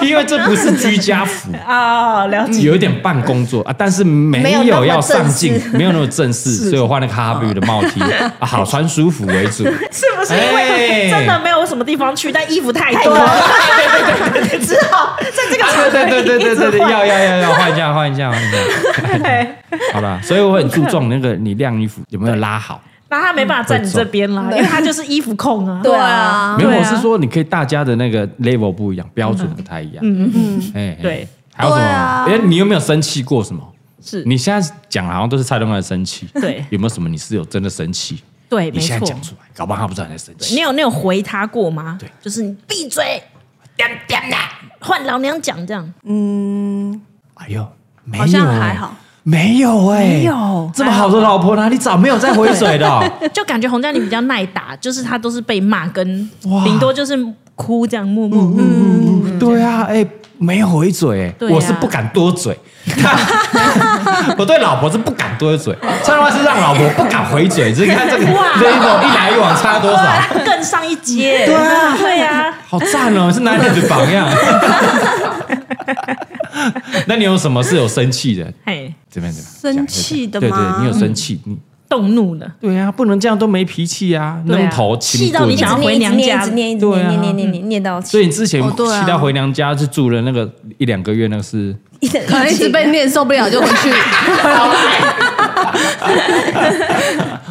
A: 因为这不是居家服，
B: 啊，了解。
A: 有一点半工作啊，但是没
C: 没有那
A: 有
C: 么
A: 要上镜
C: 正，
A: 没有那么正式，所以我换了卡布的帽 T 啊，好穿舒服为主。
B: 是不是因为真的没有什么地方去，但衣服太多，对对对对，只好在这个场合
A: 对对对对对对，
B: 要
A: 要要要要换一下换一下换一下，好吧？所以我很注重那个你晾衣服有没有拉好。
B: 那他没办法站你这边啦，因为他就是衣服控啊。
C: 对
E: 啊，
A: 没有，
B: 对啊
A: 我是说你可以大家的那个 level 不一样，标准不太一样。嗯嗯，哎，哎
B: 对。
A: 还有什么？
E: 对啊
A: 哎，你有没有生气过什么？
B: 是
A: 你现在讲好像都是蔡东汉生气，
B: 对
A: 有没有什么你是有真的生气？
B: 对，
A: 你
B: 没
A: 现在
B: 错。
A: 讲出来，搞不好他不知道你在生
B: 你
A: 气。
B: 有你有回他过吗？
A: 对
B: 就是你闭嘴，点点啦，换老娘讲这样。
A: 哎呦，没有哎
E: 好像还好，
A: 没有哎，没
B: 哦
E: 有
A: 这么好的老婆哪里找？没有再回水的
B: <laughs>
A: 哦，
B: 就感觉洪嘉玲比较耐打，就是她都是被骂，跟
A: 哇
B: 顶多就是哭这样，默默。嗯
A: 对啊，哎。没有回嘴、哎
B: 对啊
A: 我是不敢多嘴。 <laughs> 我对老婆是不敢多嘴，蔡东汉是让老婆不敢回嘴。这你看这个
B: 哇
A: 这一种一来一往差多少？
B: 更上一阶，对啊，对啊，
A: 好赞哦，是男人的榜样。 <laughs> 那你有什么是有生气的？
B: 嘿，
A: 这边这边
E: 生气的
A: 对对，
E: 吗
A: 你有生气，你
B: 动怒了，
A: 对呀、啊，不能这样都没脾气啊，
B: 对啊
A: 扔头
B: 气到你想要
A: 要。
B: 回娘家
C: 一直念，一直
A: 对
C: 念，
A: 啊
C: 一直念，念念念念到
A: 所以你之前
E: 哦对啊
A: 气到回娘家，就住了那个一两个月，那个是 <laughs>
C: 一直
A: 啊
E: 可能一直被念受不了就回去。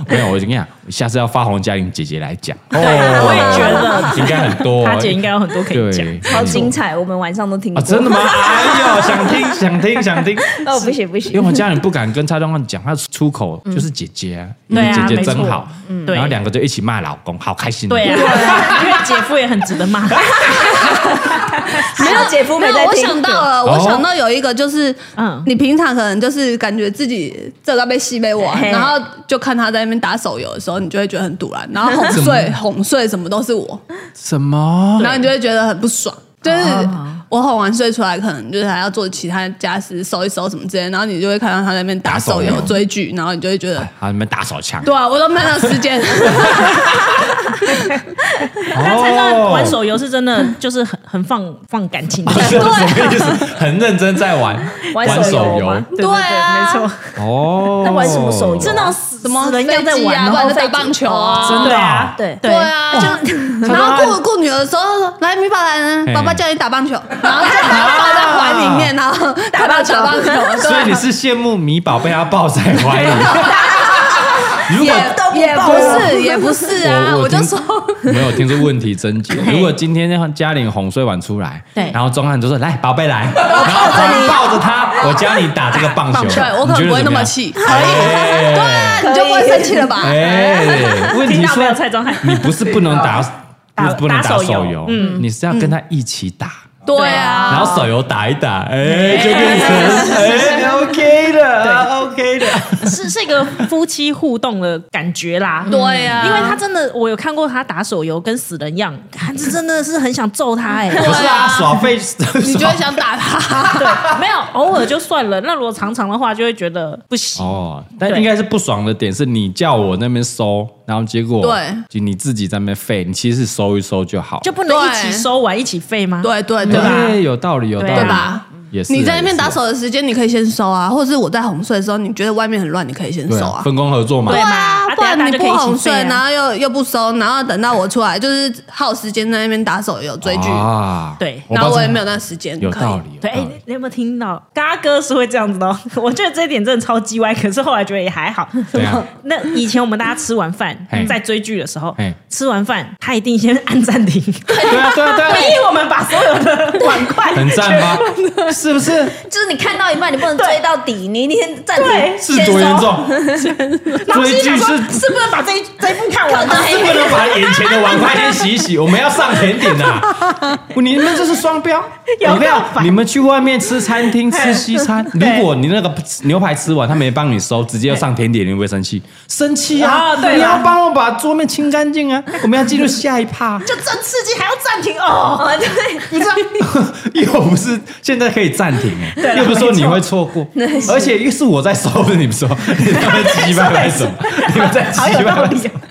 A: 没有。我就跟你讲，下次要发洪嘉玲姐姐来讲。哦，
B: <laughs> 我也觉得
A: 应该很多、啊
B: 她姐应该有很多可以讲。
A: 哦对
C: 超精彩，我们晚上都听
A: 啊！
C: 过。
A: 真的吗？哎呦，想听想听想听。
C: 哦，不行不
A: 因为
C: 行，
A: 我家人不敢跟蔡东汉讲，他出口就是姐姐啊，因
B: 对
A: 为
B: 啊
A: 姐姐真好，
B: 对
A: 然后两个就一起骂老公，好开心。
B: 对
E: <laughs>
B: 啊，因为姐夫也很值得
A: 哦
B: 骂。
C: 没有姐夫没
E: 没有，
C: 在
E: 我
C: 听。
E: 想到了，
A: 哦
E: 我想到有一个就是，
B: 嗯
E: 你平常可能就是感觉自己这个被戏被玩，
C: 嘿
E: 然后就看他在那边打手游的时候，你就会觉得很堵然，然后哄
A: 怎么
C: 嗯
E: 睡、哄睡什么都是我，
A: 什么？
C: 哦
E: 然后你就会觉得很不爽，就是。我哄完睡出来，可能就是还要做其他家事，收一收什么之类的，然后你就会看到他在那边打手游
A: 打手游、
E: 追剧，然后你就会觉得，
A: 啊，你们打手枪，
E: 对啊，我都没有时间。
B: 但才知道
A: 哦
B: 玩手游是真的，就是很很放放感情的。
A: <laughs> 什么意思？很认真在玩
C: 玩
A: 玩手
C: 手
A: 游
C: 吗？
B: 对对
E: 啊
B: 对，没错，
A: 哦。
C: 那玩什么手游啊
B: 是那种死
E: 什么
B: 死人一样在
E: 飞机
B: 玩，
E: 啊
B: 然
E: 不然
B: 后
E: 就打棒球啊
A: 真的啊
B: 对
C: 对
B: 对
E: 对啊，
A: 哦
E: <laughs> 就然后顾顾女儿的时候，说来米宝来了，
A: 嘿
E: 爸爸叫你打棒 <laughs> 球，然后就把她抱在怀里面，然后啊打棒球，打棒
A: <laughs>
E: 球，
A: 所以你是羡慕米宝被他抱在怀里。如果
E: 也啊不是也不是啊，
A: 我
E: 我
A: 我
E: 就
A: 听
E: 说
A: 没有听出问题症
E: <laughs>
A: 结，如果今天嘉玲哄睡完出来，
B: 对
A: 然后钟汉就说来宝贝
E: <laughs>
A: 来，然后我抱着他，我教你打这个棒球，
E: 对我可能不会那么气，可以，对啊， <laughs> 你就不会生气了吧？
A: 哎，问题
B: 听到没有，
A: 是
B: 蔡宗翰？
A: 你不是不能打，不
B: 打
A: 是不能
B: 打
A: 打
B: 手游嗯
A: 手游，你是要跟他一起打。
E: <laughs> 对啊，
A: 然后手游打一打，
E: 哦
A: 哎，就变成哎 OK 的啊，OK 的。
B: 是是一个夫妻互动的感觉啦。
E: 嗯
B: 嗯
E: 对啊呀，
B: 因为他真的，我有看过他打手游跟死人样，他这真的是很想揍他
E: <laughs>
B: 哎、
A: 不是啊，耍废，你
E: 你就会想打 <laughs> 他，
B: 对，没有偶尔就算了，那如果常常的话，就会觉得不行。
A: 哦，但
B: 对
A: 应该是不爽的点是你叫我那边收，然后结果
E: 对，
A: 就你自己在那边废，你其实收一收就好，
B: 就不能一起收完一起废吗？
E: 对对
A: 对
E: 对啊吧？
A: 吧？有道理，有道理，
B: 对
E: 吧？
A: 也是
E: 你在那边打
A: 也是
E: 手的时间，你可以先收啊，或者是我在哄睡的时候，你觉得外面很乱，你可以先
A: 对
E: 收啊。
A: 分工合作嘛
B: 对，嘛
E: 啊，不然你不啊哄睡，
B: 呢？
E: 然后又又不收，然后等到我出来，就是耗时间在那边打手游追剧，
A: 啊，
B: 对
E: 然后我也没
A: 有
E: 有那时间。
A: 有
E: 可以
A: 道理，有
B: 对，哎、
A: 道理
B: 你你有没有听到？嘎哥是会这样子的、哦， <laughs> 我觉得这一点真的超鸡歪，可是后来觉得也还好。 <laughs>
A: 对啊
B: 那以前我们大家吃完饭
A: 嘿，
B: 在追剧的时候
A: 嘿，
B: 吃完饭他一定先按暂
A: <laughs>
B: 停，
A: 对啊，对啊，对
E: <laughs>
A: 啊，
B: 逼我们把所有的碗
A: <laughs>
B: 筷
A: 很赞吧？是不是？
C: 就是你看到一半，你不能追到底，你一天暂
B: 对
C: 停，
A: 是多严重？
B: 然后心
A: 追剧
B: 里想说
A: 是
B: 是不能把这一 <laughs> 这一部看完吗？
A: 哎是不能把眼前的碗筷先洗一洗，我们要上甜点啊呐、 <laughs> 你们这是双标，
B: <laughs> 有
A: 我跟你讲
B: 够烦
A: 你们去外面吃餐厅吃西
B: <laughs>
A: 餐，如果你那个牛排吃完，他没帮你收，直接要上甜点，你会不会生气？生气啊！
B: 啊对啦
A: 你要帮我把桌面清干净
B: <laughs>
A: 啊！我们要进入下一趴。
B: 就真刺激还要暂停哦，
C: 哦，对，
A: 不是、啊， <laughs> 又不是现在可以暂停
B: <laughs>
A: 哎，又不是说你会错过，而且又是我在收，不是你们说，你
B: <laughs>
A: 们在鸡巴为什么？你们在
B: 好
A: 鸡
B: 有
A: 巴
B: 道
A: 为
B: 理
A: 什
B: 哦
A: 么？。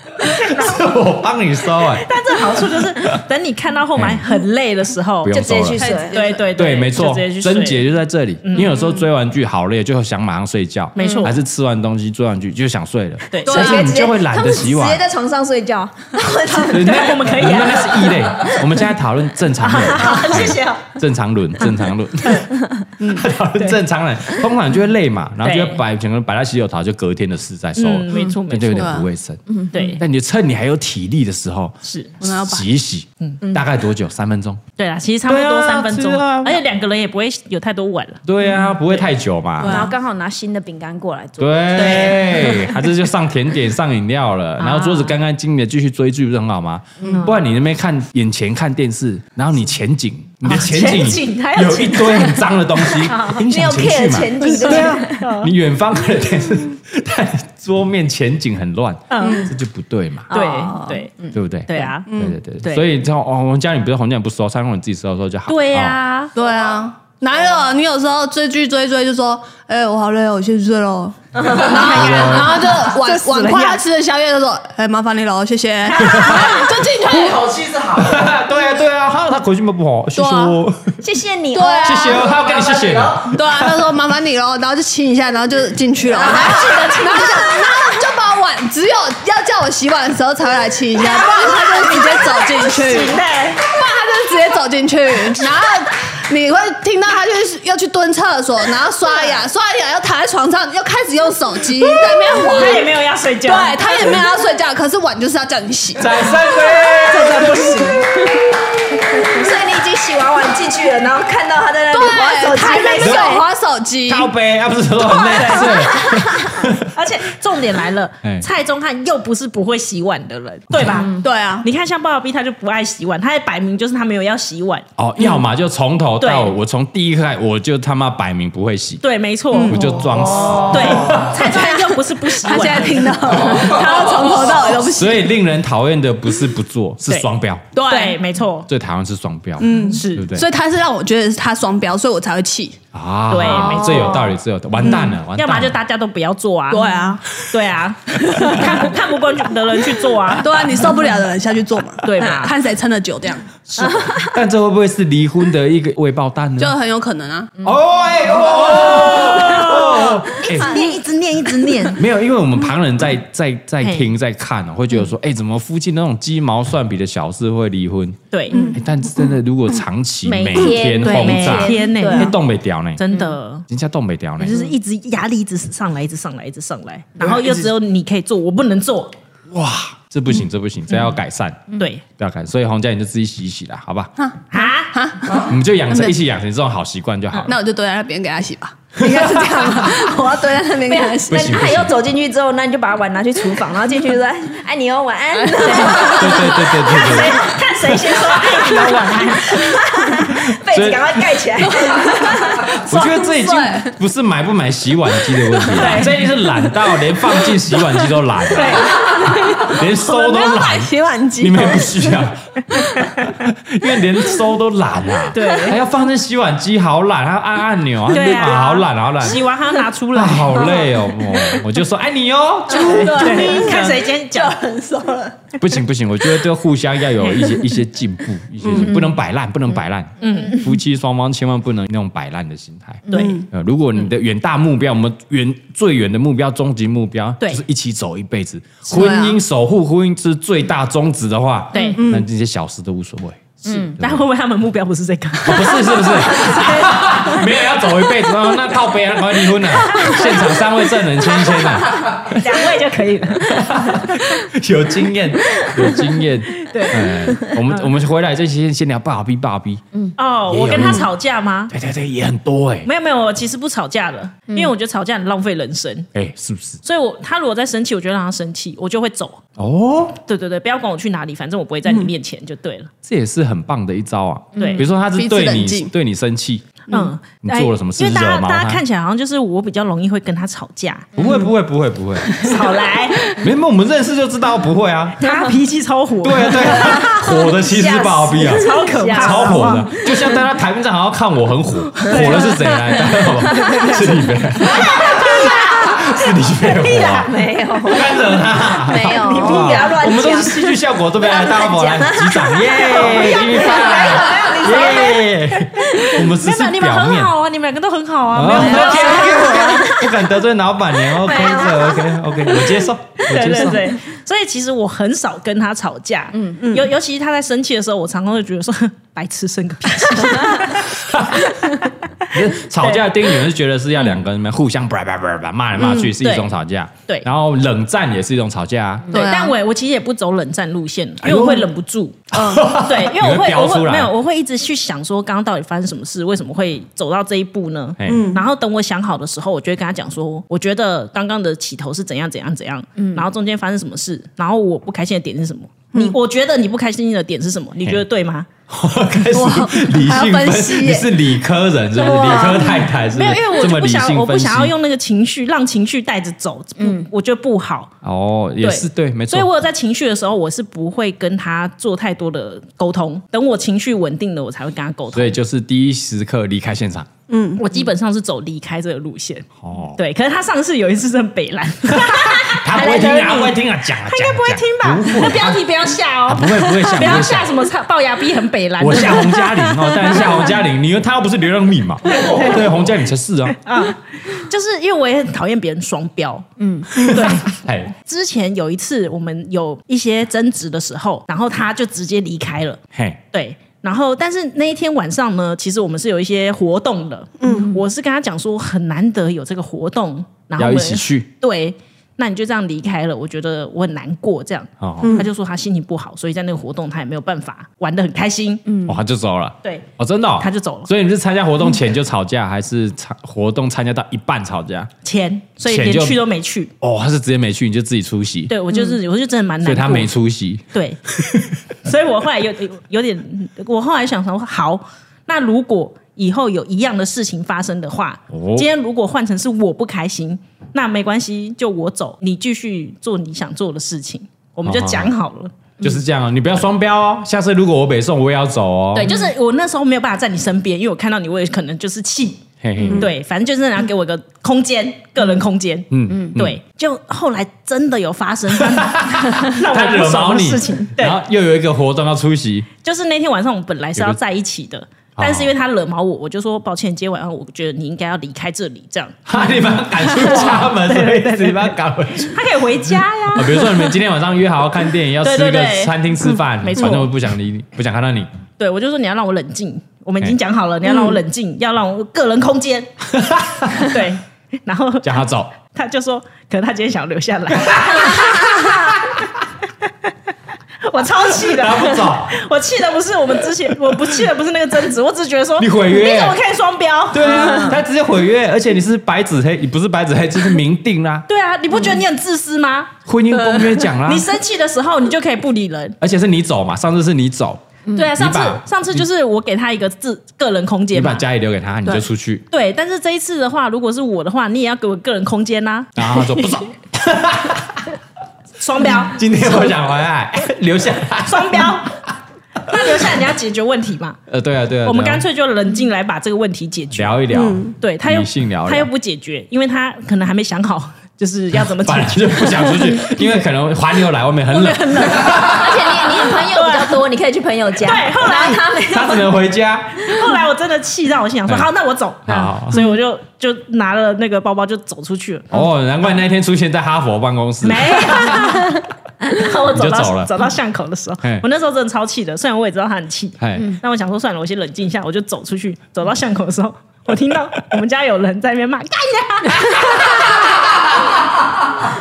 A: 是我帮你收哎、
B: 但这好处就是，
A: <laughs>
B: 等你看到后面很累的时候
A: 不，用
C: 就直接
A: 收了
C: 去睡。
B: 对对
A: 对，没错
B: 就直接去，睡嗯
A: 症结就在这里。因为有时候追完剧好累，就想马上睡觉，
B: 没错
A: 还是吃完东西追完剧就想睡了，
B: 对
A: 但是你就会懒得洗
C: 他们直
A: 碗
B: 啊
C: 接。在床上睡觉。
A: 对那
B: 对我们可以啊
A: 那那是异类。我们现在讨论正常人，
B: 好，谢谢哦。
A: 正常轮，正常
B: <laughs>
A: 轮，讨论正常人，通常就会累嘛，然后就会
B: 嗯对
A: 摆整个摆在洗手槽，就隔天的事再收了
B: 嗯，没错
A: 那就有
B: 没错啊
A: 点不卫生。
B: 对，
A: 但你趁你还有体力的时候，
B: 是
A: 洗一洗，
B: 嗯
A: 大概多久？三分钟。
B: 对啦，其实差不多
A: 对啊
B: 三分钟
A: 是啊，
B: 而且两个人也不会有太多碗了。
A: 对啊，不会太久嘛。
C: 然后刚好拿新的饼干过来做，
A: 对，他这就上甜点、上饮料了，然后桌子干干净净的继续追剧，不是很好吗？不然你那边看眼前看电视，然后你前景，你的前
B: 前景还有
A: 有一
B: 前
A: 堆很脏的东西，影响情绪嘛
C: 没有 care 前景对不对
A: 对啊， <laughs> 你远方看的电视，但你桌面前景很乱，
B: 嗯
A: 这就不对嘛，
C: 哦
B: 对对
A: 对不对？
B: 对啊，
A: 对对对，
B: 对
A: 所以之后哦，我们家里不是红酱不收，三公你自己收收就好。
B: 对
A: 哦
B: 呀，
E: 对啊，哪有？你有时候追剧追追就说，哎、我好累哦，我先睡喽。 <laughs> 然后，然后就碗碗筷他吃的宵夜就说，哎、麻烦你喽，谢谢。 <laughs> 然后就进
F: 一
E: 去。
F: 口气是好的，
A: <laughs> 对啊对啊，他他口气不好，谢谢哦，
C: 谢谢你
E: 对
C: 哦，
E: 啊，
A: 谢谢哦，他要跟你谢谢的。
E: 对啊，他说麻烦你喽，然后就亲一下，然后就进去 <laughs> 了。然后就然后就把碗，只有要叫我洗碗的时候才会来亲一下， <laughs> 不然他就直接走进去， <laughs> 不然他就直接走进去，然后。你会听到他就是要去蹲厕所，然后刷牙，刷完牙又躺在床上，又开始用手机在那边滑。
B: 他也没有要睡觉，
E: 对他也没有要睡觉，可是碗就是要叫你洗。
A: 掌声这真不行。
C: 所以你已经洗完碗进去了，然后看到他在那里
E: 对
C: 玩手，机
E: 他在那
C: 没
E: 边
C: 睡
E: 给，我滑手手机，
A: 靠背，啊不是说很内
B: <laughs>
A: 射，
B: <laughs> 而且重点来了
A: 哎，
B: 蔡宗翰又不是不会洗碗的人，对吧？
E: 对啊，
B: 你看，像鲍尔比他就不爱洗碗，他也摆明就是他没有要洗碗。
A: 哦，要么就从头到尾，
B: 对
A: 我从第一刻开，我就他妈摆明不会洗，
B: 对，哦没错，
A: 我就装死。
B: 对，蔡宗翰又不是不洗
E: <laughs> 他现在
B: 碗，
E: 听到了，他从头到尾都不行。
A: 所以令人讨厌的不是不做，是
B: 对
A: 双标。
B: 对，没错，
A: 最讨厌是双标，嗯，对不
B: 是
A: 对？
E: 所以他是让我觉得他双标，所以我才会气。
A: 啊，
B: 对没错嗯
A: 这有道理，这有道理完蛋了，完
B: 要
A: 蛋了，
B: 么就大家都不要做啊。
E: 对，啊，
B: 对啊，看不看不惯的人去做啊。
E: <laughs> 对啊，你受不了的人下去做嘛，
B: 对嘛
E: 看谁撑得久，这样
A: 但这会不会是离婚的一个未爆弹呢？
E: 就很有可能啊。
A: 哦哎哦，哎
D: 念一直念一直念，
A: 没有，因为我们旁人
B: 嗯
A: 在在在听在看哦，会觉得说，哎，怎么夫妻那种鸡毛蒜皮的小事会离婚？
B: 对，
A: 哎但是真的，如果长期
C: 每
A: 每天
C: 天 <laughs> 对
A: 轰
B: 每
A: 炸，
B: 天呢、
C: 对
A: 哎
C: 啊
A: 动不了呢，
B: 真的。
A: 人家动不了呢，
B: 就是一直压力一直上来，一直上来，一直上来，然后又只有你可以做，我不能做。
A: 这不
B: 嗯
A: 行，这不行，这要改善，
B: 对
A: 不要改善。所以洪家你就自己洗一洗啦，好吧？
B: 啊，
A: 你们就养成一起养成这种好习惯就好了。
E: 那我就蹲在那边给他洗吧，应该是这样吧。我要蹲在那边给他洗。
A: 不行
C: 那
A: 不
C: 他
A: 行
C: 又走进去之后，那你就把碗拿去厨房，然后进去说：“哎，你哦，晚安。
B: 嗯
A: 对对对对对对对。
B: 看谁先说爱你的晚安。”
C: 哎被
A: 所以
C: 子赶快盖起来。
A: 我觉得这已经不是买不买洗碗机的问题了，这已经是懒到连放进洗碗机都懒了，连收
C: <laughs>
A: 都懒。
E: 洗碗
A: 你，们也不需
B: <laughs>
A: 要，因为连收都懒啊。
B: 对
A: 还要放进洗碗机，好懒，还要按按钮，
B: 对啊
A: 好懒，好懒，
B: 洗完还要拿出
A: <laughs> 啊，
B: 来，
A: 好累哦。我我就说爱你
B: <laughs>
A: 哦，猪
B: 对， <laughs> 看谁先讲。
C: <laughs>
A: 不行不行，我觉得这互相要有一些一些进步，一些
B: 嗯
A: 进步不能摆烂，不能摆烂。嗯，夫妻双方千万不能那种摆烂的心态。
B: 对
A: 呃，如果你的远大目标，我们远最远的目标、终极目标，
B: 对啊
A: 就是一起走一辈子。婚姻守护婚姻是最大宗旨的话，
B: 对
A: 那这些小事都无所谓。
B: 嗯，但会不会他们目标不是这个？
A: 哦不是是不是？没有要走一辈子哦，那靠背还要离婚了，现场三位证人签一签呐，
B: 两位就可以了。
A: 有经验，有经验。对，我们我们回来这些先聊爸比爸比，嗯，
B: <laughs> 哦，我跟他吵架吗？
A: 对对对，也很多哎，
B: 没有没有，我其实不吵架的，因为我觉得吵架很浪费人生。
A: 哎，是不是？
B: 所以我，他如果在生气，我就让他生气，我就会走。
A: 哦，
B: 对对对，不要管我去哪里，反正我不会在你面前就对了。
A: 这也是很棒的一招啊。
B: 对
A: 比如说他是对
E: 彼此冷
A: 你
E: 静
A: 对你生气，
B: 嗯，
A: 你做了什么事
B: 因为大
A: 惹
B: 家
A: 毛他
B: 大家看起来好像就是我比较容易会跟他吵
A: <laughs>
B: 架，
A: 不会不会不会不会，
B: 少来，
A: 没有我们认识就知道不会啊。
B: 他脾气超火，
A: 对啊对啊，火的其实是爸比啊，
B: 超可怕，
A: 超火的，就像大家台面上好像看我很火，火的是谁来？大家好吧是李飞，是李飞火啊，
C: 没有，
A: 干惹他。
C: 没有，你
A: 哇
C: 不要乱
A: 我们都是
C: 讲。
A: 戏剧效果，对不对？
C: 不要
A: 大家伙来
C: 乱讲
A: 击掌，耶！继续看，耶！我们只
B: 没有
A: 是
B: 没有，你们
A: 表
B: 很
A: 面。哦
B: 好啊，你们两个都很好啊，没有没有
A: OK OK，不敢得罪老板娘，OK 这 OK OK，我接受，我
B: <laughs> 对
A: 接
B: 对
A: 受。 <laughs>
B: 对，所以其实我很少跟他吵架，嗯嗯，尤尤其是他在生气的时候，我常常会觉得说 <laughs> 白痴生个屁，
A: 吵架的定义，你们是觉得是要两个人互相叭叭叭叭骂来骂去是一种吵架，
B: 对
A: 然后冷战也是一种吵架啊，
B: 对
E: 对啊，
B: 但我也我其实也不走冷战路线，因
A: 哎
B: 为
A: 呦
B: 我会忍不住，嗯对，
A: <laughs>
B: 因为我
A: 你会
B: 会
A: 飙
B: 我
A: 出
B: 会
A: 来
B: 没有，我会一直去想说刚刚到底发生什么事，为什么会走到这一步呢？嗯
A: 哎
B: 然后等我想好的时候，我就会跟他讲说，我觉得刚刚的起头是怎样怎样怎样，
A: 嗯
B: 然后中间发生什么事，然后我不开心的点是什么。你我觉得你不开心的点是什么？你觉得对吗？
A: 开始理
E: 还
A: 性
E: 要
A: 分
E: 分
A: 析，
E: 析
A: 你
E: 耶
A: 是理科人是不是？理科太太是不
B: 没
A: 是
B: 有，因为我
A: 这么
B: 就不
A: 理
B: 想要，我
A: 性
B: 不
A: 分析
B: 想要用那个情绪让情绪带着走，嗯，我觉得不好。
A: 哦，也是对，没错
B: 所以。我有在情绪的时候，我是不会跟他做太多的沟通。等我情绪稳定了，我才会跟他沟
A: 所
B: 通。
A: 以就是第一时刻离开现场
B: 我基本上是走离开这个路线。
A: 哦，
B: 对，可是他上次有一次真的
A: <laughs>
B: 北蓝，
A: 他不会听啊，他不会听啊，讲啊，他
B: 应该不会听吧？那标题不要下
A: 他
B: 哦
A: 不，会不会想，
B: 不
A: 不
B: 要
A: 会
B: 下
A: 想。
B: 什么操龅牙逼很北蓝
A: 我下洪嘉玲哦，但是下洪嘉玲，你又他又不是流量密码，对，洪嘉玲才是啊，
B: 就是因为我也很讨厌别人双标。嗯，对。
A: 哎，
B: 之前有一次我们有一些争执的时候，然后他就直接离开了。
A: 嘿，
B: 对，然后但是那一天晚上呢，其实我们是有一些活动的。嗯，我是跟他讲说很难得有这个活动，然后我
A: 要
B: 们
A: 一起去，
B: 对。那你就这样离开了，我觉得我很难过。这样，
A: 哦，
B: 他就说他心情不好，所以在那个活动他也没有办法玩的很开心。
A: 哦，他就走了。
B: 对，
A: 哦，真的哦，
B: 他就走了
A: 所以你是参加活动前就吵架，还是参活动参加到一半吵架？
B: 钱，所以
A: 钱
B: 连
A: 就
B: 去都没去。
A: 哦，他是直接没去，你就自己出席。，
B: 对我就是，我就真的蛮难
A: 所
B: 过。
A: 以他没出席。
B: 对，
A: <laughs>
B: 所以我后来有有有点，我后来想说，好，那如果以后有一样的事情发生的话，
A: 哦
B: 今天如果换成是我不开心，那没关系，就我走，你继续做你想做的事情，我们就讲好了。
A: 就是这样哦，你不要双标哦。下次如果我北宋，我也要走哦。
B: 对，就是我那时候没有办法在你身边，因为我看到你，我也可能就是气。
A: 嘿嘿，
B: 嗯对，反正就是想给我一个空间，个人空间。
A: 嗯嗯，
B: 对，就后来真的有
A: <laughs>
B: 发生让
A: 他
B: 我不
A: 惹毛
B: 爽的
A: 你
B: 事情，，对
A: 然，后又有一个活动要出
B: <laughs>
A: 席，
B: 就是那天晚上我们本来是要在一起的，
A: 哦
B: 但是因为他惹毛我，我就说抱歉，今天晚上我觉得你应该要离开这里，这样
A: 哈，你把他赶出家
B: <laughs>
A: 门，什么意思？你把他赶回去。
B: 他可以回家呀。
A: 啊，比如说你们今天晚上约好要看电影，要吃
B: 对对
A: 个
B: 对
A: 餐厅吃饭，
B: 嗯没错
A: 反正我不想理你，不想看
B: <laughs>
A: 到你。
B: 对，我就说你要让我冷静，我们已经讲好
A: 嗯
B: 了，你要让我冷静，要让我个人空
A: <laughs>
B: 间。对，然后
A: 叫他走。
B: 他就说，可能他今天想要留
A: <laughs>
B: 下来。我超气的，
A: 他不走，
B: 我气的不是我们之前，我不气的不是那个争执，我只是觉得说
A: 你毁约
B: 你怎么可以双标？
A: 对啊，他直接毁约，而且你是白纸黑，你不是白纸黑，就是明定
B: <laughs>
A: 啦，
B: 对啊，你不觉得你很自私吗？
A: 婚姻公约讲啦
B: 你，生气的时候，你就可以不理人。
A: 而且是你走嘛，上次是你走，
B: 对啊，上次
A: 嗯你把
B: 上次就是我给他一个自个人空
A: 你
B: 间
A: 把
B: 嘛。
A: 家里留给他，你就出去，
B: 对，但是这一次的话，如果是我的话，你也要给我个人空间
A: <laughs>
B: 呐、
A: 然后他说不走，
B: 双标，
A: <laughs> 今天我想回
B: <laughs>
A: 来，留下来。
B: 双标。那留下来你要解决问题
A: <laughs>
B: 嘛？
A: 呃，对啊，对啊，
B: 我们
A: 对啊
B: 干脆嗯就冷静来把这个问题解决。
A: 聊一聊，
B: 对他又
A: 理性聊聊
B: 他又不解决，因为他可能还没想好， <laughs> 就是要怎么解
A: <laughs> 本来
B: 决。
A: 就不想出
B: <laughs>
A: 去，因为可能环游来外面很冷，
C: 而且你你朋友比较多，你可以去朋友家。
B: 对后来
C: 然他没
A: 他只能回家。
B: 后来我真的气到我心想说，
A: 嗯
B: 好，那我走。
A: 好
B: <laughs> 所以我就就拿了那个包包就走出去了。
A: 哦，难怪那天出现在哈佛办公室。
B: 嗯没
A: <laughs>
B: <laughs> 有，我走
A: 你就走
B: 到
A: 了
B: 走到巷口的时候
A: 嘿，
B: 我那时候真的超气的。虽然我也知道他很气，
A: 哎，
B: <laughs> 那我想说算了，我先冷静一下，我就走出去。走到巷口的时候，我听到我们家有人在那边骂，干你啊！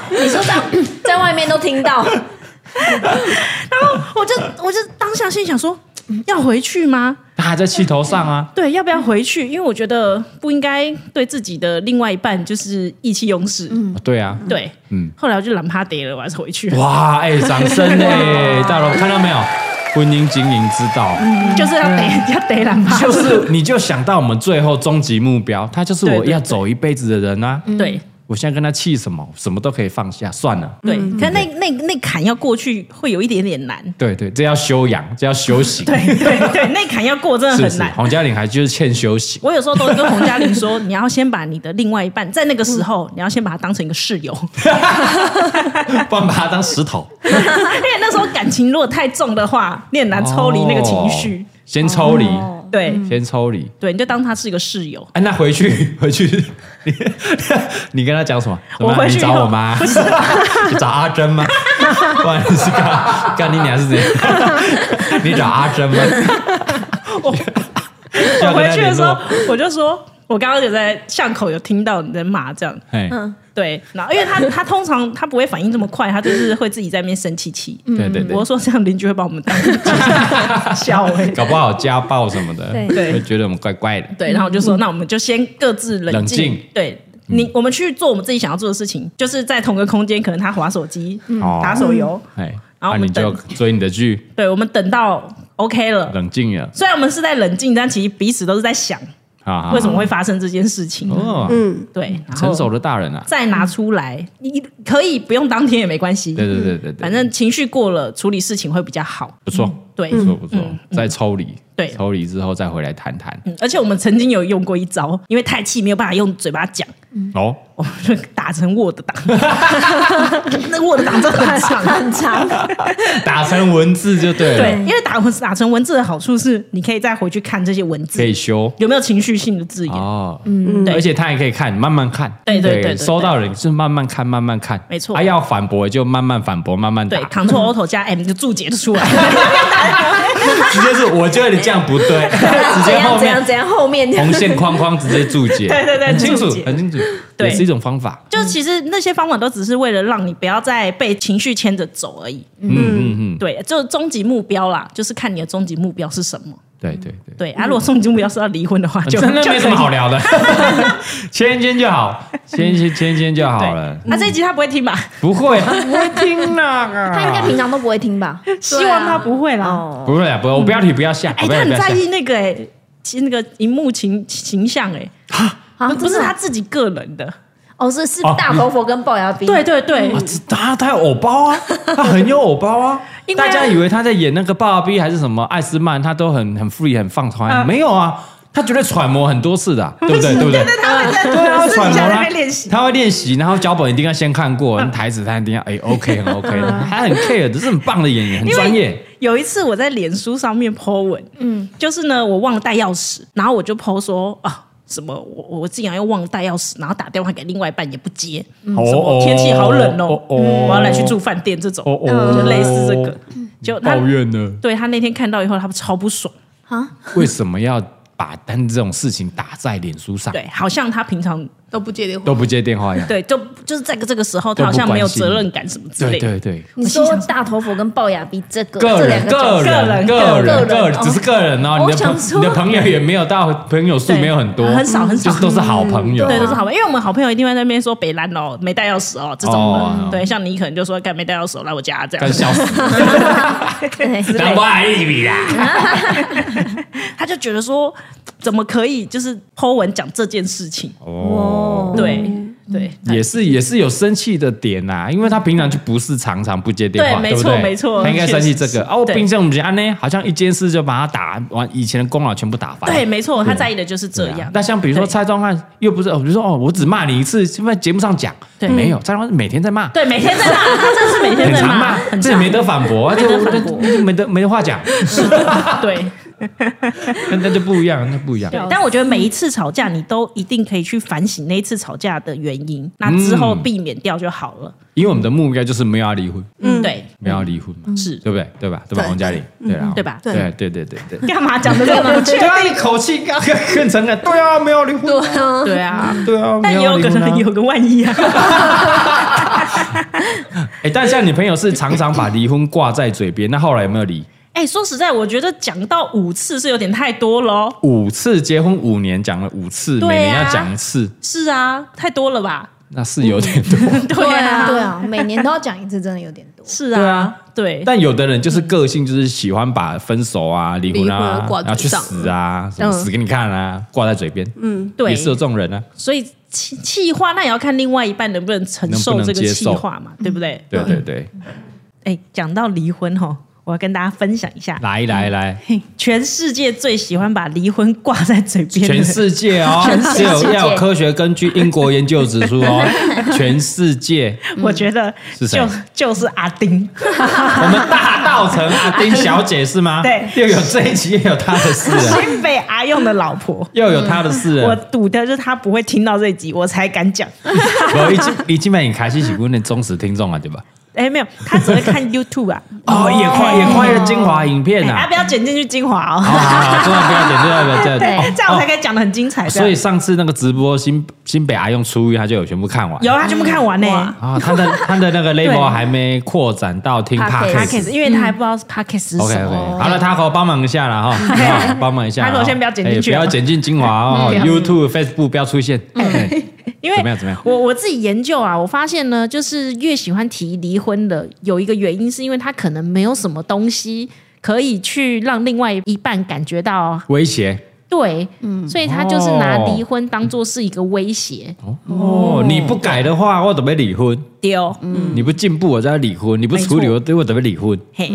C: 你说在在外面都听到，
B: 然后啊 <laughs> 我就我就当下心想说，要回去吗？
A: 他还在气头上啊。
B: 对，要不要回去？因为我觉得不应该对自己的另外一半就是意气用事。
A: 对啊，
B: 对，
A: 嗯
B: 后来我就懒趴跌了，我还是回去。
A: 哇，哎，掌声 <laughs> 哎，大龙看到没有？婚姻经营之道，
B: 就是要得要得懒趴，
A: 就是你就想到我们最后终极目标，他就是
B: 对
A: 我
B: 对
A: 要走一辈子的人啊。
B: 对。
A: 我现在跟他气什么，什么都可以放下，算了。
B: 对，可那
A: 嗯
B: 那那坎要过去会有一点点难。
A: 对对，这要修养，这要修行，
B: 对对对，那坎要过真的
A: 是不
B: 很
A: 是？
B: 难。
A: 黄嘉玲还就是欠修 <laughs> 行。
B: 我有时候都会跟洪嘉玲说，你要先把你的另外一半，在那个时候，你要先把他当成一个室友，
A: 不然把他当石头，
B: <laughs> 因为那时候感情如果太重的话，你很难抽离那个情绪哦
A: 哦。先抽离，
B: 对
A: 先抽离。
B: 对，你就当他是一个室友。
A: 哎，那回去 <laughs> 回去，你你跟他讲什么？
B: 我回去
A: 你
B: 以
A: 找
B: 后
A: 我妈，你找阿珍吗？不然你是干干你娘是怎样？ <laughs> 你找阿珍吗？
B: 我
A: 要
B: 我
A: 跟
B: 回
A: 他
B: 去的
A: 联
B: 时候
A: 络，
B: 我就说，我刚刚有在巷口有听到你在骂这样。
A: 嘿，
B: 对，然后因为他他通常他不会反应这么快，他就是会自己在那边生气气。
A: 对对对
B: 嗯我，说这样邻居会把我们当 <laughs> 笑哎、
A: 搞不好家暴什么的，
B: 对
A: 会觉得我们怪怪的。
B: <laughs> 对，然后我就说，那我们就先各自冷
A: 冷静
B: 嗯
A: 嗯
B: 对你，我们去做我们自己想要做的事情，就是在同个空间，可能他划手机、
A: 哦
B: 嗯打手游，
A: 哎，那
B: 然后我
A: 你
B: 们等
A: 就追你的剧，
B: 对我们等到 OK 了。
A: 冷静了
B: 虽然我们是在冷静，但其实彼此都是在想
A: 啊。
B: 为什么会嗯发生这件事情。啊
A: 哦，
B: 对，然后
A: 成熟的大人啊，
B: 再拿出来，你可以不用当天也没关系。
A: 对对对对对，
B: 嗯反正情绪过了，处理事情会比较好。
A: 不错，
B: 嗯对，嗯
A: 不错不错，再抽离，
B: 对
A: 抽离之后再回来谈谈。
B: 嗯而且我们曾经有用过一招，因为太气没有办法用嘴巴讲，
A: 哦，
B: 我们就打 <laughs> 成 Word 档。那 Word 档真的很长，
C: 很长，
A: 打成文字就对了，
B: 对，因为打文打成文字的好处是，你可以再回去看这些文
A: 可
B: 字
A: 以修。
B: 有没有情绪性的字眼。
A: 哦，嗯
B: 对
A: 而且他也可以看，慢慢看，
B: 对对对对对
A: 收到了你是慢慢看，慢慢看，
B: 没错
A: 他要反驳就慢慢反驳，慢慢打 <laughs>
B: 对，Ctrl Alt 加 M 就注解就出来了。
A: 直接是我觉得你这样不
B: <laughs>
A: 对，直
C: 怎
A: 接
C: 样
A: 后
C: 怎样
A: 面
C: 怎样，后面
A: 红线框框直接注解，
B: <laughs> 对对对
A: 很清楚
B: 注解
A: 很清楚，
B: 对
A: 也是一种方法。
B: 就是其实那些方法都只是为了让你不要再被情绪牵着走而已。
A: 嗯嗯嗯，
B: 对，就终极目标啦，就是看你的终极目标是什么。
A: 对对对。
B: 对啊，如果终极目标是要离婚的话，就
A: 嗯哦真的
B: 就
A: 没什么
B: 可以
A: 好
B: <laughs>
A: 聊的，签一签就好，签一签签一签就好了，嗯
B: 对，啊，这一集他不会听吧？
A: 不会，不会听啦，
C: 他应该平常都不会听吧？
B: <laughs> 希望他不会啦。
C: 啊哦，
A: 不会啊，不会，我标题不要下，
B: 哎、
A: 我
B: 他
A: 标题
B: 很
A: 不要
B: 在
A: 下，
B: 意那个哎、其那个荧幕形形象哎、
C: 啊
B: 不是他自己个人的。
C: 哦，是是
A: 哦
C: 大头佛跟龅牙兵，
B: 对对对，
A: 啊，这他他有偶包
B: <laughs>
A: 啊，他很有偶包啊
B: 因，为啊
A: 大家以为他在演那个爸爸 B 还是什么艾斯曼，他都很很 free 很放宽，
B: 嗯
A: 没有啊，他绝对揣摩很多次的啊，对
B: <laughs>
A: 不对？对不对？
B: 他会在
A: 对啊，
B: 私
A: 揣
B: 底
A: 摩
B: 下在那
A: 他
B: 边练习。嗯
A: 他会练习，然后脚本一定要先看过，台词他一定要
B: <laughs>
A: 哎 OK 很 OK，他很 care，这是很棒的演员，很专业。
B: 有一次我在脸书上面 po 文，嗯，就是呢，我忘了带钥匙，然后我就 po 说啊。什么？我我竟然又忘了带钥匙，然后打电话给另外一半也不接，
A: 哦
B: 嗯什么天气好冷哦，
A: 哦
B: 我要来去住饭店这种，
A: 哦哦
B: 就类似这个。就他
A: 抱怨呢？
B: 对他那天看到以后，他超不爽， <laughs>
A: 为什么要把单这种事情打在脸书上？
B: 对，好像他平常
E: 都不接电话，
A: 都不接电话呀？
B: 对，就就是在这个时候，他好
A: 都
B: 像
A: 不关心
B: 没有责任感什么之类
A: 对
B: 的。
A: 对对，
C: 你说大头佛跟龅牙兵这个
A: 个
C: 这两
A: 人
C: 个
A: 个
C: 角色
A: 人
C: 个人
A: 人
C: 个人
A: 个
C: 哦
A: 只是个人哦，
C: 我
A: 你的朋
C: 想说
A: 你的朋友也没有到朋友数
B: 对
A: 没有很多，
B: 很少很少嗯
A: 就是都是好朋友，啊
B: 对，都是好朋友，因为我们好朋友一定会在那边说北兰哦，没带钥匙哦这种的。
A: 哦
B: 对，像你可能就说干没带钥匙哦来我家这
A: 但 <laughs> 是，笑
B: 样 <laughs>
A: 死，
C: 对之类
A: 南
C: 的
A: 瓜还一笔啦，
B: 他就觉得说怎么可以就是剖文讲这件事情？
A: 哦。
B: 对、对
A: 也是也是有生气的点呐、因为他平常就不是常常不接电话，对
B: 对没错
A: 不对？
B: 没错
A: 他应该生气这
B: 确实
A: 个啊！我
B: 对
A: 冰箱我们家呢，好像一件事就把他打完，以前的功劳全部打翻。
B: 对，没错，他在意的就是这样。
A: 啊那像比如说
B: 对
A: 蔡宗翰，又不是哦，比如说哦，我只骂你一次，就在节目上讲，
B: 对
A: 没有蔡宗翰每天在骂，
B: 对，每天在骂，他真的是每天
A: 很
B: 在
A: 常
B: 骂，很
A: 这也没得反
B: <laughs>
A: 驳，啊，就
B: 没得反驳
A: 就没得没得话讲，
B: 对。
A: 那那就不一样，那不一样。
B: 但我觉得每一次吵架，你都一定可以去反省那一次吵架的原因，那之后避免掉就好了。
A: 因为我们的目标就是没有要离婚，
B: 嗯，对，
A: 没有要离婚嘛，
B: 是
A: 对不对？对吧？对吧？王嘉玲，对啊，
B: 对吧
A: 对对
E: 对
A: 对对对。
B: 干嘛讲的这么确
A: 对啊，你口气 <laughs> 刚刚更沉了。对啊，没有离婚。
E: 对啊，
B: <laughs> 对啊，
A: 对啊，
B: 但
A: 没
B: 也有
A: 离
B: 可
A: 婚啊
B: 能有个万一啊。 <laughs>
A: 哎，但像你朋友是常常把离婚挂在嘴边，那后来有没有离？
B: 哎，说实在，我觉得讲到五次是有点太多喽。
A: 五次结婚五年讲了五次，
B: 对啊
A: 每年要讲一次，
B: 是啊，太多了吧？ <laughs>
A: 那是有点多。
B: 对啊，
C: 对啊，每年都要讲一次，真的有点多。
B: 是啊，对，
A: 但有的人就是个性，就是喜欢把分手啊、离婚
E: 离
A: 啊
E: 婚、挂
A: 然后去
E: 嘴上
A: 死啊，什么死给你看啊，挂在嘴边，嗯，
B: 对
A: 也是有这种人啊，
B: 所以气气话那也要看另外一半能不能承受
A: 能不能
B: 这个
A: 接
B: 气
A: 受嗯
B: 话嘛，对不对？
A: 对对对，
B: 哎，讲到离婚吼，我要跟大家分享一下，
A: 来来来，
B: 嘿全世界最喜欢把离婚挂在嘴边的
A: 全
B: 人，
A: 世界哦，是有要有科学根据，英国研究指出哦，全世界
B: <laughs> 我觉得
A: 嗯是谁
B: 就就是阿丁，
A: 我们大道城阿丁小姐是吗？
B: 对
A: 又有这一集，又有她的事
B: <laughs>
A: 了，
B: 新北阿用的老婆。
A: 又有她的事
B: 我
A: 了。
B: 赌的就是他不会听到这一集，我才敢讲。
A: 我已经已经把你开始喜欢的忠实听众了，对吧？
B: 哎，没有，他只会看 YouTube
A: <laughs>
B: 啊。
A: 哦，也快也快了精华影片
B: 哎，
A: 啊
B: 啊，！不要剪进去精华
A: 好
B: 哦。
A: 好好，啊千万不要点，千万不要点，
B: <laughs> 对，这样我才
A: 哦
B: 可以讲的很精彩。啊
A: 所以
B: 这样
A: 上次那个直播新新北阿用出狱，他就有全部看完。
B: 有啊他全部看完呢。
A: 啊，他
B: <laughs>
A: 的他的那个 label 还没扩展到听
C: Podcast
A: podcast
B: Podcast，。因为他还不知道 Podcast 是
A: OK
B: 什
A: OK，
B: 么。
A: 好了，Taco 帮忙一下了哈，
B: <laughs>
A: 好帮忙一下啦。
B: Taco，
A: 哈
B: 先不要剪进去
A: 哎
B: 哦
A: 不要剪进精华哦。YouTube、Facebook 不要出
B: <laughs>
A: 现。哎
B: 因为
A: 怎么样怎么样
B: 我我自己研究啊，我发现呢，就是越喜欢提离婚的，有一个原因是因为他可能没有什么东西可以去让另外一半感觉到
A: 威胁
B: 对，所以他就是拿
A: 哦
B: 离婚当做是一个威胁
A: 哦，你不改的话，我准备离婚；
B: 丢。
A: 你不进步，我就要离婚；你不处理，
B: 嗯没错
A: 我对我准备离婚。
B: 嘿，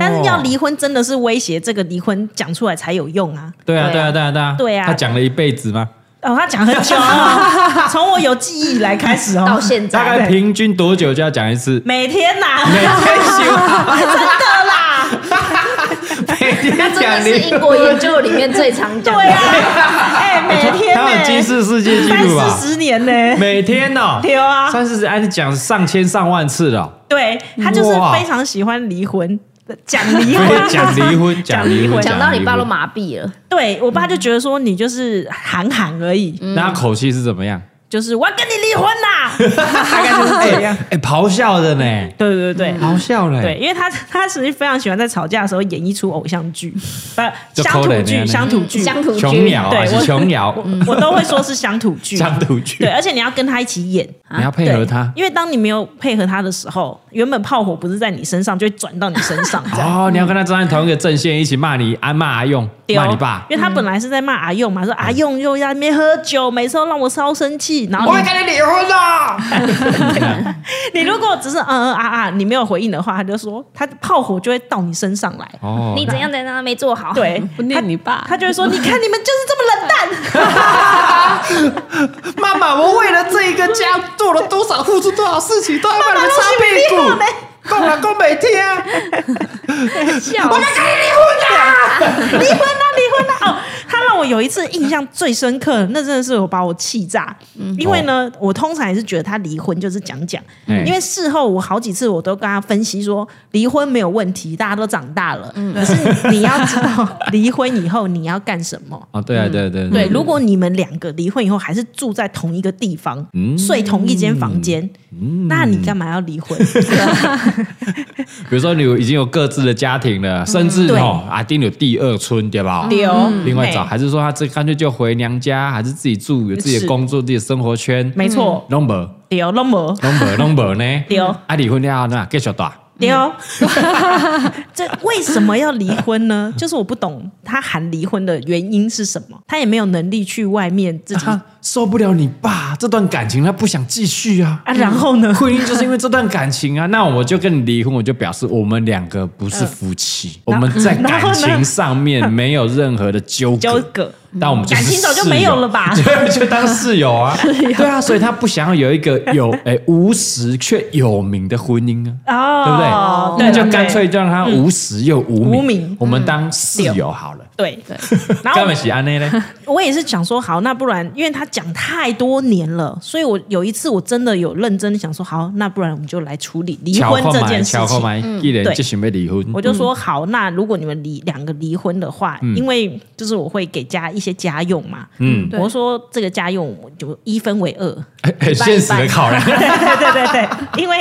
B: 但是要离婚真的是威胁，这个离婚讲出来才有用啊！
A: 对啊，对
C: 对
A: 啊，对啊，对啊，
B: 对啊
A: 他讲了一辈子吗？
B: 哦，他讲很久哦， <laughs> 从我有记忆以来开始哦
C: 到，现在
A: 大概平均多久就要讲一次？
B: 每天呐、
A: <laughs> 每天修好，
B: 真的啦，
A: 每天
C: 真的
A: 讲
C: 是
A: 离
C: 英
A: 婚。
C: 国研究里面最常讲
B: 对
C: 的。
B: <laughs> 啊，哎、每天、
A: 他有
B: 欸
A: 吉，世世界纪
B: 三
A: 录吧？
B: 四十年呢、
A: <laughs> 每天哦，
B: 对啊
A: 三四十，按你讲上千上万次了。
B: 对他就是
A: 哇
B: 非常喜欢离婚，讲离婚，
A: 讲离婚，啊讲离婚，
C: 讲到你爸
A: 离
C: 都
A: 婚。
C: 麻痹了，
B: <laughs> 对我爸就觉得说你就是喊喊而已，
C: 嗯
A: 那他口气是怎么 <laughs> 样？
B: 就是我要跟你离婚
A: <laughs>
B: 啦，
A: 大概就是这样。哎，咆哮的呢，
B: 对对对对。
A: 咆哮嘞。
B: 对，因为他他其实非常喜欢在吵架的时候演一出偶像剧，不
A: 就
B: 乡
A: 抠
B: 土
A: 脸那
B: 剧，
A: 样
B: 乡土剧，
C: 乡土
A: 琼
C: 剧，
A: 瑶啊，
B: 对
A: 是
B: 我
A: 琼瑶， <laughs>
B: 我都会说是乡土剧。
A: 乡土剧
B: 对，，而且你要跟他一起演，
A: 你要配合他
B: 对。因为当你没有配合他的时候，原本炮火不是在你身上，就会转到你身上，这样。
A: 哦，你要跟他站在同一个阵线，一起骂你阿骂阿啊用，
B: 对
A: 骂你爸。嗯
B: 因为他本来是在骂阿用嘛，说阿用又在那边喝酒，每次都让我超生气。然后
F: 我
B: 你
F: 会跟你离婚的。
B: <laughs> 你如果只是嗯嗯啊啊，你没有回应的话，他就说他炮火就会到你身上来。
A: 哦，
C: 你怎样怎样没做
B: <laughs>
C: 好，，
B: 对，
D: 不念你爸，
B: 他就会说：“你看你们就是这么冷淡。
F: <laughs> 妈妈，我为了这一个家做了多少付出，多少事情，都要为你们擦屁股。讲啊讲每天啊，
C: 笑死，
B: 离婚啊，离婚啊！”哦，他让我有一次印象最深刻，那真的是有把我气炸。
D: 嗯
B: 因为
F: 哦
B: 呢，我通常也是觉得他离婚就是讲讲，
A: 嗯
B: 因为事后我好几次我都跟他分析说，离婚没有问题，大家都长大了，可是你要知道，离婚以后你要干什么。
A: 哦，对啊，对啊对啊
B: 对，如果你们两个离婚以后还是住在同一个地方，
A: 嗯
B: 睡同一间房间，那你干嘛要离婚？
A: 比如说你有已经有各自的家庭了，甚至
B: 嗯对嗯
A: 哦，阿丁有第二春，对吧？
B: 丢、
A: 嗯另外
B: 嘿
A: 找，还是说他这干脆就回娘家，还是自己住，有自己的
B: 是
A: 工作、自己的生活圈？
B: 没错，
A: 拢无，
B: 丢那么
A: 拢
B: <laughs>
A: 无，拢无呢？
B: 对
A: 啊，离婚了后那继续啊打，
B: 丢， <laughs> 这为什么要离婚呢？ <laughs> 就是我不懂他喊离婚的原因是什么，他也没有能力去外面自己啊
A: 他受不了你爸这段感情，他不想继续啊。
B: 然后
A: <laughs>
B: 呢？
A: 婚姻就是因为这段感情啊，那我就跟你离婚，我就表示我们两个不是夫
B: <laughs>
A: 妻，我们在
B: 然后
A: 感
B: 呢
A: 情上面没有任何的纠
B: 纠
A: 葛，
B: 葛，
A: 但我们就是
B: 嗯感情早就
A: 室友
B: 没有了
A: <laughs>
B: 吧
A: 对，就当室友
B: <laughs>
A: 啊，对啊，所以他不想要有一个有诶无实却有名的婚姻啊。对不对
B: 哦？
A: 那
B: 对
A: 就
B: 对
A: 干脆让他无实又无名，
B: 无名
A: 我们当室友好了。
B: 对。然后
A: 干嘛喜安内呢？
B: 我也是想说，好，那不然，因为他讲太多年了，所以我有一次我真的有认真地想说，好，那不然我们就来处理离婚这件事
A: 敲后
B: 情。嗯
A: 门，嗯一人
B: 对
A: 就想要离婚，
B: 我就说好，那如果你们离两个离婚的话，因为就是我会给家一些家用嘛，
A: 嗯，
B: 我说这个家用我就一分为二，
A: 哎哎 <laughs> 现实的考量，
B: 对对对对，因为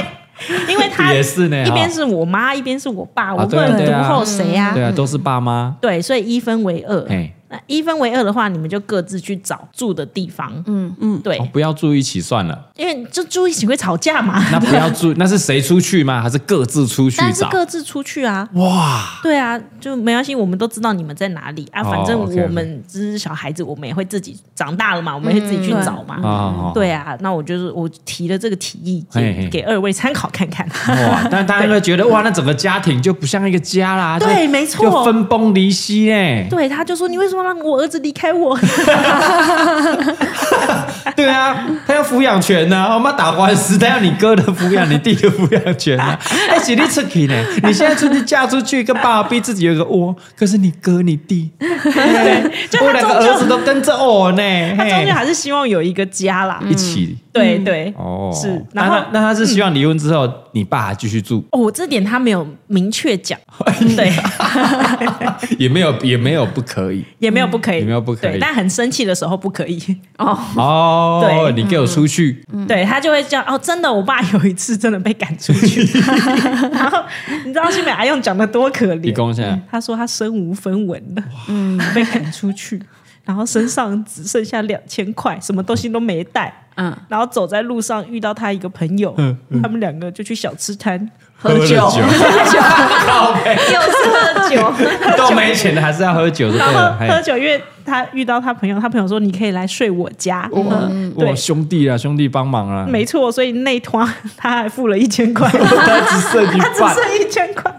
B: 因为他
A: <laughs> 也是呢
B: <laughs> 一边
A: 哦
B: 是我妈，一边是我爸，我不
A: 对啊
B: 能
A: 对
B: 独
A: 啊
B: 后谁啊？
A: 对啊，都是爸妈，
B: 对，所以一分为二
A: 哎。
B: 那一分为二的话，你们就各自去找住的地方。嗯嗯，对
A: 哦，不要住一起算了。
B: 因为就住一起会吵架嘛， <laughs>
A: 那不要住，那是谁出去吗？还是各自出去
B: 但是
A: 找？
B: 各自出去啊。
A: 哇，
B: 对啊，就没关系，我们都知道你们在哪里啊。
A: 哦
B: 反正
A: OK，OK
B: 我们只是小孩子，我们也会自己长大了嘛，我们会自己去找嘛。
A: 啊，
B: 对啊，那我就是我提了这个提议
A: 嘿嘿哦
B: 给给二位参考看看。
A: <laughs> 哇！但大家会觉得哇，那整个家庭就不像一个家啦，就
B: 对没错
A: 就分崩离析哎。
B: <laughs> 对，他就说你为什么让我儿子离开我？
A: 对啊，他要抚养权呐、我们要打官司，他要你哥的抚养，你弟的抚养权
B: <laughs>
A: 啊。哎，是你出去呢？你现在出去嫁出去，跟爸爸逼自己有一个窝，可是你哥你
B: <laughs>
A: 弟，
B: 就
A: 我
B: 他
A: 两个
B: 终究
A: 儿子都跟着我呢，
B: <laughs> 他终究
A: 嘿
B: 还是希望有一个家啦。
A: 一起。
B: 对对，
A: 嗯哦，
B: 是。
A: 那
B: 然后嗯
A: 他那他是希望离婚之后，你爸还继续住，
B: 哦，这点他没有明确讲，
A: 哎
B: 对。
A: <laughs> 也没有也没有不可
B: <laughs>
A: 以
B: 也没有不可以，
A: 嗯也没有不可以
B: 对但很生气的时候不可以。
A: 哦。
B: 对
A: 你给我出去，
B: 对他就会这样哦，真的，我爸有一次真的被赶
A: <laughs>
B: 出去， <laughs> 然后你知道新美阿用讲的多可
A: 你
B: 怜，
A: 攻下来。
B: 他说他身无分文了，嗯，被赶出去，然后身上只剩下两千块，什么东西都没带，嗯
D: 嗯，
B: 然后走在路上遇到他一个朋友，
A: 嗯
B: 他们两个就去小吃摊，
A: 喝了酒， <laughs> 靠北
C: 又是喝酒，，
A: 都没钱的还是要喝酒，对
B: 然
A: 了。
B: 后
A: 嘿
B: 喝酒，因为他遇到他朋友，他朋友说你可以来睡我家，嗯，
A: 哇，
B: 对。
A: 兄弟啊，兄弟帮忙啊，
B: 没错，所以那一团他还付了一千块，
A: 他只剩一
B: 他只剩一千 <laughs> 块，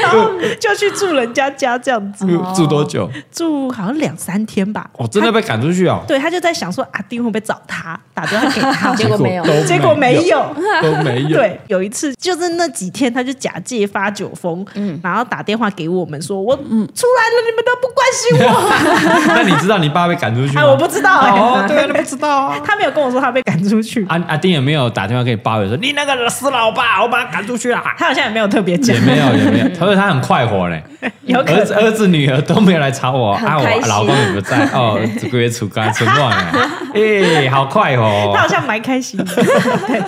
B: 然后就去住人家家这样子，
A: 半，住多久？
B: 住好像两三天吧。
A: 哦，真的被赶出去哦，
B: 对，他就在想说阿丁会不会找他，打电话给他
C: 结果没有
A: 都
B: <laughs> 结果哦没有。
A: 都没有，
B: 对，有一次就是那几天，他就假借发酒疯，然后打电话给我们说：“我出来了，你们都不关心 <laughs> 我。
A: 那你知道你爸被赶出去
B: 哎，
A: 吗？
B: 我不知道、哎
A: 哦，对啊，你不知道啊。
B: 他没有跟我说他被赶出去，
A: 阿阿丁也没有打电话给你爸爸说你那个死老爸，我把他赶出去啦，啊
B: 他好像也没有特别讲
A: <laughs> 也。没有有也没有，他说他很快活嘞，
B: <laughs> 有可
A: 儿子儿子女儿都没有来找我，啊，
C: 开
A: 我
C: 心
A: 老公也不在，哦，
B: <laughs>
A: 这个月出干春乱 <laughs> 哎，哎，好快活哦
B: 他，好像蛮开心的。 <laughs> 对，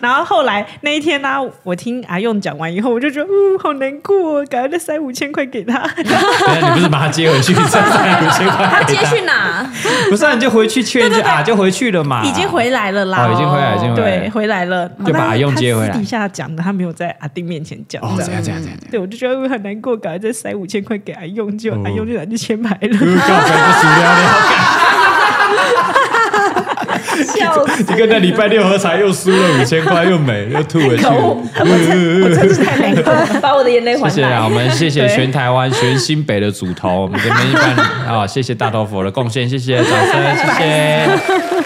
B: 然后后来那一天呢、我听阿用讲完以后，我就觉得，嗯，好难过哦，赶快再塞五千块给他。
A: 等一下你不是把他接回去，再塞五千块
C: 他
A: 给
C: 接
A: 他？
C: 去哪？
A: 不是、啊，你就回去劝一下啊，就回去了嘛，
B: <laughs> 已经回来了啦，
A: 哦已经回来已经回来
B: 对，回来了，
A: 就把
B: 那
A: 阿用接回来
B: 他私底下讲的，他没有在阿丁面前讲
A: 哦，
B: 的。
A: 怎样怎样怎样， <laughs>
B: 对，我就觉得嗯很难过，赶快再塞五千块给阿用，结果
A: 哦
B: 阿用就拿去签牌
A: 又 <laughs>
B: 了。
A: 搞成个塑料了。
C: 笑死！
A: 你跟那礼拜六喝茶又输了五千块，又没又吐回
B: <laughs>
A: 去
C: 可恶，我真我真是太难过了，把我的眼泪还
A: 谢谢啊，我
C: 来。
A: 们谢谢全台湾、全新北的主头，我们这边一般啊，谢谢大头佛的贡献，谢谢掌声，
B: <laughs>
A: 谢谢，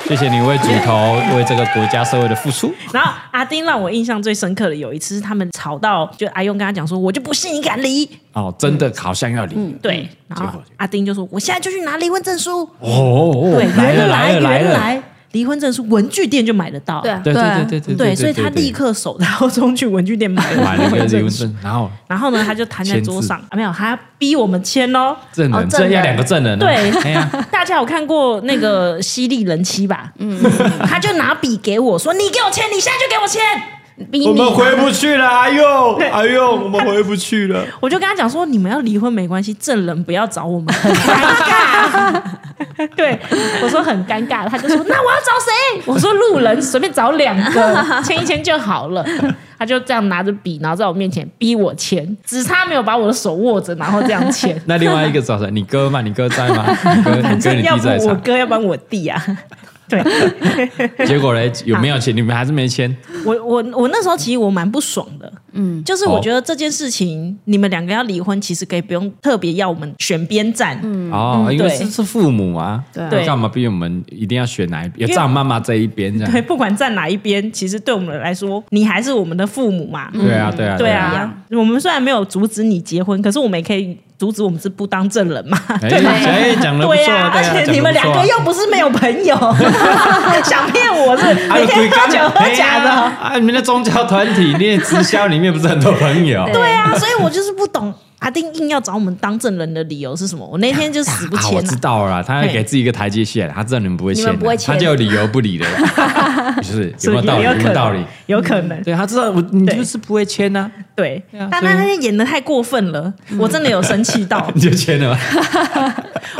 A: 谢谢你为主头为这个国家社会的付出。
B: 然后阿丁让我印象最深刻的有一次是他们吵到，就阿用跟他讲说：“我就不信你敢离。
A: 哦，真的好像要离，”
B: 对，然
A: 结
B: 后
A: 果
B: 阿丁就说：“我现在就去拿离婚证书。”
A: 哦哦，哦
B: 对，
A: 来了
B: 原
A: 来了来
B: 原
A: 了，
B: 来离婚证书文具店就买得到，
C: 对啊
A: 对对对对
B: 对，所以他立刻手刀冲去文具店买
A: 买了
B: 离
A: 个
B: 婚
A: 离
B: 证
A: 婚
B: 书。 <laughs>
A: 证，然后
B: 然后呢，他就摊在桌上，啊、没有，他逼我们签哦。
A: 证人
C: 哦
A: 这
C: 证人
A: 要两个证人啊，
B: 对
A: 哎
B: <laughs>
A: 呀，
B: 大家有看过那个《犀利人妻》吧？嗯， <laughs> 他就拿笔给我说：“你给我签，你现在就给我签。
C: 逼
A: 我
C: 你
A: 们回不去了，哎
B: <laughs>
A: 呦哎呦，我们回不去了。”
B: 我就跟他讲说：“你们要离婚没关系，证人不要找我们，很尴尬。”对，我说很尴尬，他就说：“那我要找谁？”我说：“路人随便找两个，签一签就好了。”他就这样拿着笔，然后在我面前逼我签，只差没有把我的手握着，然后这样
A: <laughs>
B: 签。
A: 那另外一个早晨，你哥嘛，你哥在吗？你哥，
B: 反
A: 你哥，
B: 正
A: 你
B: <laughs> 要
A: 弟
B: 不
A: 在
B: 我
A: 场。
B: 哥，要不然我弟啊。对
A: 结果嘞，有没有签？你们还是没签。
B: 我，我我那时候其实我蛮不爽的，嗯，就是我
A: 哦
B: 觉得这件事情，你们两个要离婚，其实可以不用特别要我们选边站，嗯，
A: 哦，因为
B: 对
A: 是是父母啊，
B: 对
A: 干嘛逼我们一定要选哪一边？
B: 为
A: 要站妈妈这一边这
B: 对，
A: 样。
B: 不管站哪一边，其实对我们来说，你还是我们的父母嘛，
A: 对啊，对啊，
B: 对
A: 啊。
B: 啊，我们虽然没有阻止你结婚，可是我们也可以阻止我们是不当证人嘛，
A: 哎
B: <laughs> 对吧？
A: 哎，讲的不
B: 对
A: 错，啊
B: 呀、而且你们两个又不是没有朋
A: <laughs>
B: 友，想骗我是
A: 哎
B: 每天喝酒喝啊假的。
A: 啊，哎你们的宗教团体，你也直销里面不是很多朋友？
B: 对啊，所以我就是不懂阿丁硬要找我们当证人的理由是什么。我那天就死不
A: 啊，
B: 签
A: 我
B: 了、
A: 知道了啦，他要给自己一个台阶下，他知道你们不会签
C: 你们不会
A: 的，
C: 签
A: 他就有理由不
B: <laughs>
A: 理的，就是有没有道理？
B: 有
A: 有没
B: 可
A: 有道理
B: 能？，有可能，
A: 对他知道我，你
B: 对
A: 就是不会签呐，
B: 对。
A: 啊
B: 但
A: 所以
B: 他那天演的太过分了，
A: 嗯
B: 我真的有生气
A: <laughs>
B: 到
A: 你就签了吧。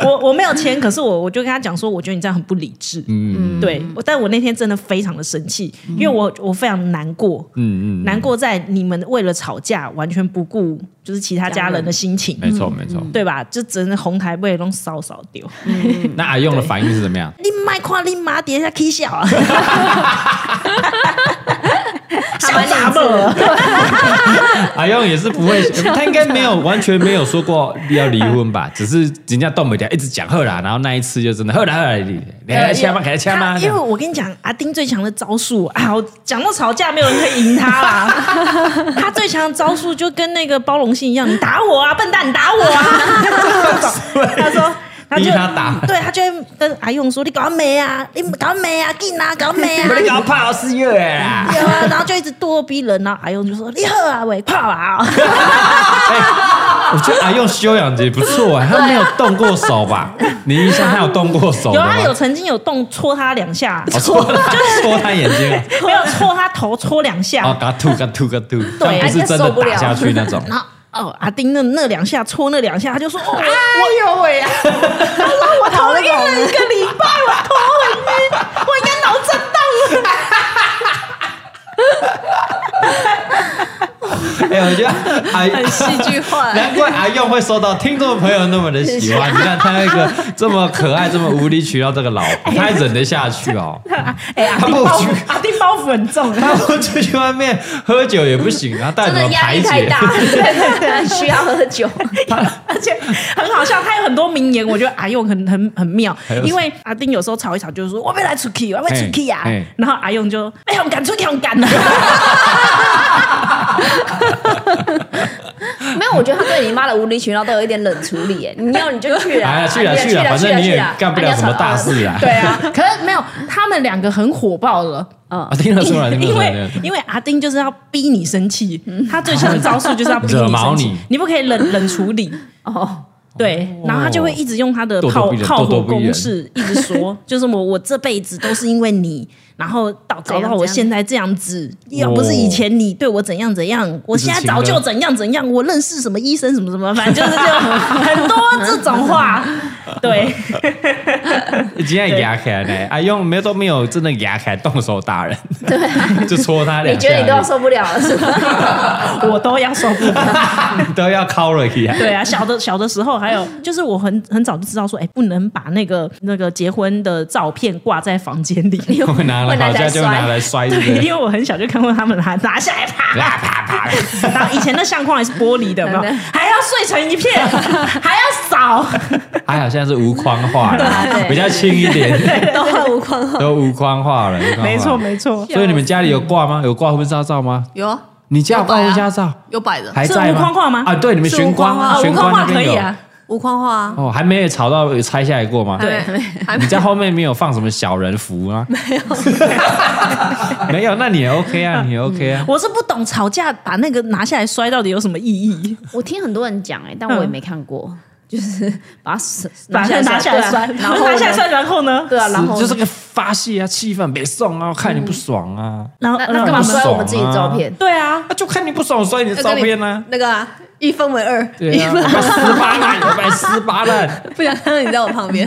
B: 我，我没有签，可是我我就跟他讲说，我觉得你这样很不理智。
A: 嗯
B: 对，我但我那天真的非常的生气，因为我我非常难过，
A: 嗯嗯，
B: 难过在你们为了吵架完全不顾就是其他家人的心情，
A: 没错没错。
B: 对吧？就只能红台被弄烧烧丢。嗯
A: 那阿用的反应是怎么样？
B: 你卖看你妈底下 K 笑啊！
C: 他蛮理智的，
A: 阿用也是不会，他应该没有完全没有说过要离婚吧，只是人家动不了，一直讲后啦，然后那一次就真的后来后来，你你来签吗？给他签吗
B: 他？因为我跟你讲，阿丁最强的招数啊，我讲到吵架没有人可以赢他啦。 <laughs> 他最强的招数就跟那个包容性一样，你打我啊，笨蛋，你打我啊！ <laughs> 他说。他就
A: 逼他打
B: 对他就会跟阿用说：“你搞没啊？你搞没啊？进啊，搞没啊
A: 不是搞怕我四月啊！
B: 有啊！”然后就一直咄咄逼人，然后阿用就说：“你好啊，喂，怕啊
A: 我觉得阿用修养也不错哎，他没有动过手吧？你印象他有动过！”手
B: <laughs> 有
A: 的
B: 啊，有
A: 吗？
B: 曾经有动戳他
A: <laughs>
B: 两下，
A: 哦戳他戳他眼睛
B: <laughs>
A: 啊，
B: 没有戳他头，戳两下。
A: 哦，给他吐，给他吐，给他吐，但不是真的打下去那种。
B: 然后哦，阿丁那那两下戳那两下，他就说：“哦，
E: 哎呦喂啊！
B: 我头晕了一个礼拜，我头很晕，我应该脑震荡了。
A: 哎，我觉得阿
E: 很戏
A: <laughs>
E: 剧化，
A: 难怪阿用会受到听众朋友那么的喜欢。你看他那个这么可爱、这么无理取闹这个老婆，他还忍得下去哦。
B: 哎，阿
A: 他
B: 丁
A: 不
B: 包
A: 去
B: 阿丁包袱很重，
A: <laughs> 他不出去外面喝酒也不行啊，到底怎
C: 真
A: 么
C: 的压
A: 排
C: 力太 <laughs>
A: 解？
C: 大，对对对需要喝酒。
B: 而且很好笑。他有很多名言，我觉得阿用很很很妙
A: 还有，什么
B: 因为阿丁有时候吵一吵就是说：“我被来出去，我被出去呀
A: 嘿嘿。”
B: 然后阿用就：“哎，我赶出去，我
A: <laughs>
B: 赶了。
C: 没有，我觉得他对你妈的无理取闹都有一点冷处理耶。你要你就去
A: 哎
C: 啊，
A: 呀，去了
C: 啊
A: 去了，反正你也干不了什么大。 <laughs>
C: 啊你要吵
A: 事啊。
B: 对啊，可是没有，他们两个很火爆了。
A: 啊，听得出
B: <laughs>
A: 来，听得
B: 因
A: 出来，
B: 为
A: 听得出来
B: 因为阿丁就是要逼你生气，他最强的招数就是要逼
A: 惹
B: 你
A: 毛
B: 生
A: 你
B: 气，你不可以冷冷处理。
C: 哦，
B: 对，然后他就会一直用他的
A: 咄咄
B: 炮
A: 逼人
B: 炮
A: 咄咄
B: 火
A: 逼人
B: 攻势，一直说，就是我我这辈子都是因为你，然后导
C: 怎
B: 搞
C: 样
B: 到我
C: 怎样
B: 现在这样子，要不是以前你对我怎样怎样，我现在
A: 情
B: 早
A: 歌
B: 就怎样怎样，我认识什么医生什么什么，反正就是这种很多这种话，对，
A: 今天牙起来呢，阿用没有都没有真的牙起来动手打人，对， <laughs> 就戳他
C: 你
A: 两下
C: 觉
A: 而已，
C: 得你都要受不了了是吧？
B: 我都要受不了。
A: 你都要敲了去啊？ <laughs>
B: 对啊，小的小的时候，还有就是我很很早就知道说，哎、不能把那个那个结婚的照片挂在房间里，因
A: 会拿来
C: 会拿
A: 好
C: 来
A: 像就
C: 摔
A: 拿来摔，对不
B: 为
A: 对？
C: <laughs>
B: 因为我很小就看过他们拿拿下来啪啪啪啪，然后以前的相框还是玻 <laughs> 璃的，有没有？还要碎成一 <laughs> 片，还要
A: <laughs>
B: 扫，
A: 还好现在是无框化
B: 啊
A: 了，
C: 对
A: 比较轻一点，
B: <laughs>
E: 都很无框号。
A: 都无框化了，无框化
B: 没错。没错，
A: 所以你们家里有挂吗？有挂婚纱照吗？
E: 有啊
A: 你家有挂
E: 有摆啊
A: 婚纱照
E: 有摆的，
A: 还在
B: 是无框化吗
A: 啊，对，你们
E: 是
A: 玄
E: 无框化
A: 关，
B: 啊，
A: 玄
B: 无框
A: 关那
B: 化可
A: 边
B: 以
A: 有
B: 啊。
E: 无框画啊。
A: 哦，还没有吵到有拆下来过吗？
B: 对
E: 还没，还
A: 你
E: 没
A: 在后面没有放什么小人符
B: <laughs>
A: 吗？没有， <laughs> 没有，那你也 OK
B: 嗯
A: 啊，你也 OK 啊。
B: 我是不懂吵架把那个拿下来摔到底有什么意义，
C: 我听很多人讲哎，但我也没看过，就是把手
B: 把它拿下来摔，
C: 对啊然后
B: 拿下来
C: 呢
B: 摔，嗯然后呢？
C: 对啊，然后
A: 是就是个发泄啊，气氛别送啊，看你不爽啊。
B: 然后
C: 那那干嘛
A: 不
C: 摔我们嗯自己的
A: 爽啊
C: 照片？
B: 对啊，
A: 那就看你不爽，我摔你的照片啊。
E: 那个啊一分为二，
A: 对啊，我被撕巴烂，我被撕巴烂，
E: 不想看到你在我旁边。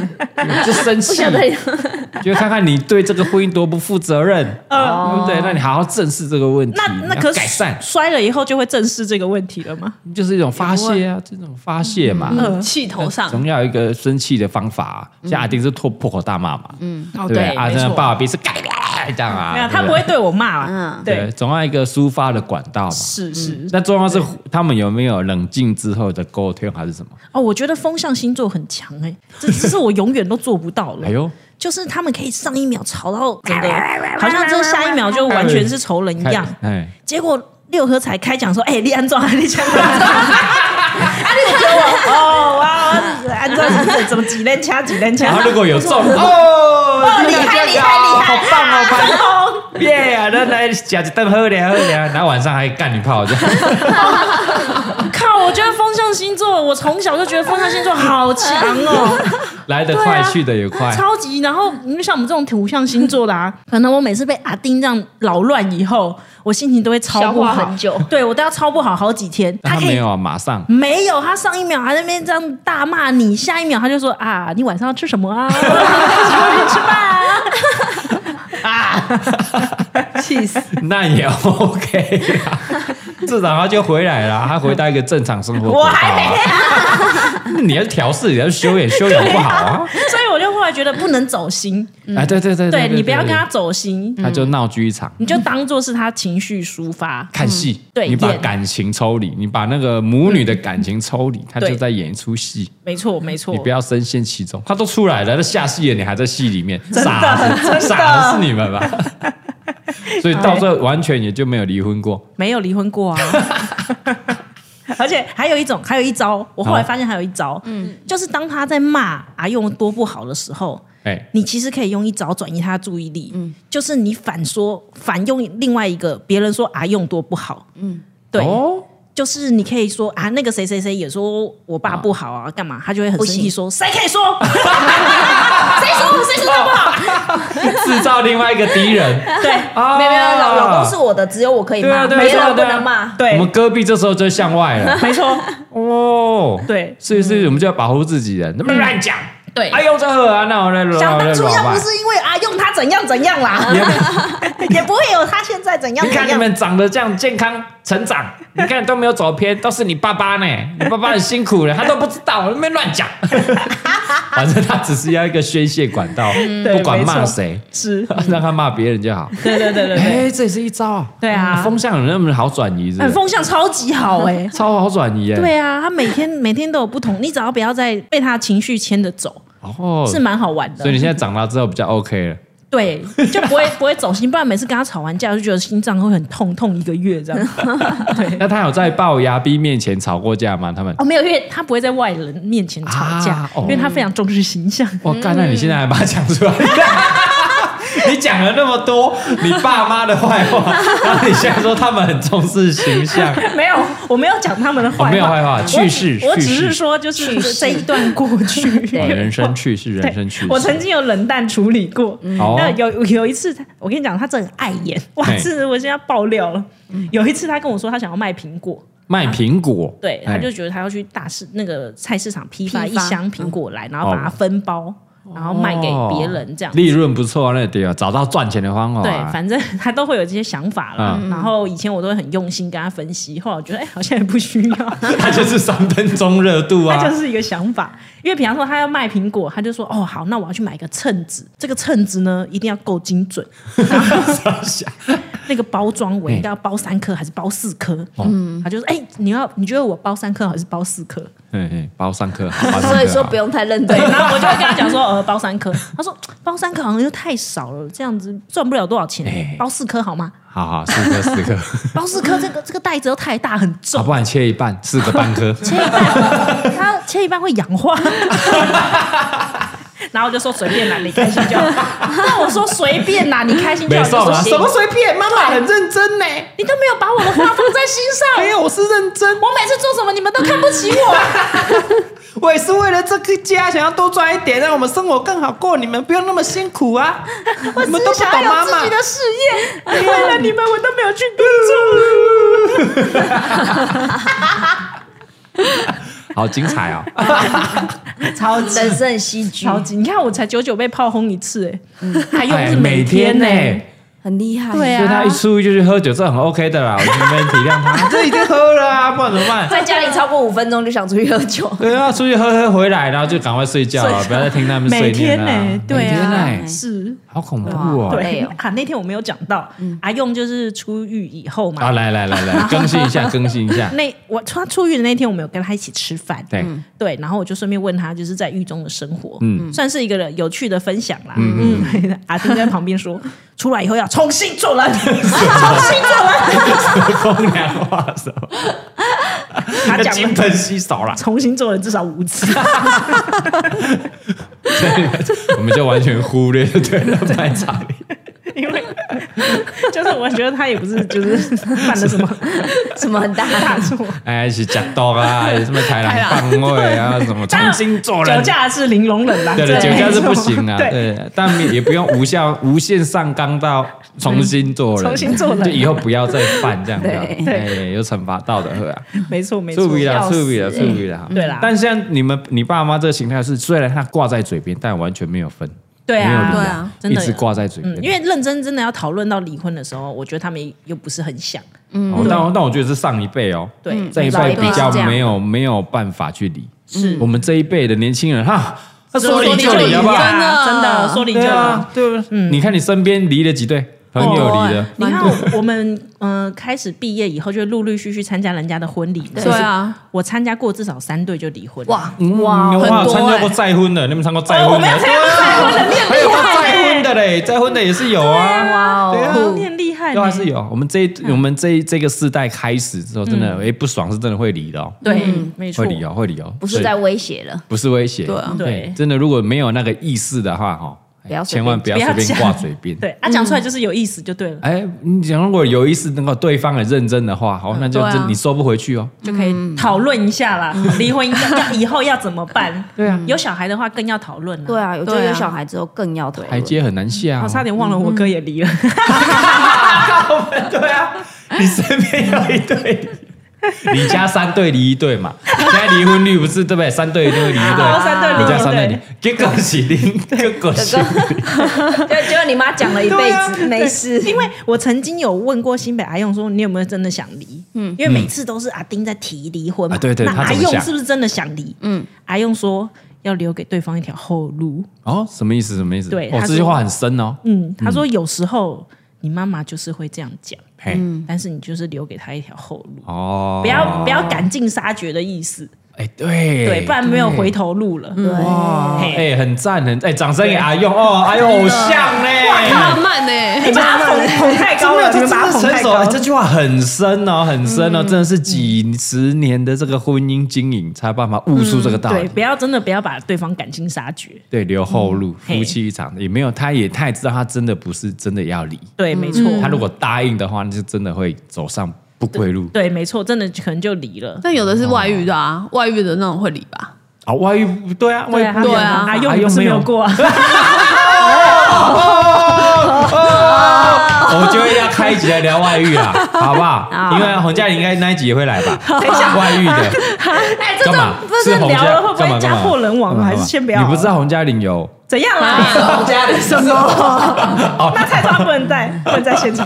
A: 就生气，
C: 啊 <laughs>
A: 就看看你对这个婚姻多不负责任，
B: 呃，
A: 对不对？那你好好正视这个问题，
B: 那
A: 你
B: 那
A: 嗯要
B: 可是
A: 改善，
B: 摔了以后就会正视这个问题了吗？
A: 就是一种发泄啊，这种发泄嘛。
E: <laughs> 嗯，气头上，
A: 总要有一个生气的方法、啊，
B: 嗯
A: 像阿丁是破破口大骂嘛，嗯，对
B: 哦
A: 不对？阿
B: 没
A: 丁的
B: 错，
A: 爸爸鼻是改这样啊，
B: 没有，
A: 对
B: 他
A: 对
B: 不会对我骂啦。
C: 嗯
A: 对，
B: 对，
A: 总要一个抒发的管道嘛。
B: 是是。
A: 那重要是他们有没有冷静之后的沟通，还是什么？
B: 哦，我觉得风象星座很强哎，这这是我永远都做不到了
A: 哎。呦，
B: 就是他们可以上一秒吵到整个，
C: <laughs>
B: 好像这下一秒就完全是仇人一
A: 看 <laughs>
B: 样。
A: 哎，
B: 结果六合彩开奖说：“哎，你安装，你安装。” <laughs> 啊，你有给我哦，哇，安装是怎么几连掐几连
A: 然
B: 掐
A: 后？如果有中哦，
B: 厉害厉害厉害，好棒哦，反攻！
A: 耶啊，那来夹着灯喝凉喝凉，然后晚上还干你炮，这样
B: <laughs> 靠！我觉得风象星座，我从小就觉得风象星座好强哦，
A: 来得
B: 对
A: 快
B: 啊
A: 去得也快，
B: 超级。然后因为像我们这种土象星座的
C: <laughs>
B: 啊，可能我每次被阿丁这样扰乱以后，我心情都会超不
C: 消化
B: 好，
C: 很久
B: 对我都要超不好好几天。
A: 但他
B: 可
A: 没
B: 以。
A: 有啊，马上。
B: 没有，他上一秒还在那边这样大骂你，下一秒他就说啊，你晚上要吃什么 <laughs> 啊？请问你吃饭啊？
E: 气死！
A: 那也 OK
B: <laughs>
A: 啦，至少他就回来了，他回到一个正常生活轨道
B: 我
A: 啊。
B: 还没
A: 那你要调试，你要修养，修养不好啊！
B: 所以我就后来觉得不能走心，
A: 哎，对对对
B: <laughs> 嗯对
A: 对
B: 你不要跟他，嗯走心
A: 对，他就闹剧一场，
B: 你就当做是他情绪抒发。
A: 看戏。
B: 对
A: 你把
B: 演
A: 感情抽离，你把那个母女的感情抽离，他就
B: 嗯对
A: 在演一出戏，
B: 没错，没错，
A: 你不要深陷其中。他都出来了，他下戏了，你还在戏里面，傻子，傻的是你们吧？所以到最后完全也就没有离婚过。
B: 没有离婚过 <laughs> 啊。而且还有一种，还有一招，我后来
A: 好
B: 发现还有一招，嗯，就是当他在骂阿用多不好的时候，
A: 哎，
B: 你其实可以用一招转移他的注意力，嗯，就是你反说反用另外一个别人说阿用多不好，嗯，对。
A: 哦，
B: 就是你可以说啊，那个谁谁谁也说我爸不好啊，干嘛？他就会很生气说，谁可以说？谁说谁说他不好？
A: 制造另外一个敌人。
B: 对
A: 啊
C: 没有没有，老老公是我的，只有我可以
A: 对啊
C: 骂，
A: 对啊对
C: 别
A: 啊
C: 人不
A: 对啊
C: 能骂。
A: 我
B: 对
A: 们，戈壁这时候就向外
B: <laughs>
A: 了。
B: <laughs> 没错，
A: 哦，
B: 对
A: 所以所以我们就要保护自己人，那么乱讲。
B: 对
A: 哎呦，这喝啊，那我来乱
B: 想当初要不
A: 乱
B: 是因为
C: 啊
B: 阿用他怎样怎样啦，
C: <laughs>
B: 也不会有他现在怎样
A: 你看
B: 怎
A: 你
B: 样。
A: 们长得这样健康成
B: <laughs>
A: 长，你看都没有走偏，都是你爸爸呢，你爸爸很辛苦了，他都不知道，那边乱
B: <laughs>
A: 讲。反正他只是要一个宣泄管道，
B: 对
A: 不管
B: 没
A: 骂
B: 错
A: 谁，
B: 是，
A: 让他骂别人就好。
B: 对对对对对，
A: 哎，这也是一招啊。
B: 对啊
A: 风向有那么好转移是不
B: 哎
A: 是，
B: 风向超级好
A: <laughs>
B: 哎。
A: 超好转移耶。，
B: 对啊，他每天每天都有不同，你只要不要再被他情绪牵着走，
A: 哦，
B: 是蛮好玩的
A: 所以。你现在长大之后比较 OK 了。
B: 对，就不会不会走心，不然每次跟他吵完架，我就觉得心脏会很痛，痛一个月
A: <laughs>
B: 这样。对，
A: 那他有在龅牙逼面前吵过架吗？他们？
B: 哦，没有，因为他不会在外人面前吵架，
A: 啊哦
B: 因为他非常重视形象。 <laughs>
A: 我干，那你现在还把它讲出来？你讲了那么多你爸妈的坏话，然后你现在说他们很重视形
B: <laughs>
A: 象，
B: 没有，我没有讲他们的坏话，
A: 哦没有坏话趣事
B: 我我
A: 趣
B: 只
A: 事
B: 是说，就是这一段过去，
A: 哇人生趣
B: <laughs>
A: 事，人生趣事。
B: 我曾经有冷淡处理过。
A: 哦
B: 那有有一次他，我跟你讲，他真的很碍眼，哇，
A: 嘿
B: 这我现在爆料了。
A: 嗯
B: 有一次，他跟我说他想要卖苹果，
A: 卖苹果，
B: 对，他
A: 哎
B: 就觉得他要去大市那个菜市场批发
D: 批
B: 一
D: 发
B: 箱苹果来，然后
A: 哦
B: 把它分包，然后卖给别人这样子。
A: 利润不错，那对啊，找到赚钱的方法。
B: 对，反正他都会有这些想法啦。
A: 嗯
B: 然后以前我都会很用心跟他分析，后来我觉得哎、好像也不需要，
A: <laughs> 他就是三分钟热度啊
B: 他，就是一个想法。因为比方说他要卖苹果，他就说哦好，那我要去买一个秤子，这个秤子呢一定要够精准，然
A: <laughs>
B: 后 <laughs> 那个包装我应该要包三颗还是包四颗？
A: 哦
B: 嗯，他就说哎、你要你觉得我包三颗还是包四颗？
A: 嗯嗯，包上课，
B: <laughs>
A: 包上课
C: 所以说不用太认
B: 对，
C: 真。
E: 嗯
B: 然后我就会跟他讲说，呃，包三颗。他说包三颗好像又太少了，这样子赚不了多少钱。
A: 哎
B: 包四颗好吗？
A: 好好，四颗四
B: <laughs>
A: 颗，
B: 包四颗，这个这个袋子又太大，很
A: 啊
B: 重，
A: 不然切一半，四个半
B: <laughs>
A: 颗。
B: 切一半， <laughs> 它切一半会氧化。然后我就说随便啦，你开心就好。那我说随便啦，你开心就好。
A: 没送啊
B: 我就说
F: 什么随便？妈妈很认真呢。
B: 你都没有把我的话放在心上。
F: 没有，我是认真，
B: 我每次做什么你们都看不起我。
F: <laughs> 我也是为了这个家想要多赚一点，让我们生活更好过。你们不用那么辛苦
B: <laughs>
F: 啊！你们都不
B: 想
F: 懂
B: 要
F: 妈
B: 有自
F: 妈
B: 己。的事业，为了你们我都没有去工作。
A: 好精彩哦！
B: 超级
C: 人生很戏 <laughs> 剧，
B: 超级，你看我才久久被炮轰一次、哎、还又不是
A: 哎每
B: 天
A: 天
B: 欸
A: 呢、
C: 很厉害。
B: 对
A: 所以他
B: 啊
A: 一，出就去喝酒， <laughs> 这很 OK 的啦，我们没体谅他。
F: 这已经喝了啊，不然怎么办？
C: 在家里超过五分钟就想出去喝酒，
A: 对啊，出去喝喝回来，然后就赶快睡觉了，不要再听他们碎
B: 每天
A: 念了
B: 呢、
A: 啊。
B: 对
A: 每天
B: 啊，
A: 哎
B: 是。
A: 好恐怖哦！
B: 对
C: 累哦
B: <laughs> 啊，那天我没有嗯讲到，阿用就是出狱以后嘛，
A: 啊，来来来来，更新一下，更新一
B: <laughs>
A: 下。
B: 那我他出狱的那天，我们有跟他一起吃饭，
A: 对，
B: 对，然后我就顺便问他，就是在狱中的生活，
A: 嗯
B: 算是一个有趣的分享啦。嗯 <laughs> 嗯，阿丁在旁边说，出来以后要重新做
A: <laughs>
B: 人，重新做人。
A: 风凉话什么？
B: 他讲
A: 金
B: 了
A: 盆洗手啦，
B: 重新做人至少五次， <laughs>
A: 我们就完全忽略对了卖场里。
B: 因为 <laughs> 就是我觉得他也不是就是 <laughs> 犯了
A: <laughs>
B: 什么
C: 什么很
E: <laughs>
C: 大
B: 大错。
A: 哎，是假豆啊，什么台南棒位啊，什么重新做
B: 酒
A: 人。
B: 驾是零容忍啦， <laughs>
A: 对对，
B: 这
A: 酒
B: 没
A: 驾是
B: 错
A: 不行啊，
B: 对，
A: 对，但也不用无
B: <laughs>
A: 效无限上纲到重新做人，
B: 重新做人
A: 就以后不要再犯这样子啊，
B: 对
A: 哎，有惩罚道德和啊。
B: 没错没错
A: 处。理了，
C: 笑死
A: 处理了，处理了。
B: 对啦
A: 但像你们，你爸妈这个形态是，虽然他挂在嘴边，但完全没有分，
B: 对
A: 没有
B: 啊，
A: 理
D: 对
A: 啊
D: 啊
B: 真的
A: 一直
B: 有
A: 挂在嘴边
B: 嗯。，因为认真真的要讨论到离婚的时候，我觉得他们又不是很想。
A: 哦但我但我觉得是上一辈哦，
B: 嗯对
A: 上一
B: 老一
A: 辈
B: 辈
A: 比
B: 是
A: 较
D: 这样
A: 没有没有办法去理。
B: 是
A: 我们这一辈的年轻人哈，他说
B: 说
A: 离就
B: 离
A: 离，好不好？
D: 真的
B: 真的说离就
A: 对
B: 离。
A: 啊，对不对？你看你身边离了几对朋友离的，
B: 你看我我们嗯、呃开始毕业以后，就陆陆续续参加人家的婚礼嘛。
D: 对啊，
B: 我参加过至少三对就离婚。
D: 哇，
A: 嗯
C: 哇
A: 我有
D: 很多
A: 参加
D: 欸
A: 过再婚的，你们参加过再
B: 啊哦我
A: 婚
B: 没
A: 的啊
B: 有参？加过再婚的，你很
A: 还有
B: 厉害
A: 再
B: 欸
A: 婚的嘞，再婚的也是有啊。
C: 哇
A: 对
C: 哦！
A: 啊
B: 哦，你很厉害呢，
A: 都还是有。我们这一我们这一这个世代开始之后，真的哎不爽是真的会离的哦，
B: 对，嗯没错
A: 会，离哦，会离哦，
C: 不是在威胁了，
A: 不是威胁，
D: 对啊
B: 对
A: 真的如果没有那个意识的话哈，
C: 不要随
A: 千
C: 便
A: 万不要
B: 不要
A: 随便
B: 讲
A: 挂嘴边。
B: 对，他讲出来就是有意思就对了，
A: 哎，你讲如果有意识，能够对方很认真的话，好，那就
D: 对啊
A: 真你收不回去哦。
B: 就可以讨论一下啦，离婚要要以后要怎么办？对啊，有小孩的话更要讨论了。
C: 对啊，有这
D: 对
C: 有
D: 啊
C: 小孩之后更要讨论
A: 台阶很难下
B: 我
A: 哦。
B: 差点忘了，我哥也离了，
A: 对啊， <laughs> 你身边有一对。离家三对离一对嘛，现在离婚率不是对不对？三对一定会离一对，
B: 哦三对离一
A: 你家三对
B: 对
A: 离，结果是零，结果是
C: 啊就结果你妈讲了一辈子没事，
B: 因为我曾经有问过新北阿用说，你有没有真的想离？嗯，因为每次都是阿丁在提离婚嘛，
A: 啊对对
B: 那
A: 他
B: 阿
A: 怎么想
B: 用是不是真的想离？嗯，阿用说要留给对方一条后路。
A: <laughs> 哦，什么意思？什么意思？
B: 对
A: 哦
B: 他，
A: 这句
B: 说
A: 话很深哦。
B: 嗯，他说有时候你妈妈就是会这样讲，
A: 嘿，
B: 但是你就是留给她一条后路，
A: 嗯哦，
B: 不要不要赶尽杀绝的意思。
A: 哎，对
B: 对，不然没有回头路了。
C: 对，
A: 哇，
B: 嘿
A: 哎，很赞，很哎，掌声给阿用哦，阿用偶像嘞。
E: 浪漫呢，
B: 你把它捧捧太高了，你们把它
A: 这
B: 捧
A: 成
B: 太
A: 熟
B: 高嗯
A: 哎，。这句话很深哦，很深哦，真的是几十年的这个婚姻经营才有办法悟出这个道
B: 对，
A: 理。
B: 不要真的不要把对方感情杀绝。
A: 对，留后路，
B: 嗯嘿
A: 夫妻一场也没有，他也太知道他真的不是真的要离，
B: 对，没错，
A: 他如果答应的话，那就真的会走上不归路
B: 对，没错，真的可能就离了。
E: <laughs> 但有的是外遇的啊，外遇的那种会理吧？
A: 啊！外遇不对啊，外
B: 对
A: 遇
B: 啊，
A: 不
E: 对啊
B: 阿
A: 阿
B: 用
A: 用
B: 不是
A: 没
B: 没
A: 有
B: 有过
A: <laughs>
B: 啊，
A: 我就要开一集来聊外遇啊，好不
B: <laughs>
A: 好？
B: 啊
A: 因为洪嘉玲应该那一集也会来吧？外遇的，
B: 哎，
A: 干嘛？
B: 不是
A: 洪嘉
B: 聊了会不
A: 干嘛干
B: 会家
A: 嘛
B: 破人亡
A: 干嘛
B: 啊？还是先不要？
A: 你不知道洪嘉玲有
B: 怎样啊啦？
F: 我家里什么？
B: <laughs> 那菜他不能在，不能在现场。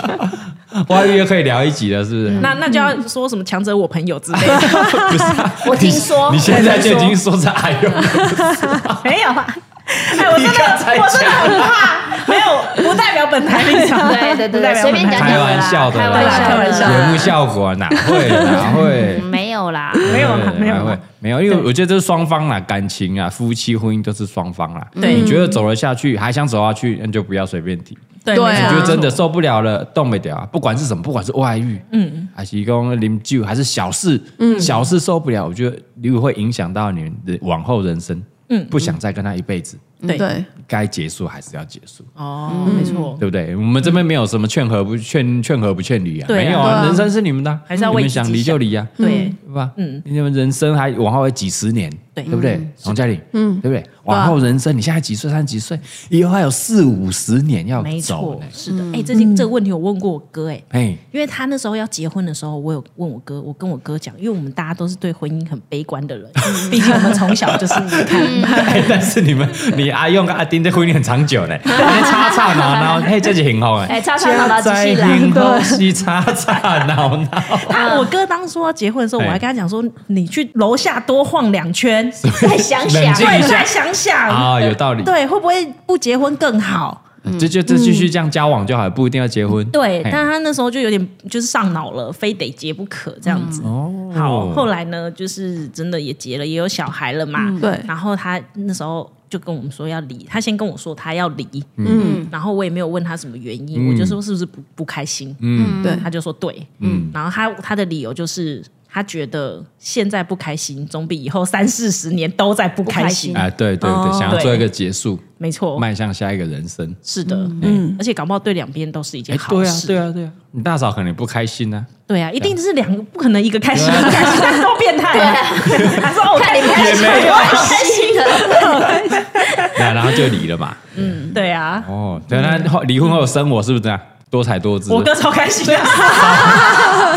A: 外遇也可以聊一集了，是不是？
B: <laughs> 那那就要说什么强者我朋友之类的，
A: 不是啊，
C: 我听说
A: 你你现在就已经说是阿
B: <laughs>
A: 用，
B: <laughs> 没有啊。 <laughs> 哎，我真
A: 你刚才
B: 的，我真的很怕，没有，不代表本台立 <laughs> 场。
C: 对对对
B: 不代
C: 对，
B: 表
C: 随便
B: 本台
C: 讲
A: 开
C: 讲的
A: 玩
C: 啦
A: 笑的啦
C: 开玩笑的，
B: 开玩笑
A: 节目效果啊哪会哪会
C: 嗯？没有啦，
B: 没有啦
A: 对
B: 没有啊
A: 哪会
B: 啦
A: 没有，因为我觉得这是双方啦，感情啊，夫妻婚姻都是双方啦。
B: 对
A: 你觉得走了下去，还想走下去，那就不要随便提。
B: 对
E: 对
A: 你
E: 啊
A: 觉得真的受不了了，动不了啊！不管是什么，不管是外遇，嗯，还是讲啉酒，还是小事，嗯，小事受不了，我觉得如果会影响到你的往后人生，嗯，不想再跟他一辈子，
B: 对
E: 嗯对，
A: 该结束还是要结束，
B: 哦，没错，
A: 对不对？我们这边没有什么劝和不劝劝和不劝离啊，
B: 对啊
A: 没有
E: 对
A: 啊，
E: 啊
A: 人生是你们的啊，
B: 还是要
A: 你
B: 为
A: 们
B: 自己
A: 想离就离啊，
B: 对
A: 对吧？嗯
B: 嗯，
A: 你们人生还往后还几十年，
B: 对
A: 对不对？王嘉玲，嗯，对不对？往后人生，你现在几岁？三十几岁，以后还有四五十年嗯要
B: 没
A: 走
B: 错
A: 呢，，
B: 是的。哎，最近这个问题我问过我哥，哎，
A: 哎。
B: 因为他那时候要结婚的时候，我有问我哥，我跟我哥讲，因为我们大家都是对婚姻很悲观的 <laughs> 人，毕竟我们从小就是你看，
A: 哎， <laughs> 但是你们，你阿用跟阿丁这婚姻很长久呢，还吵吵闹闹，嘿，这是很好哎，
C: 哎吵吵闹闹
A: 家在
C: 继续来
A: 幸福是吵吵闹闹，
B: <laughs> 他我哥当初要结婚的时
A: 哎
B: 候，我还跟他讲说，你去楼下多晃两圈，
C: 再想
A: 冷
C: 想，
A: 静一
B: 对，
A: 下
B: 再想想
A: 啊有道理
B: 对，会不会不结婚更好？
A: 就就就继续这样交往就好了，不一定要结婚。
B: 对，
A: 嘿
B: 但他那时候就有点就是上脑了，非得结不可这样子。
A: 哦
B: 好，后来呢，就是真的也结了，也有小孩了嘛。
E: 对
B: 然后他那时候就跟我们说要离，他先跟我说他要离，
C: 嗯，
B: 然后我也没有问他什么原因，
A: 嗯
B: 我就说是不是不不开心？
A: 嗯
E: 对
B: 他就说对，
A: 嗯，
B: 然后他他的理由就是他觉得现在不开心，总比以后三四十年都在不开心。
A: 哎，对对
B: 哦
A: 对，想要做一个结束，
B: 没错，
A: 迈向下一个人生。
B: 是的，嗯，而且搞不好对两边都是一件
A: 哎，
B: 好
A: 对啊
B: 事。，
A: 对
B: 啊，
A: 啊，对啊，你大嫂肯定不开心啊，
B: 对啊，一定是两个，不可能一个开心，一个开心，但是都变态。
A: 啊
B: 他说哦我
C: 看你
B: 看
C: 不开心，
A: 也没有
C: 我很开心的，
A: 那然后就离了嘛。
B: 你， <laughs> 对啊，
A: 哦，对，那后离婚后的生活是不是这啊样多彩多姿？
B: 我哥超开心啊的。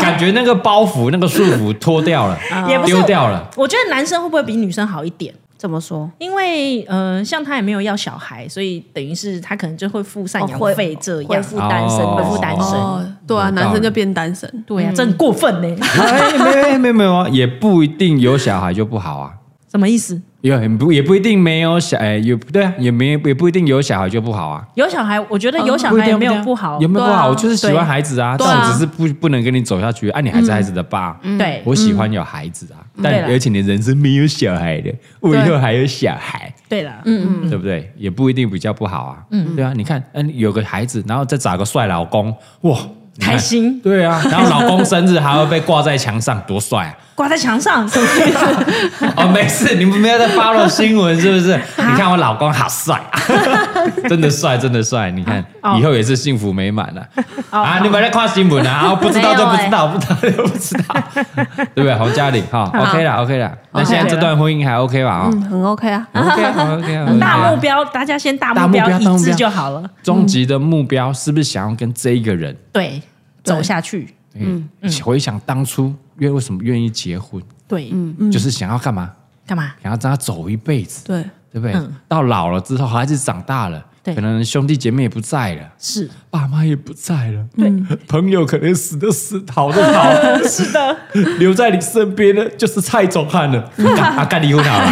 A: 感觉那个包袱、那个束缚脱掉了，
B: 也不是
A: 丢掉了。
B: 我觉得男生会不会比女生好一点？
D: 怎么说？
B: 因为呃，像他也没有要小孩，所以等于是他可能就会付赡
C: 哦会
B: 养费这
C: 恢
B: 样。
C: 复单身，
A: 哦
C: 恢复单身。
E: 哦，对啊，
A: 有道理
E: 男生就变单身，
B: 对呀、啊，这很过分呢、
A: 哎，没有没有没有啊，也不一定有小孩就不好啊，
B: 什么意思？
A: 也很不也不一定没有小，哎，也不对啊，也没也不一定有小孩就不好啊。
B: 有小孩，我觉得有小
A: 不一
B: 孩
A: 定
B: 也没
A: 一定
B: 有
A: 啊
B: 不好，
A: 有没有不好？
B: 对啊
A: 我就是喜欢孩子啊，但我
E: 对啊
A: 只是不不能跟你走下去啊。你还是孩子的爸，
B: 对
A: 我喜欢有孩子啊，
B: 嗯对
A: 但
B: 啦
A: 而且你人生没有小孩的，我以后还有小孩，
B: 对了，
A: 对不对？也不一定比较不好啊。嗯，对啊，你看，嗯，有个孩子，然后再找个帅老公，哇，你看
B: 开心
A: 对啊，然后老公生日还会被挂在墙上，多帅啊！
B: 挂在墙上，什么
A: 嗯
B: 意思？
A: 哦，没事，你们没有在 follow 新闻是不是？你看我老公好帅、啊， <laughs> 真的帅，真的帅！你看、
B: 哦
A: 以后也是幸福美满了、啊。你们在看新闻啊？啊不知道就不知道，不知道就不知道，对不对？洪嘉玲哈，OK 啦，OK 啦。那现在这段婚姻还 OK 吧？
E: 嗯，很 OK 啊。
A: 哦，OK，OK，
B: 大目标，大家先大
A: 大
B: 目
A: 目标
B: 标
A: 大目
B: 一致
A: 标
B: 就好了。
A: 终极的目标是不是想要跟这一个人？
B: 对，走下去，
A: 嗯，回想当初愿为什么愿意结婚，
B: 对，
A: 就是想要干嘛？
B: 干嘛？
A: 想要跟他走一辈子。
E: 对，
A: 对不对？
B: 嗯
A: 到老了之后，孩子长大了，
B: 对
A: 可能兄弟姐妹也不在了，
B: 是
A: 爸妈也不在了，对，朋友可能死的死，逃的逃，
B: 嗯 <laughs> 是的，嗯
A: 留在你身边的就是蔡宗翰了。啊干 <laughs> 啊，干离婚好了，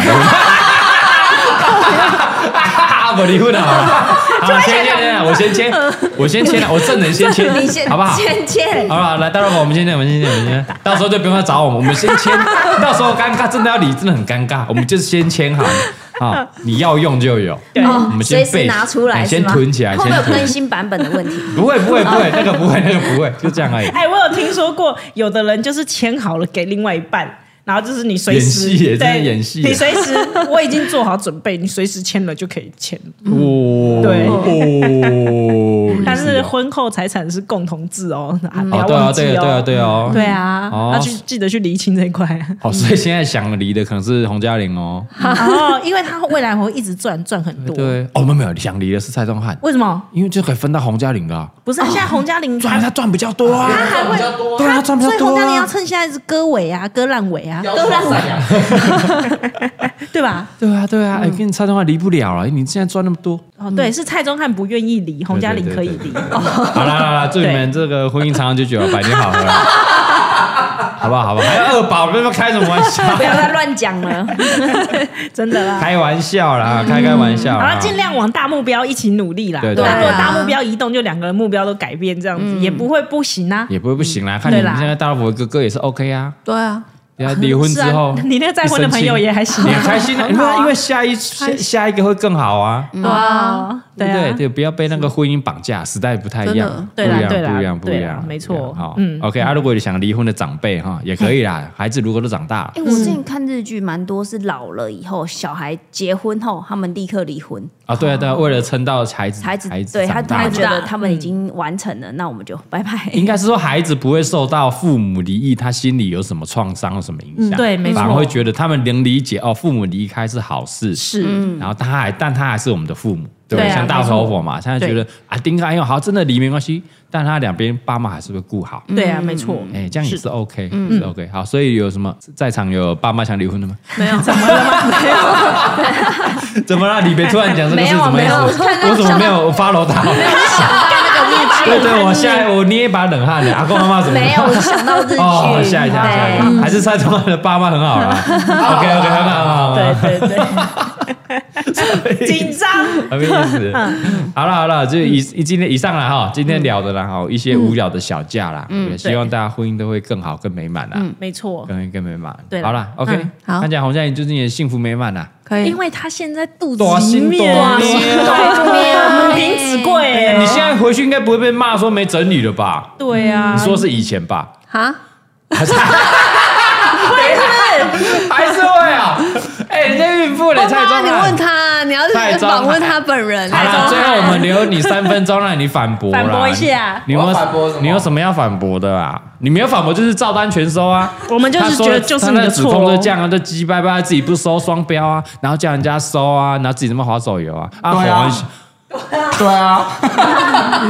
A: 我离婚好了，
B: <laughs>
A: 好，先签，先签我先签，我先签了，我证人先签，
C: 你先，
A: <laughs> 好不好？
C: 先签。
A: 好了，来，大老板，我们先签，我们先签，我们先 <laughs> 签，到时候就不用来找我们，我们先 <laughs> 签。到时候尴尬，真的要理，真的很尴尬，我们就是先签 <laughs> 好了啊，你要用就有，
B: 对
A: 我们先
C: 哦随时
A: 备，
C: 拿出来，
A: 哎先
C: 是吗
A: 囤起来，<laughs>
C: 会不会
A: 先
C: 有更
A: 囤。
C: 新版本的问题？
A: 不会，不会，不会，那个不会，那个不会，就这 <laughs> 样而已。
B: 哎，我有听说过，有的人就是签好了给另外一半，然后就是你随时
A: 演戏耶真
B: 对
A: 是演戏耶
B: 你随时 <laughs> 我已经做好准备，你随时签了就可以
A: <laughs>
B: 签。
A: 哦，
B: 对
A: 哦，
B: 但
A: 也
B: 是
A: 哦
B: 婚后财产是共同制哦，啊不
A: 哦
B: 要
A: 对啊，
B: 忘记
A: 对啊，对啊，
B: 哦。
A: 对啊，
B: 对啊，
A: 哦
B: 要去记得去厘清这一 <laughs> 块
A: 好，所以现在想离的可能是洪嘉玲哦，
B: 哦，因为他未来会一直赚赚很多。
A: 对，哦，没有没有，想离的是蔡宗翰，
B: 为什么？
A: 因为就可以分到洪嘉玲的啊，
B: 不是啊现在洪嘉玲
A: 赚他赚比较多啊，他还会对啊，赚比
B: 所
A: 较
B: 以洪
A: 多
B: 嘉玲要
A: 啊，
B: 趁现在是割尾啊，割烂尾啊，
F: 都让我
B: 对吧？
A: 对啊，对啊，
B: 嗯
A: 哎，跟你蔡宗翰离不了了，你现在赚那么
B: <laughs>
A: 多，
B: 哦，对，是蔡宗翰不愿意离，洪嘉玲可以
A: 嗯对
B: 离。哦
A: 好啦啦啦，祝你们这个婚姻长长久久，百年好合
B: <laughs>
A: 啊，好不好？好不好？还有二宝，不要开什么玩笑，
B: 嗯
C: 不要再乱讲了。
A: <laughs>
B: 真的啦。
A: 开玩笑啦，开开玩笑
B: 好
A: 啦
B: 了，，尽量往大目标一起努力啦。
A: 啊对对
B: 那如
A: 对嗯
B: 果大目标移动，就两个人目标都改变，这样子也不会不行啊。
A: 也不会不行啦，看你
B: 对啦
A: 们现在大老婆的哥哥也是 OK 啊，
E: 对啊，
A: 对啊，离婚
B: 是
A: 之
B: 啊
A: 后， <laughs>
B: 你那个再婚的朋友也还 <laughs> 行啊
A: 也开心啊，因为因为下一下下一个会更好啊，
E: 嗯
A: 对
B: 对啊，对
A: 不对？
B: 啊，
A: 对，不要被那个婚姻绑架，时代不太一样，不
B: 真
A: 一
B: 的对啦
A: 样，
B: 对啦
A: 不一样，不
B: 对
A: 一
B: 啦
A: 样，
B: 没错
A: 不一样好
B: 嗯
A: ，OK 啊，如果你想离婚的长辈哈，也可以
B: <laughs>
A: 啦，孩子如果都长大了
C: 哎，我最近看日剧，蛮多是老了以后，小孩结婚后，他们立刻离婚，
A: 啊，对啊，对啊，为了撑到孩子
C: 孩子
A: 孩子
C: 对他
A: 长大
C: 他觉
A: 了。嗯
C: 得他们已经完成了，那我们就拜拜。
A: 应该是说孩子不会受到父母离异，他心里有什么创伤、有什么影响？
B: 嗯对没错
A: 反而会觉得他们能理解哦，父母离开是好事，
B: 是，
A: 然后他还，但他还是我们的父母，对不
B: 对
A: 对？
B: 啊
A: 像大头佛嘛，现在觉得啊，丁开用好，真的离没关系，但他两边爸妈还是会顾好，
B: 对啊，没错。
A: 哎，这样也是 OK，是 OK。好，所以有什么在场有爸妈想离婚的吗？<laughs>
B: 没有，怎么了吗？没有，
A: 怎么了？李别突然讲这个是什么意
C: 没有没有
A: 思？我怎么没有 follow 到？对对，我吓，我捏一把冷汗了。阿公阿妈怎么了
C: 没有，我想到日剧，
A: <laughs> 哦，吓一跳，吓一
C: 对
A: 跳，还是蔡宗翰的爸妈很好啦。OK OK，很好，很好，很好
B: 对对
A: <laughs>
B: 对，紧张。
A: 很有意思。好了好了，就以以今天以上了哈，今天聊的啦哈，一些无聊的小架啦，对希望大家婚姻都会更好、更美满啦，
B: 没错，
A: 更更美满。
B: 嗯
A: 啊
B: 对啦
A: 好了，OK，
E: 好
A: 看起来洪嘉颖最近也幸福美满啊啦，
E: 可以
B: 因。为他现在肚子
A: 多
B: 里
A: 心
B: 面
A: 多
B: 对
A: 心
B: 对母凭子贵
A: 哎你现
B: 欸，
A: 在回去应该不会被骂说没整理了吧？
B: 对啊
A: 你，说是以前吧？
E: 啊，
A: 还是还是会啊？哎，人家孕妇嘞，
E: 我
A: 蔡
E: 妈，
A: 宗
E: 你
A: 翰
E: 问。他，你要是
A: 蔡宗翰
E: 访问他本人，
A: 好了，最后我们留你三分钟，让你反驳啦
B: 反驳一下
A: 你有没
F: 我
A: 有
F: 要反驳什么
A: 你有什么要反驳的啊？你没有反驳就是照单全收啊。
B: 我们就是觉得就是你
A: 他
B: 的
A: 指
B: 错哦
A: 控
B: 咯
A: 就这样啊，就鸡掰掰，自己不收双标啊，然后叫人家收啊，然后自己他妈划手游啊，啊，
F: 对啊
A: 吼完
F: 对啊，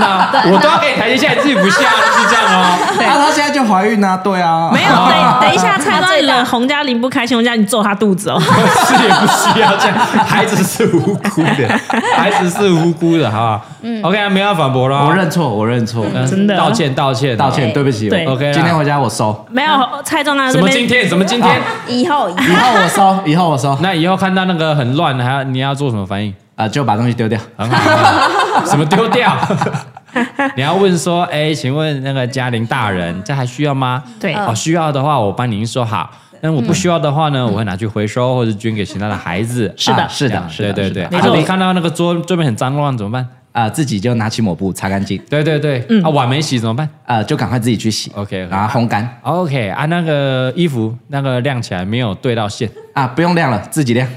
A: 那我都要给你台阶下，你自己不下是这样哦。
F: 啊，她现在就怀孕啊，对啊，
B: 没有，等等一下，蔡宗翰洪嘉玲不开心，洪嘉玲揍他肚子哦。
A: 是也不需要这样，孩子是无辜的，孩子是无辜的，好不好？嗯，OK 啊，没有反驳了，
F: 我认错，我认错，
A: 嗯
B: 真的
A: 道歉，道歉，
F: 道歉，对不起，
B: 对
F: 我
A: OK 啦
F: 今天回家我收，
B: 没有，蔡宗翰
A: 啊什
B: 这
A: 么今
B: 边
A: 天，什么今天？
C: 以后以后
F: 以后我收，以后我收，
A: 那以后看到那个很乱的，还要你要做什么反应？
F: 啊，就把东西丢掉。
A: 很好，
F: <laughs>
A: 什么丢掉？ <laughs> 你要问说，哎、请问那个嘉玲大人，这还需要吗？
B: 对
A: 哦，需要的话我帮您说好。但我不需要的话
B: 嗯
A: 呢，我会拿去回收或者捐给其他的孩子。
B: 是的
F: 啊是
A: 这样
F: 的，是的，
A: 对
F: 是
A: 对
F: 的
A: 对。
B: 没
A: 啊
B: 错
A: 你看到那个桌桌面很脏乱怎么办？
F: 啊，自己就拿起抹布擦干净，
A: 对对对，
B: 嗯
A: 啊碗没洗怎么办
F: 啊，就赶快自己去洗
A: OK，OK
F: 然后烘干，
A: ？OK 啊，那个衣服那个晾起来没有对到线
F: 啊，不用晾了，自己晾，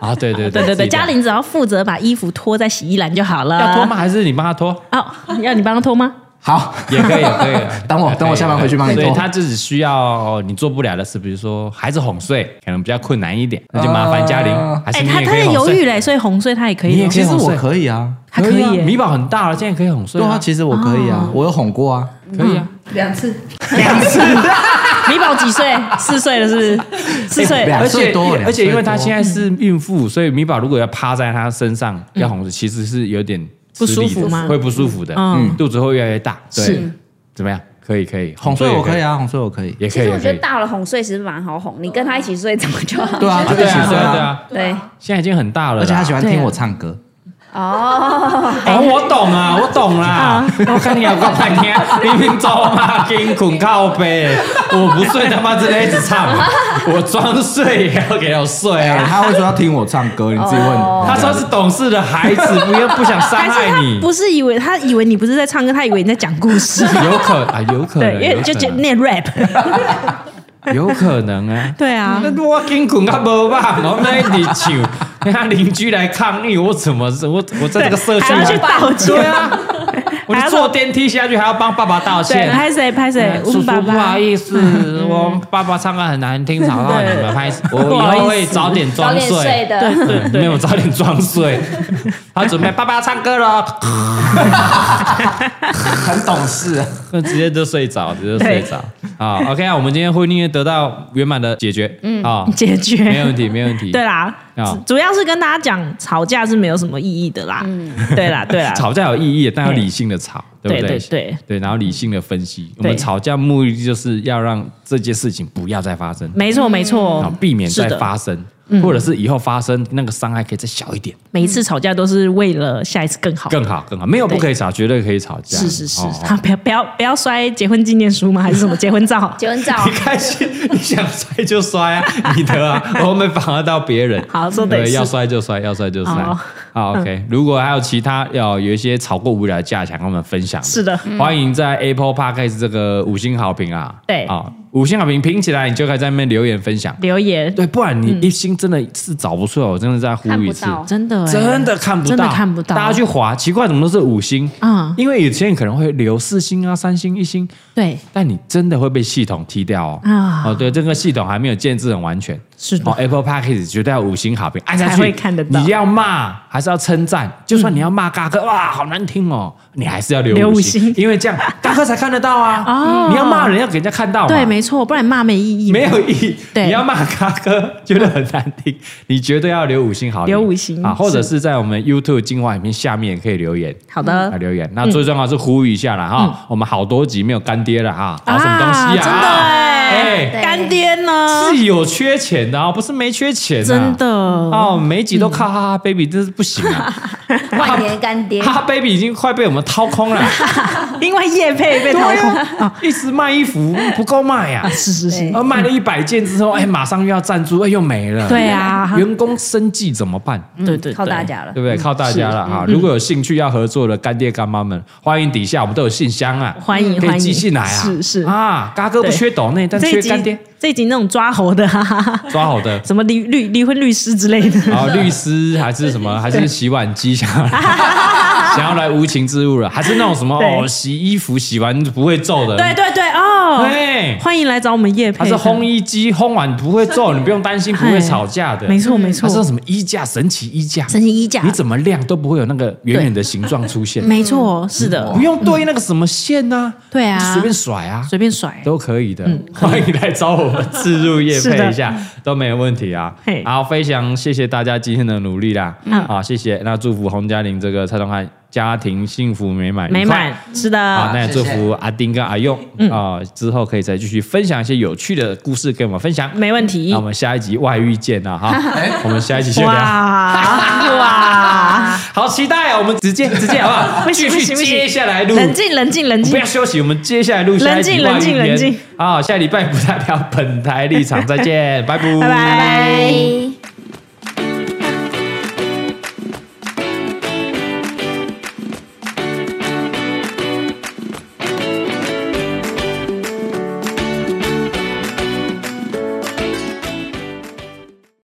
A: 啊？对对对
B: 对对对，
A: 自己
B: 嘉
A: 晾
B: 玲只要负责把衣服脱在洗衣篮就好
F: 啊
B: 了。
A: 要脱吗？？还是你帮他脱？
B: 哦，要你帮他脱吗？
F: 好，。
A: <laughs> 也可以，也可以啊
F: 等我
A: 也可以
F: 等我下班回去帮你
A: 所以
F: 做
A: 他就只需要哦你做不了的事，比如说孩子哄睡，可能比较困难一点，
F: 啊
A: 那就麻烦嘉玲，还是
B: 哎，
A: 你
B: 他
A: 也
B: 他
A: 可以
B: 在
A: 哄
B: 犹豫
A: 睡。
B: 嘞，所以红穗他也可
A: 你
B: 以
A: 也
B: 咯。
A: 可以
F: 其实
A: 哄
F: 我
A: 睡
F: 可以啊，
B: 他可以耶
A: 米宝很大了，现在可以哄睡
F: 对啊，
A: 啊，
F: 其实我可以啊，我有哄过啊，
A: 可以啊。
E: 两次，
B: 米宝几岁？四岁了是不
A: <laughs>
B: 是？四岁。
F: 啊两
A: 而
F: 岁
A: 且
F: 多嗯
A: 而且因为她
F: 两岁多
A: 现在是孕妇，所以米宝如果要趴在她身上要
F: 嗯
A: 哄睡，其实是有点吃力的
B: 不舒服吗
A: 会不舒服的，
B: 嗯
A: 嗯，肚子会越来越大。对
B: 是，
A: 怎么样？可以可以，
F: 哄睡
A: 也
F: 我可以，啊，哄睡我可以，
A: 也
C: 其
A: 可以
C: 实我
A: 也
C: 觉
A: 可
C: 得
A: 以。
C: 大了哄睡其实蛮好哄，你跟他一起睡怎么就好？
F: 对啊，就
A: 对
F: 一起
A: 啊
F: 睡
A: 对啊对，啊，
C: 对，
A: 现在已经很大了啦，
F: 而且他喜欢
B: 对啊
F: 听我唱歌，
C: 哦，
A: 哦，我懂啊，我懂啦。我看你有个半
B: <laughs>
A: 天，明明走马给捆靠背，我不睡他妈真的一直唱，我装睡也要给我睡
G: 哎
A: 啊。
G: 他会说要听我唱歌，你自己问。
A: 他说是懂事的孩子，不要不想伤
B: 还是
A: 害
B: 他 <laughs>
A: 你，
B: 不是以为他以为你不是在唱歌，他以为你在讲故事。
A: <laughs> 有可啊，有可
B: 对，
A: 能，
B: 因为就
A: 有
B: 就
A: 可能
B: 念 rap。
A: 有可能啊。
B: 对啊，
A: 那我跟捆到无吧，我那一直唱，那邻居来抗议，我怎么我我在这个社区
B: 还要去道歉
A: 对啊，我就坐电梯下去还要帮爸爸道
B: 对，
A: 歉。
B: 拍谁拍谁，我
A: 叔
B: 们
A: 啊哎叔
B: 爸
A: 不
B: 爸
A: 好。意
B: <laughs>
A: 思，我爸爸唱歌很难听，吵到你们，拍我以后会早点
C: 早
A: 装
C: 点睡
A: 睡。
C: 的，
A: 对，没有早点装
B: <laughs>
A: 睡。好，准备爸爸要唱歌了，
G: 很懂事，
A: 那直接就睡着，直接睡着。好，OK 啊，我们今天婚姻得到圆满的解决，嗯，啊，
B: 解决
A: 没有问题，没有问题。
B: 对啦，
A: 啊
B: 主主要是跟大家讲，吵架是没有什么意义的啦。对啦，对啦，
A: <laughs> 吵架有意义，但要理性的吵，对不
B: 对
A: 对？
B: 对对
A: 然后理性的分析。我们吵架目的就是要让这件事情不要再发生，
B: 没错没错
A: 啊，，避免再
B: 嗯是的嗯
A: 发生，或者是以后发生那个伤害可以再小一点，
B: 每一次吵架都是为了下一次更好。
A: <laughs> 更好更好。没有不
B: 对
A: 可以吵，绝对可以吵架。
B: 是是是
A: 哦，
B: 啊， <laughs> 不要不要不要摔结婚纪念书吗？还是什么 <laughs> 结婚照？
C: 结婚照啊
A: 哦 <laughs> 你开心，你想摔就摔啊，你的
B: <laughs>
A: 啊，我们妨碍到别人。
B: 好说得
A: 对，
B: 是
A: 要摔就摔，要摔就摔
B: 哦。
A: 好，OK。如果还有其他要有一些吵过无聊的架，想跟我们分享，
B: 是的
C: 嗯
A: 欢迎在 Apple Podcast 这个五星好评啊。
B: 对
A: 啊，五星好评评起来，你就可以在那边留言分享。
B: 留言
A: 对，不然
B: 嗯
A: 你一星真的是找不出来，我真的再呼
C: 看
A: 吁一
C: 不
A: 次。
C: 到。啊
B: 真的欸
A: 真的看不到，
B: 真的看不到
A: 大家去划，奇怪，怎么都是五星
B: 嗯
A: 因为有些人可能会留四星啊、三星、一星，
B: 对
A: 但你真的会被系统踢掉哦。
B: 啊
A: 哦，对，这个系统还没有建制很完全。
B: 是的
A: 哦，Apple p a c k a g e 绝对要五星好评，按下去
B: 才会看得到
A: 你要骂还是要称赞？就算你要骂嘎哥，哇，好难听哦，你还是要
B: 嗯留
A: 留
B: 五
A: 星
B: 星，
A: 因为这样嘎哥才看得到啊。
B: <laughs> 哦
A: 你要骂人要给人家看到嘛。
B: 对，没错，不然骂没意义嘛。
A: 没有意义。
B: 对
A: 你要骂咖哥，觉得很难听， <laughs> 你绝对要留五星好评，
B: 留五星
A: 啊，或者
B: 是
A: 是在我们 YouTube 精华影片下面也可以留言。
B: 好的
A: 啊，，留言。那最重要是呼吁一下了哈，我们好多集没有干爹了哈，搞什么东西啊？
B: 真的哎，
C: 对
B: 干爹呢？
A: 是有缺钱的啊，不是没缺钱啊，
B: 真的哦，
A: 哦，每一集都靠哈哈 baby，真是不行啊！
C: 万年干爹
A: 哈，哈 baby 已经快被我们掏空了，啊
B: 因为叶配被掏空，
A: 一直卖衣服不够卖啊呀，
B: 是是是，
A: 而卖了一百件之后，哎，马上又要赞助，哎，又没了。
B: 对啊，
A: 员工生计怎么办？
B: 嗯对对，嗯
C: 靠大
B: 对。
C: 家了。
A: 对不对？嗯靠大家了哈！如果有兴趣要合作的干爹干妈们，欢迎底下我们都有信箱啊，
B: 欢迎
A: 可
B: 欢
A: 以
B: 迎
A: 寄信来啊。
B: 是是
A: 啊，嘎哥不
B: 对
A: 缺抖内，但
B: 这
A: 缺
B: 一集
A: 干爹，
B: 这一集那种抓猴的、哈哈哈，
A: 抓嗯好
B: <laughs>
A: 的。
B: 什么离律离婚律师之类的，
A: 然后律师还是什么，还是洗碗机想
B: <laughs>
A: 要来想要来无情之物了，还是那种什么
B: 对
A: 哦，洗衣服洗完不会皱的，
B: 对对对哦，
A: 对
B: 欢迎来找我们叶
A: 还
B: 配，
A: 哎啊是烘衣机烘完不会皱，你不用担心不会吵架的，
B: 哎没错没错
A: 还，啊是什么衣架神奇衣架，
B: 神奇衣架
A: 你怎么晾都不会有那个圆圆的形状出现，
B: 没错，是的
A: 不，用对那个什么线呐、
B: 对啊
A: 随便甩啊，
B: 随便甩，
A: 都可以的。欢迎来找我们自入业
B: <laughs> 是
A: 配
B: 的
A: 一下，都没有问题啊
B: 嘿。
A: 好，非常谢谢大家今天的努力啦，
B: 嗯
A: 啊，谢谢。那祝福洪嘉玲这个蔡宗汉家庭幸福美满，
B: 美
A: 愉快
B: 满。，嗯是
A: 啊，
B: 的，
A: 那也祝福阿丁跟阿用啊，之后可以再继续分享一些有趣的故事跟我们分享。
B: 没问题
A: 那我，们下一集外遇见啊
B: <laughs>
A: 哈，我们下一集就
B: 哇
A: 聊，<laughs>
B: <laughs> 哇，
A: 好期待哦！我们直接直接好不好？
B: <laughs> 不行
A: 继
B: 不
A: 续
B: 行不行
A: 接下来录
B: 冷静冷静冷
A: 不
B: 静
A: 要，休息，我们接下来录下一集
B: 冷静
A: 外语
B: 冷静冷
A: 篇
B: 静
A: 啊！下礼拜不代表本台立场，再见，拜拜
B: 拜拜。
C: 拜。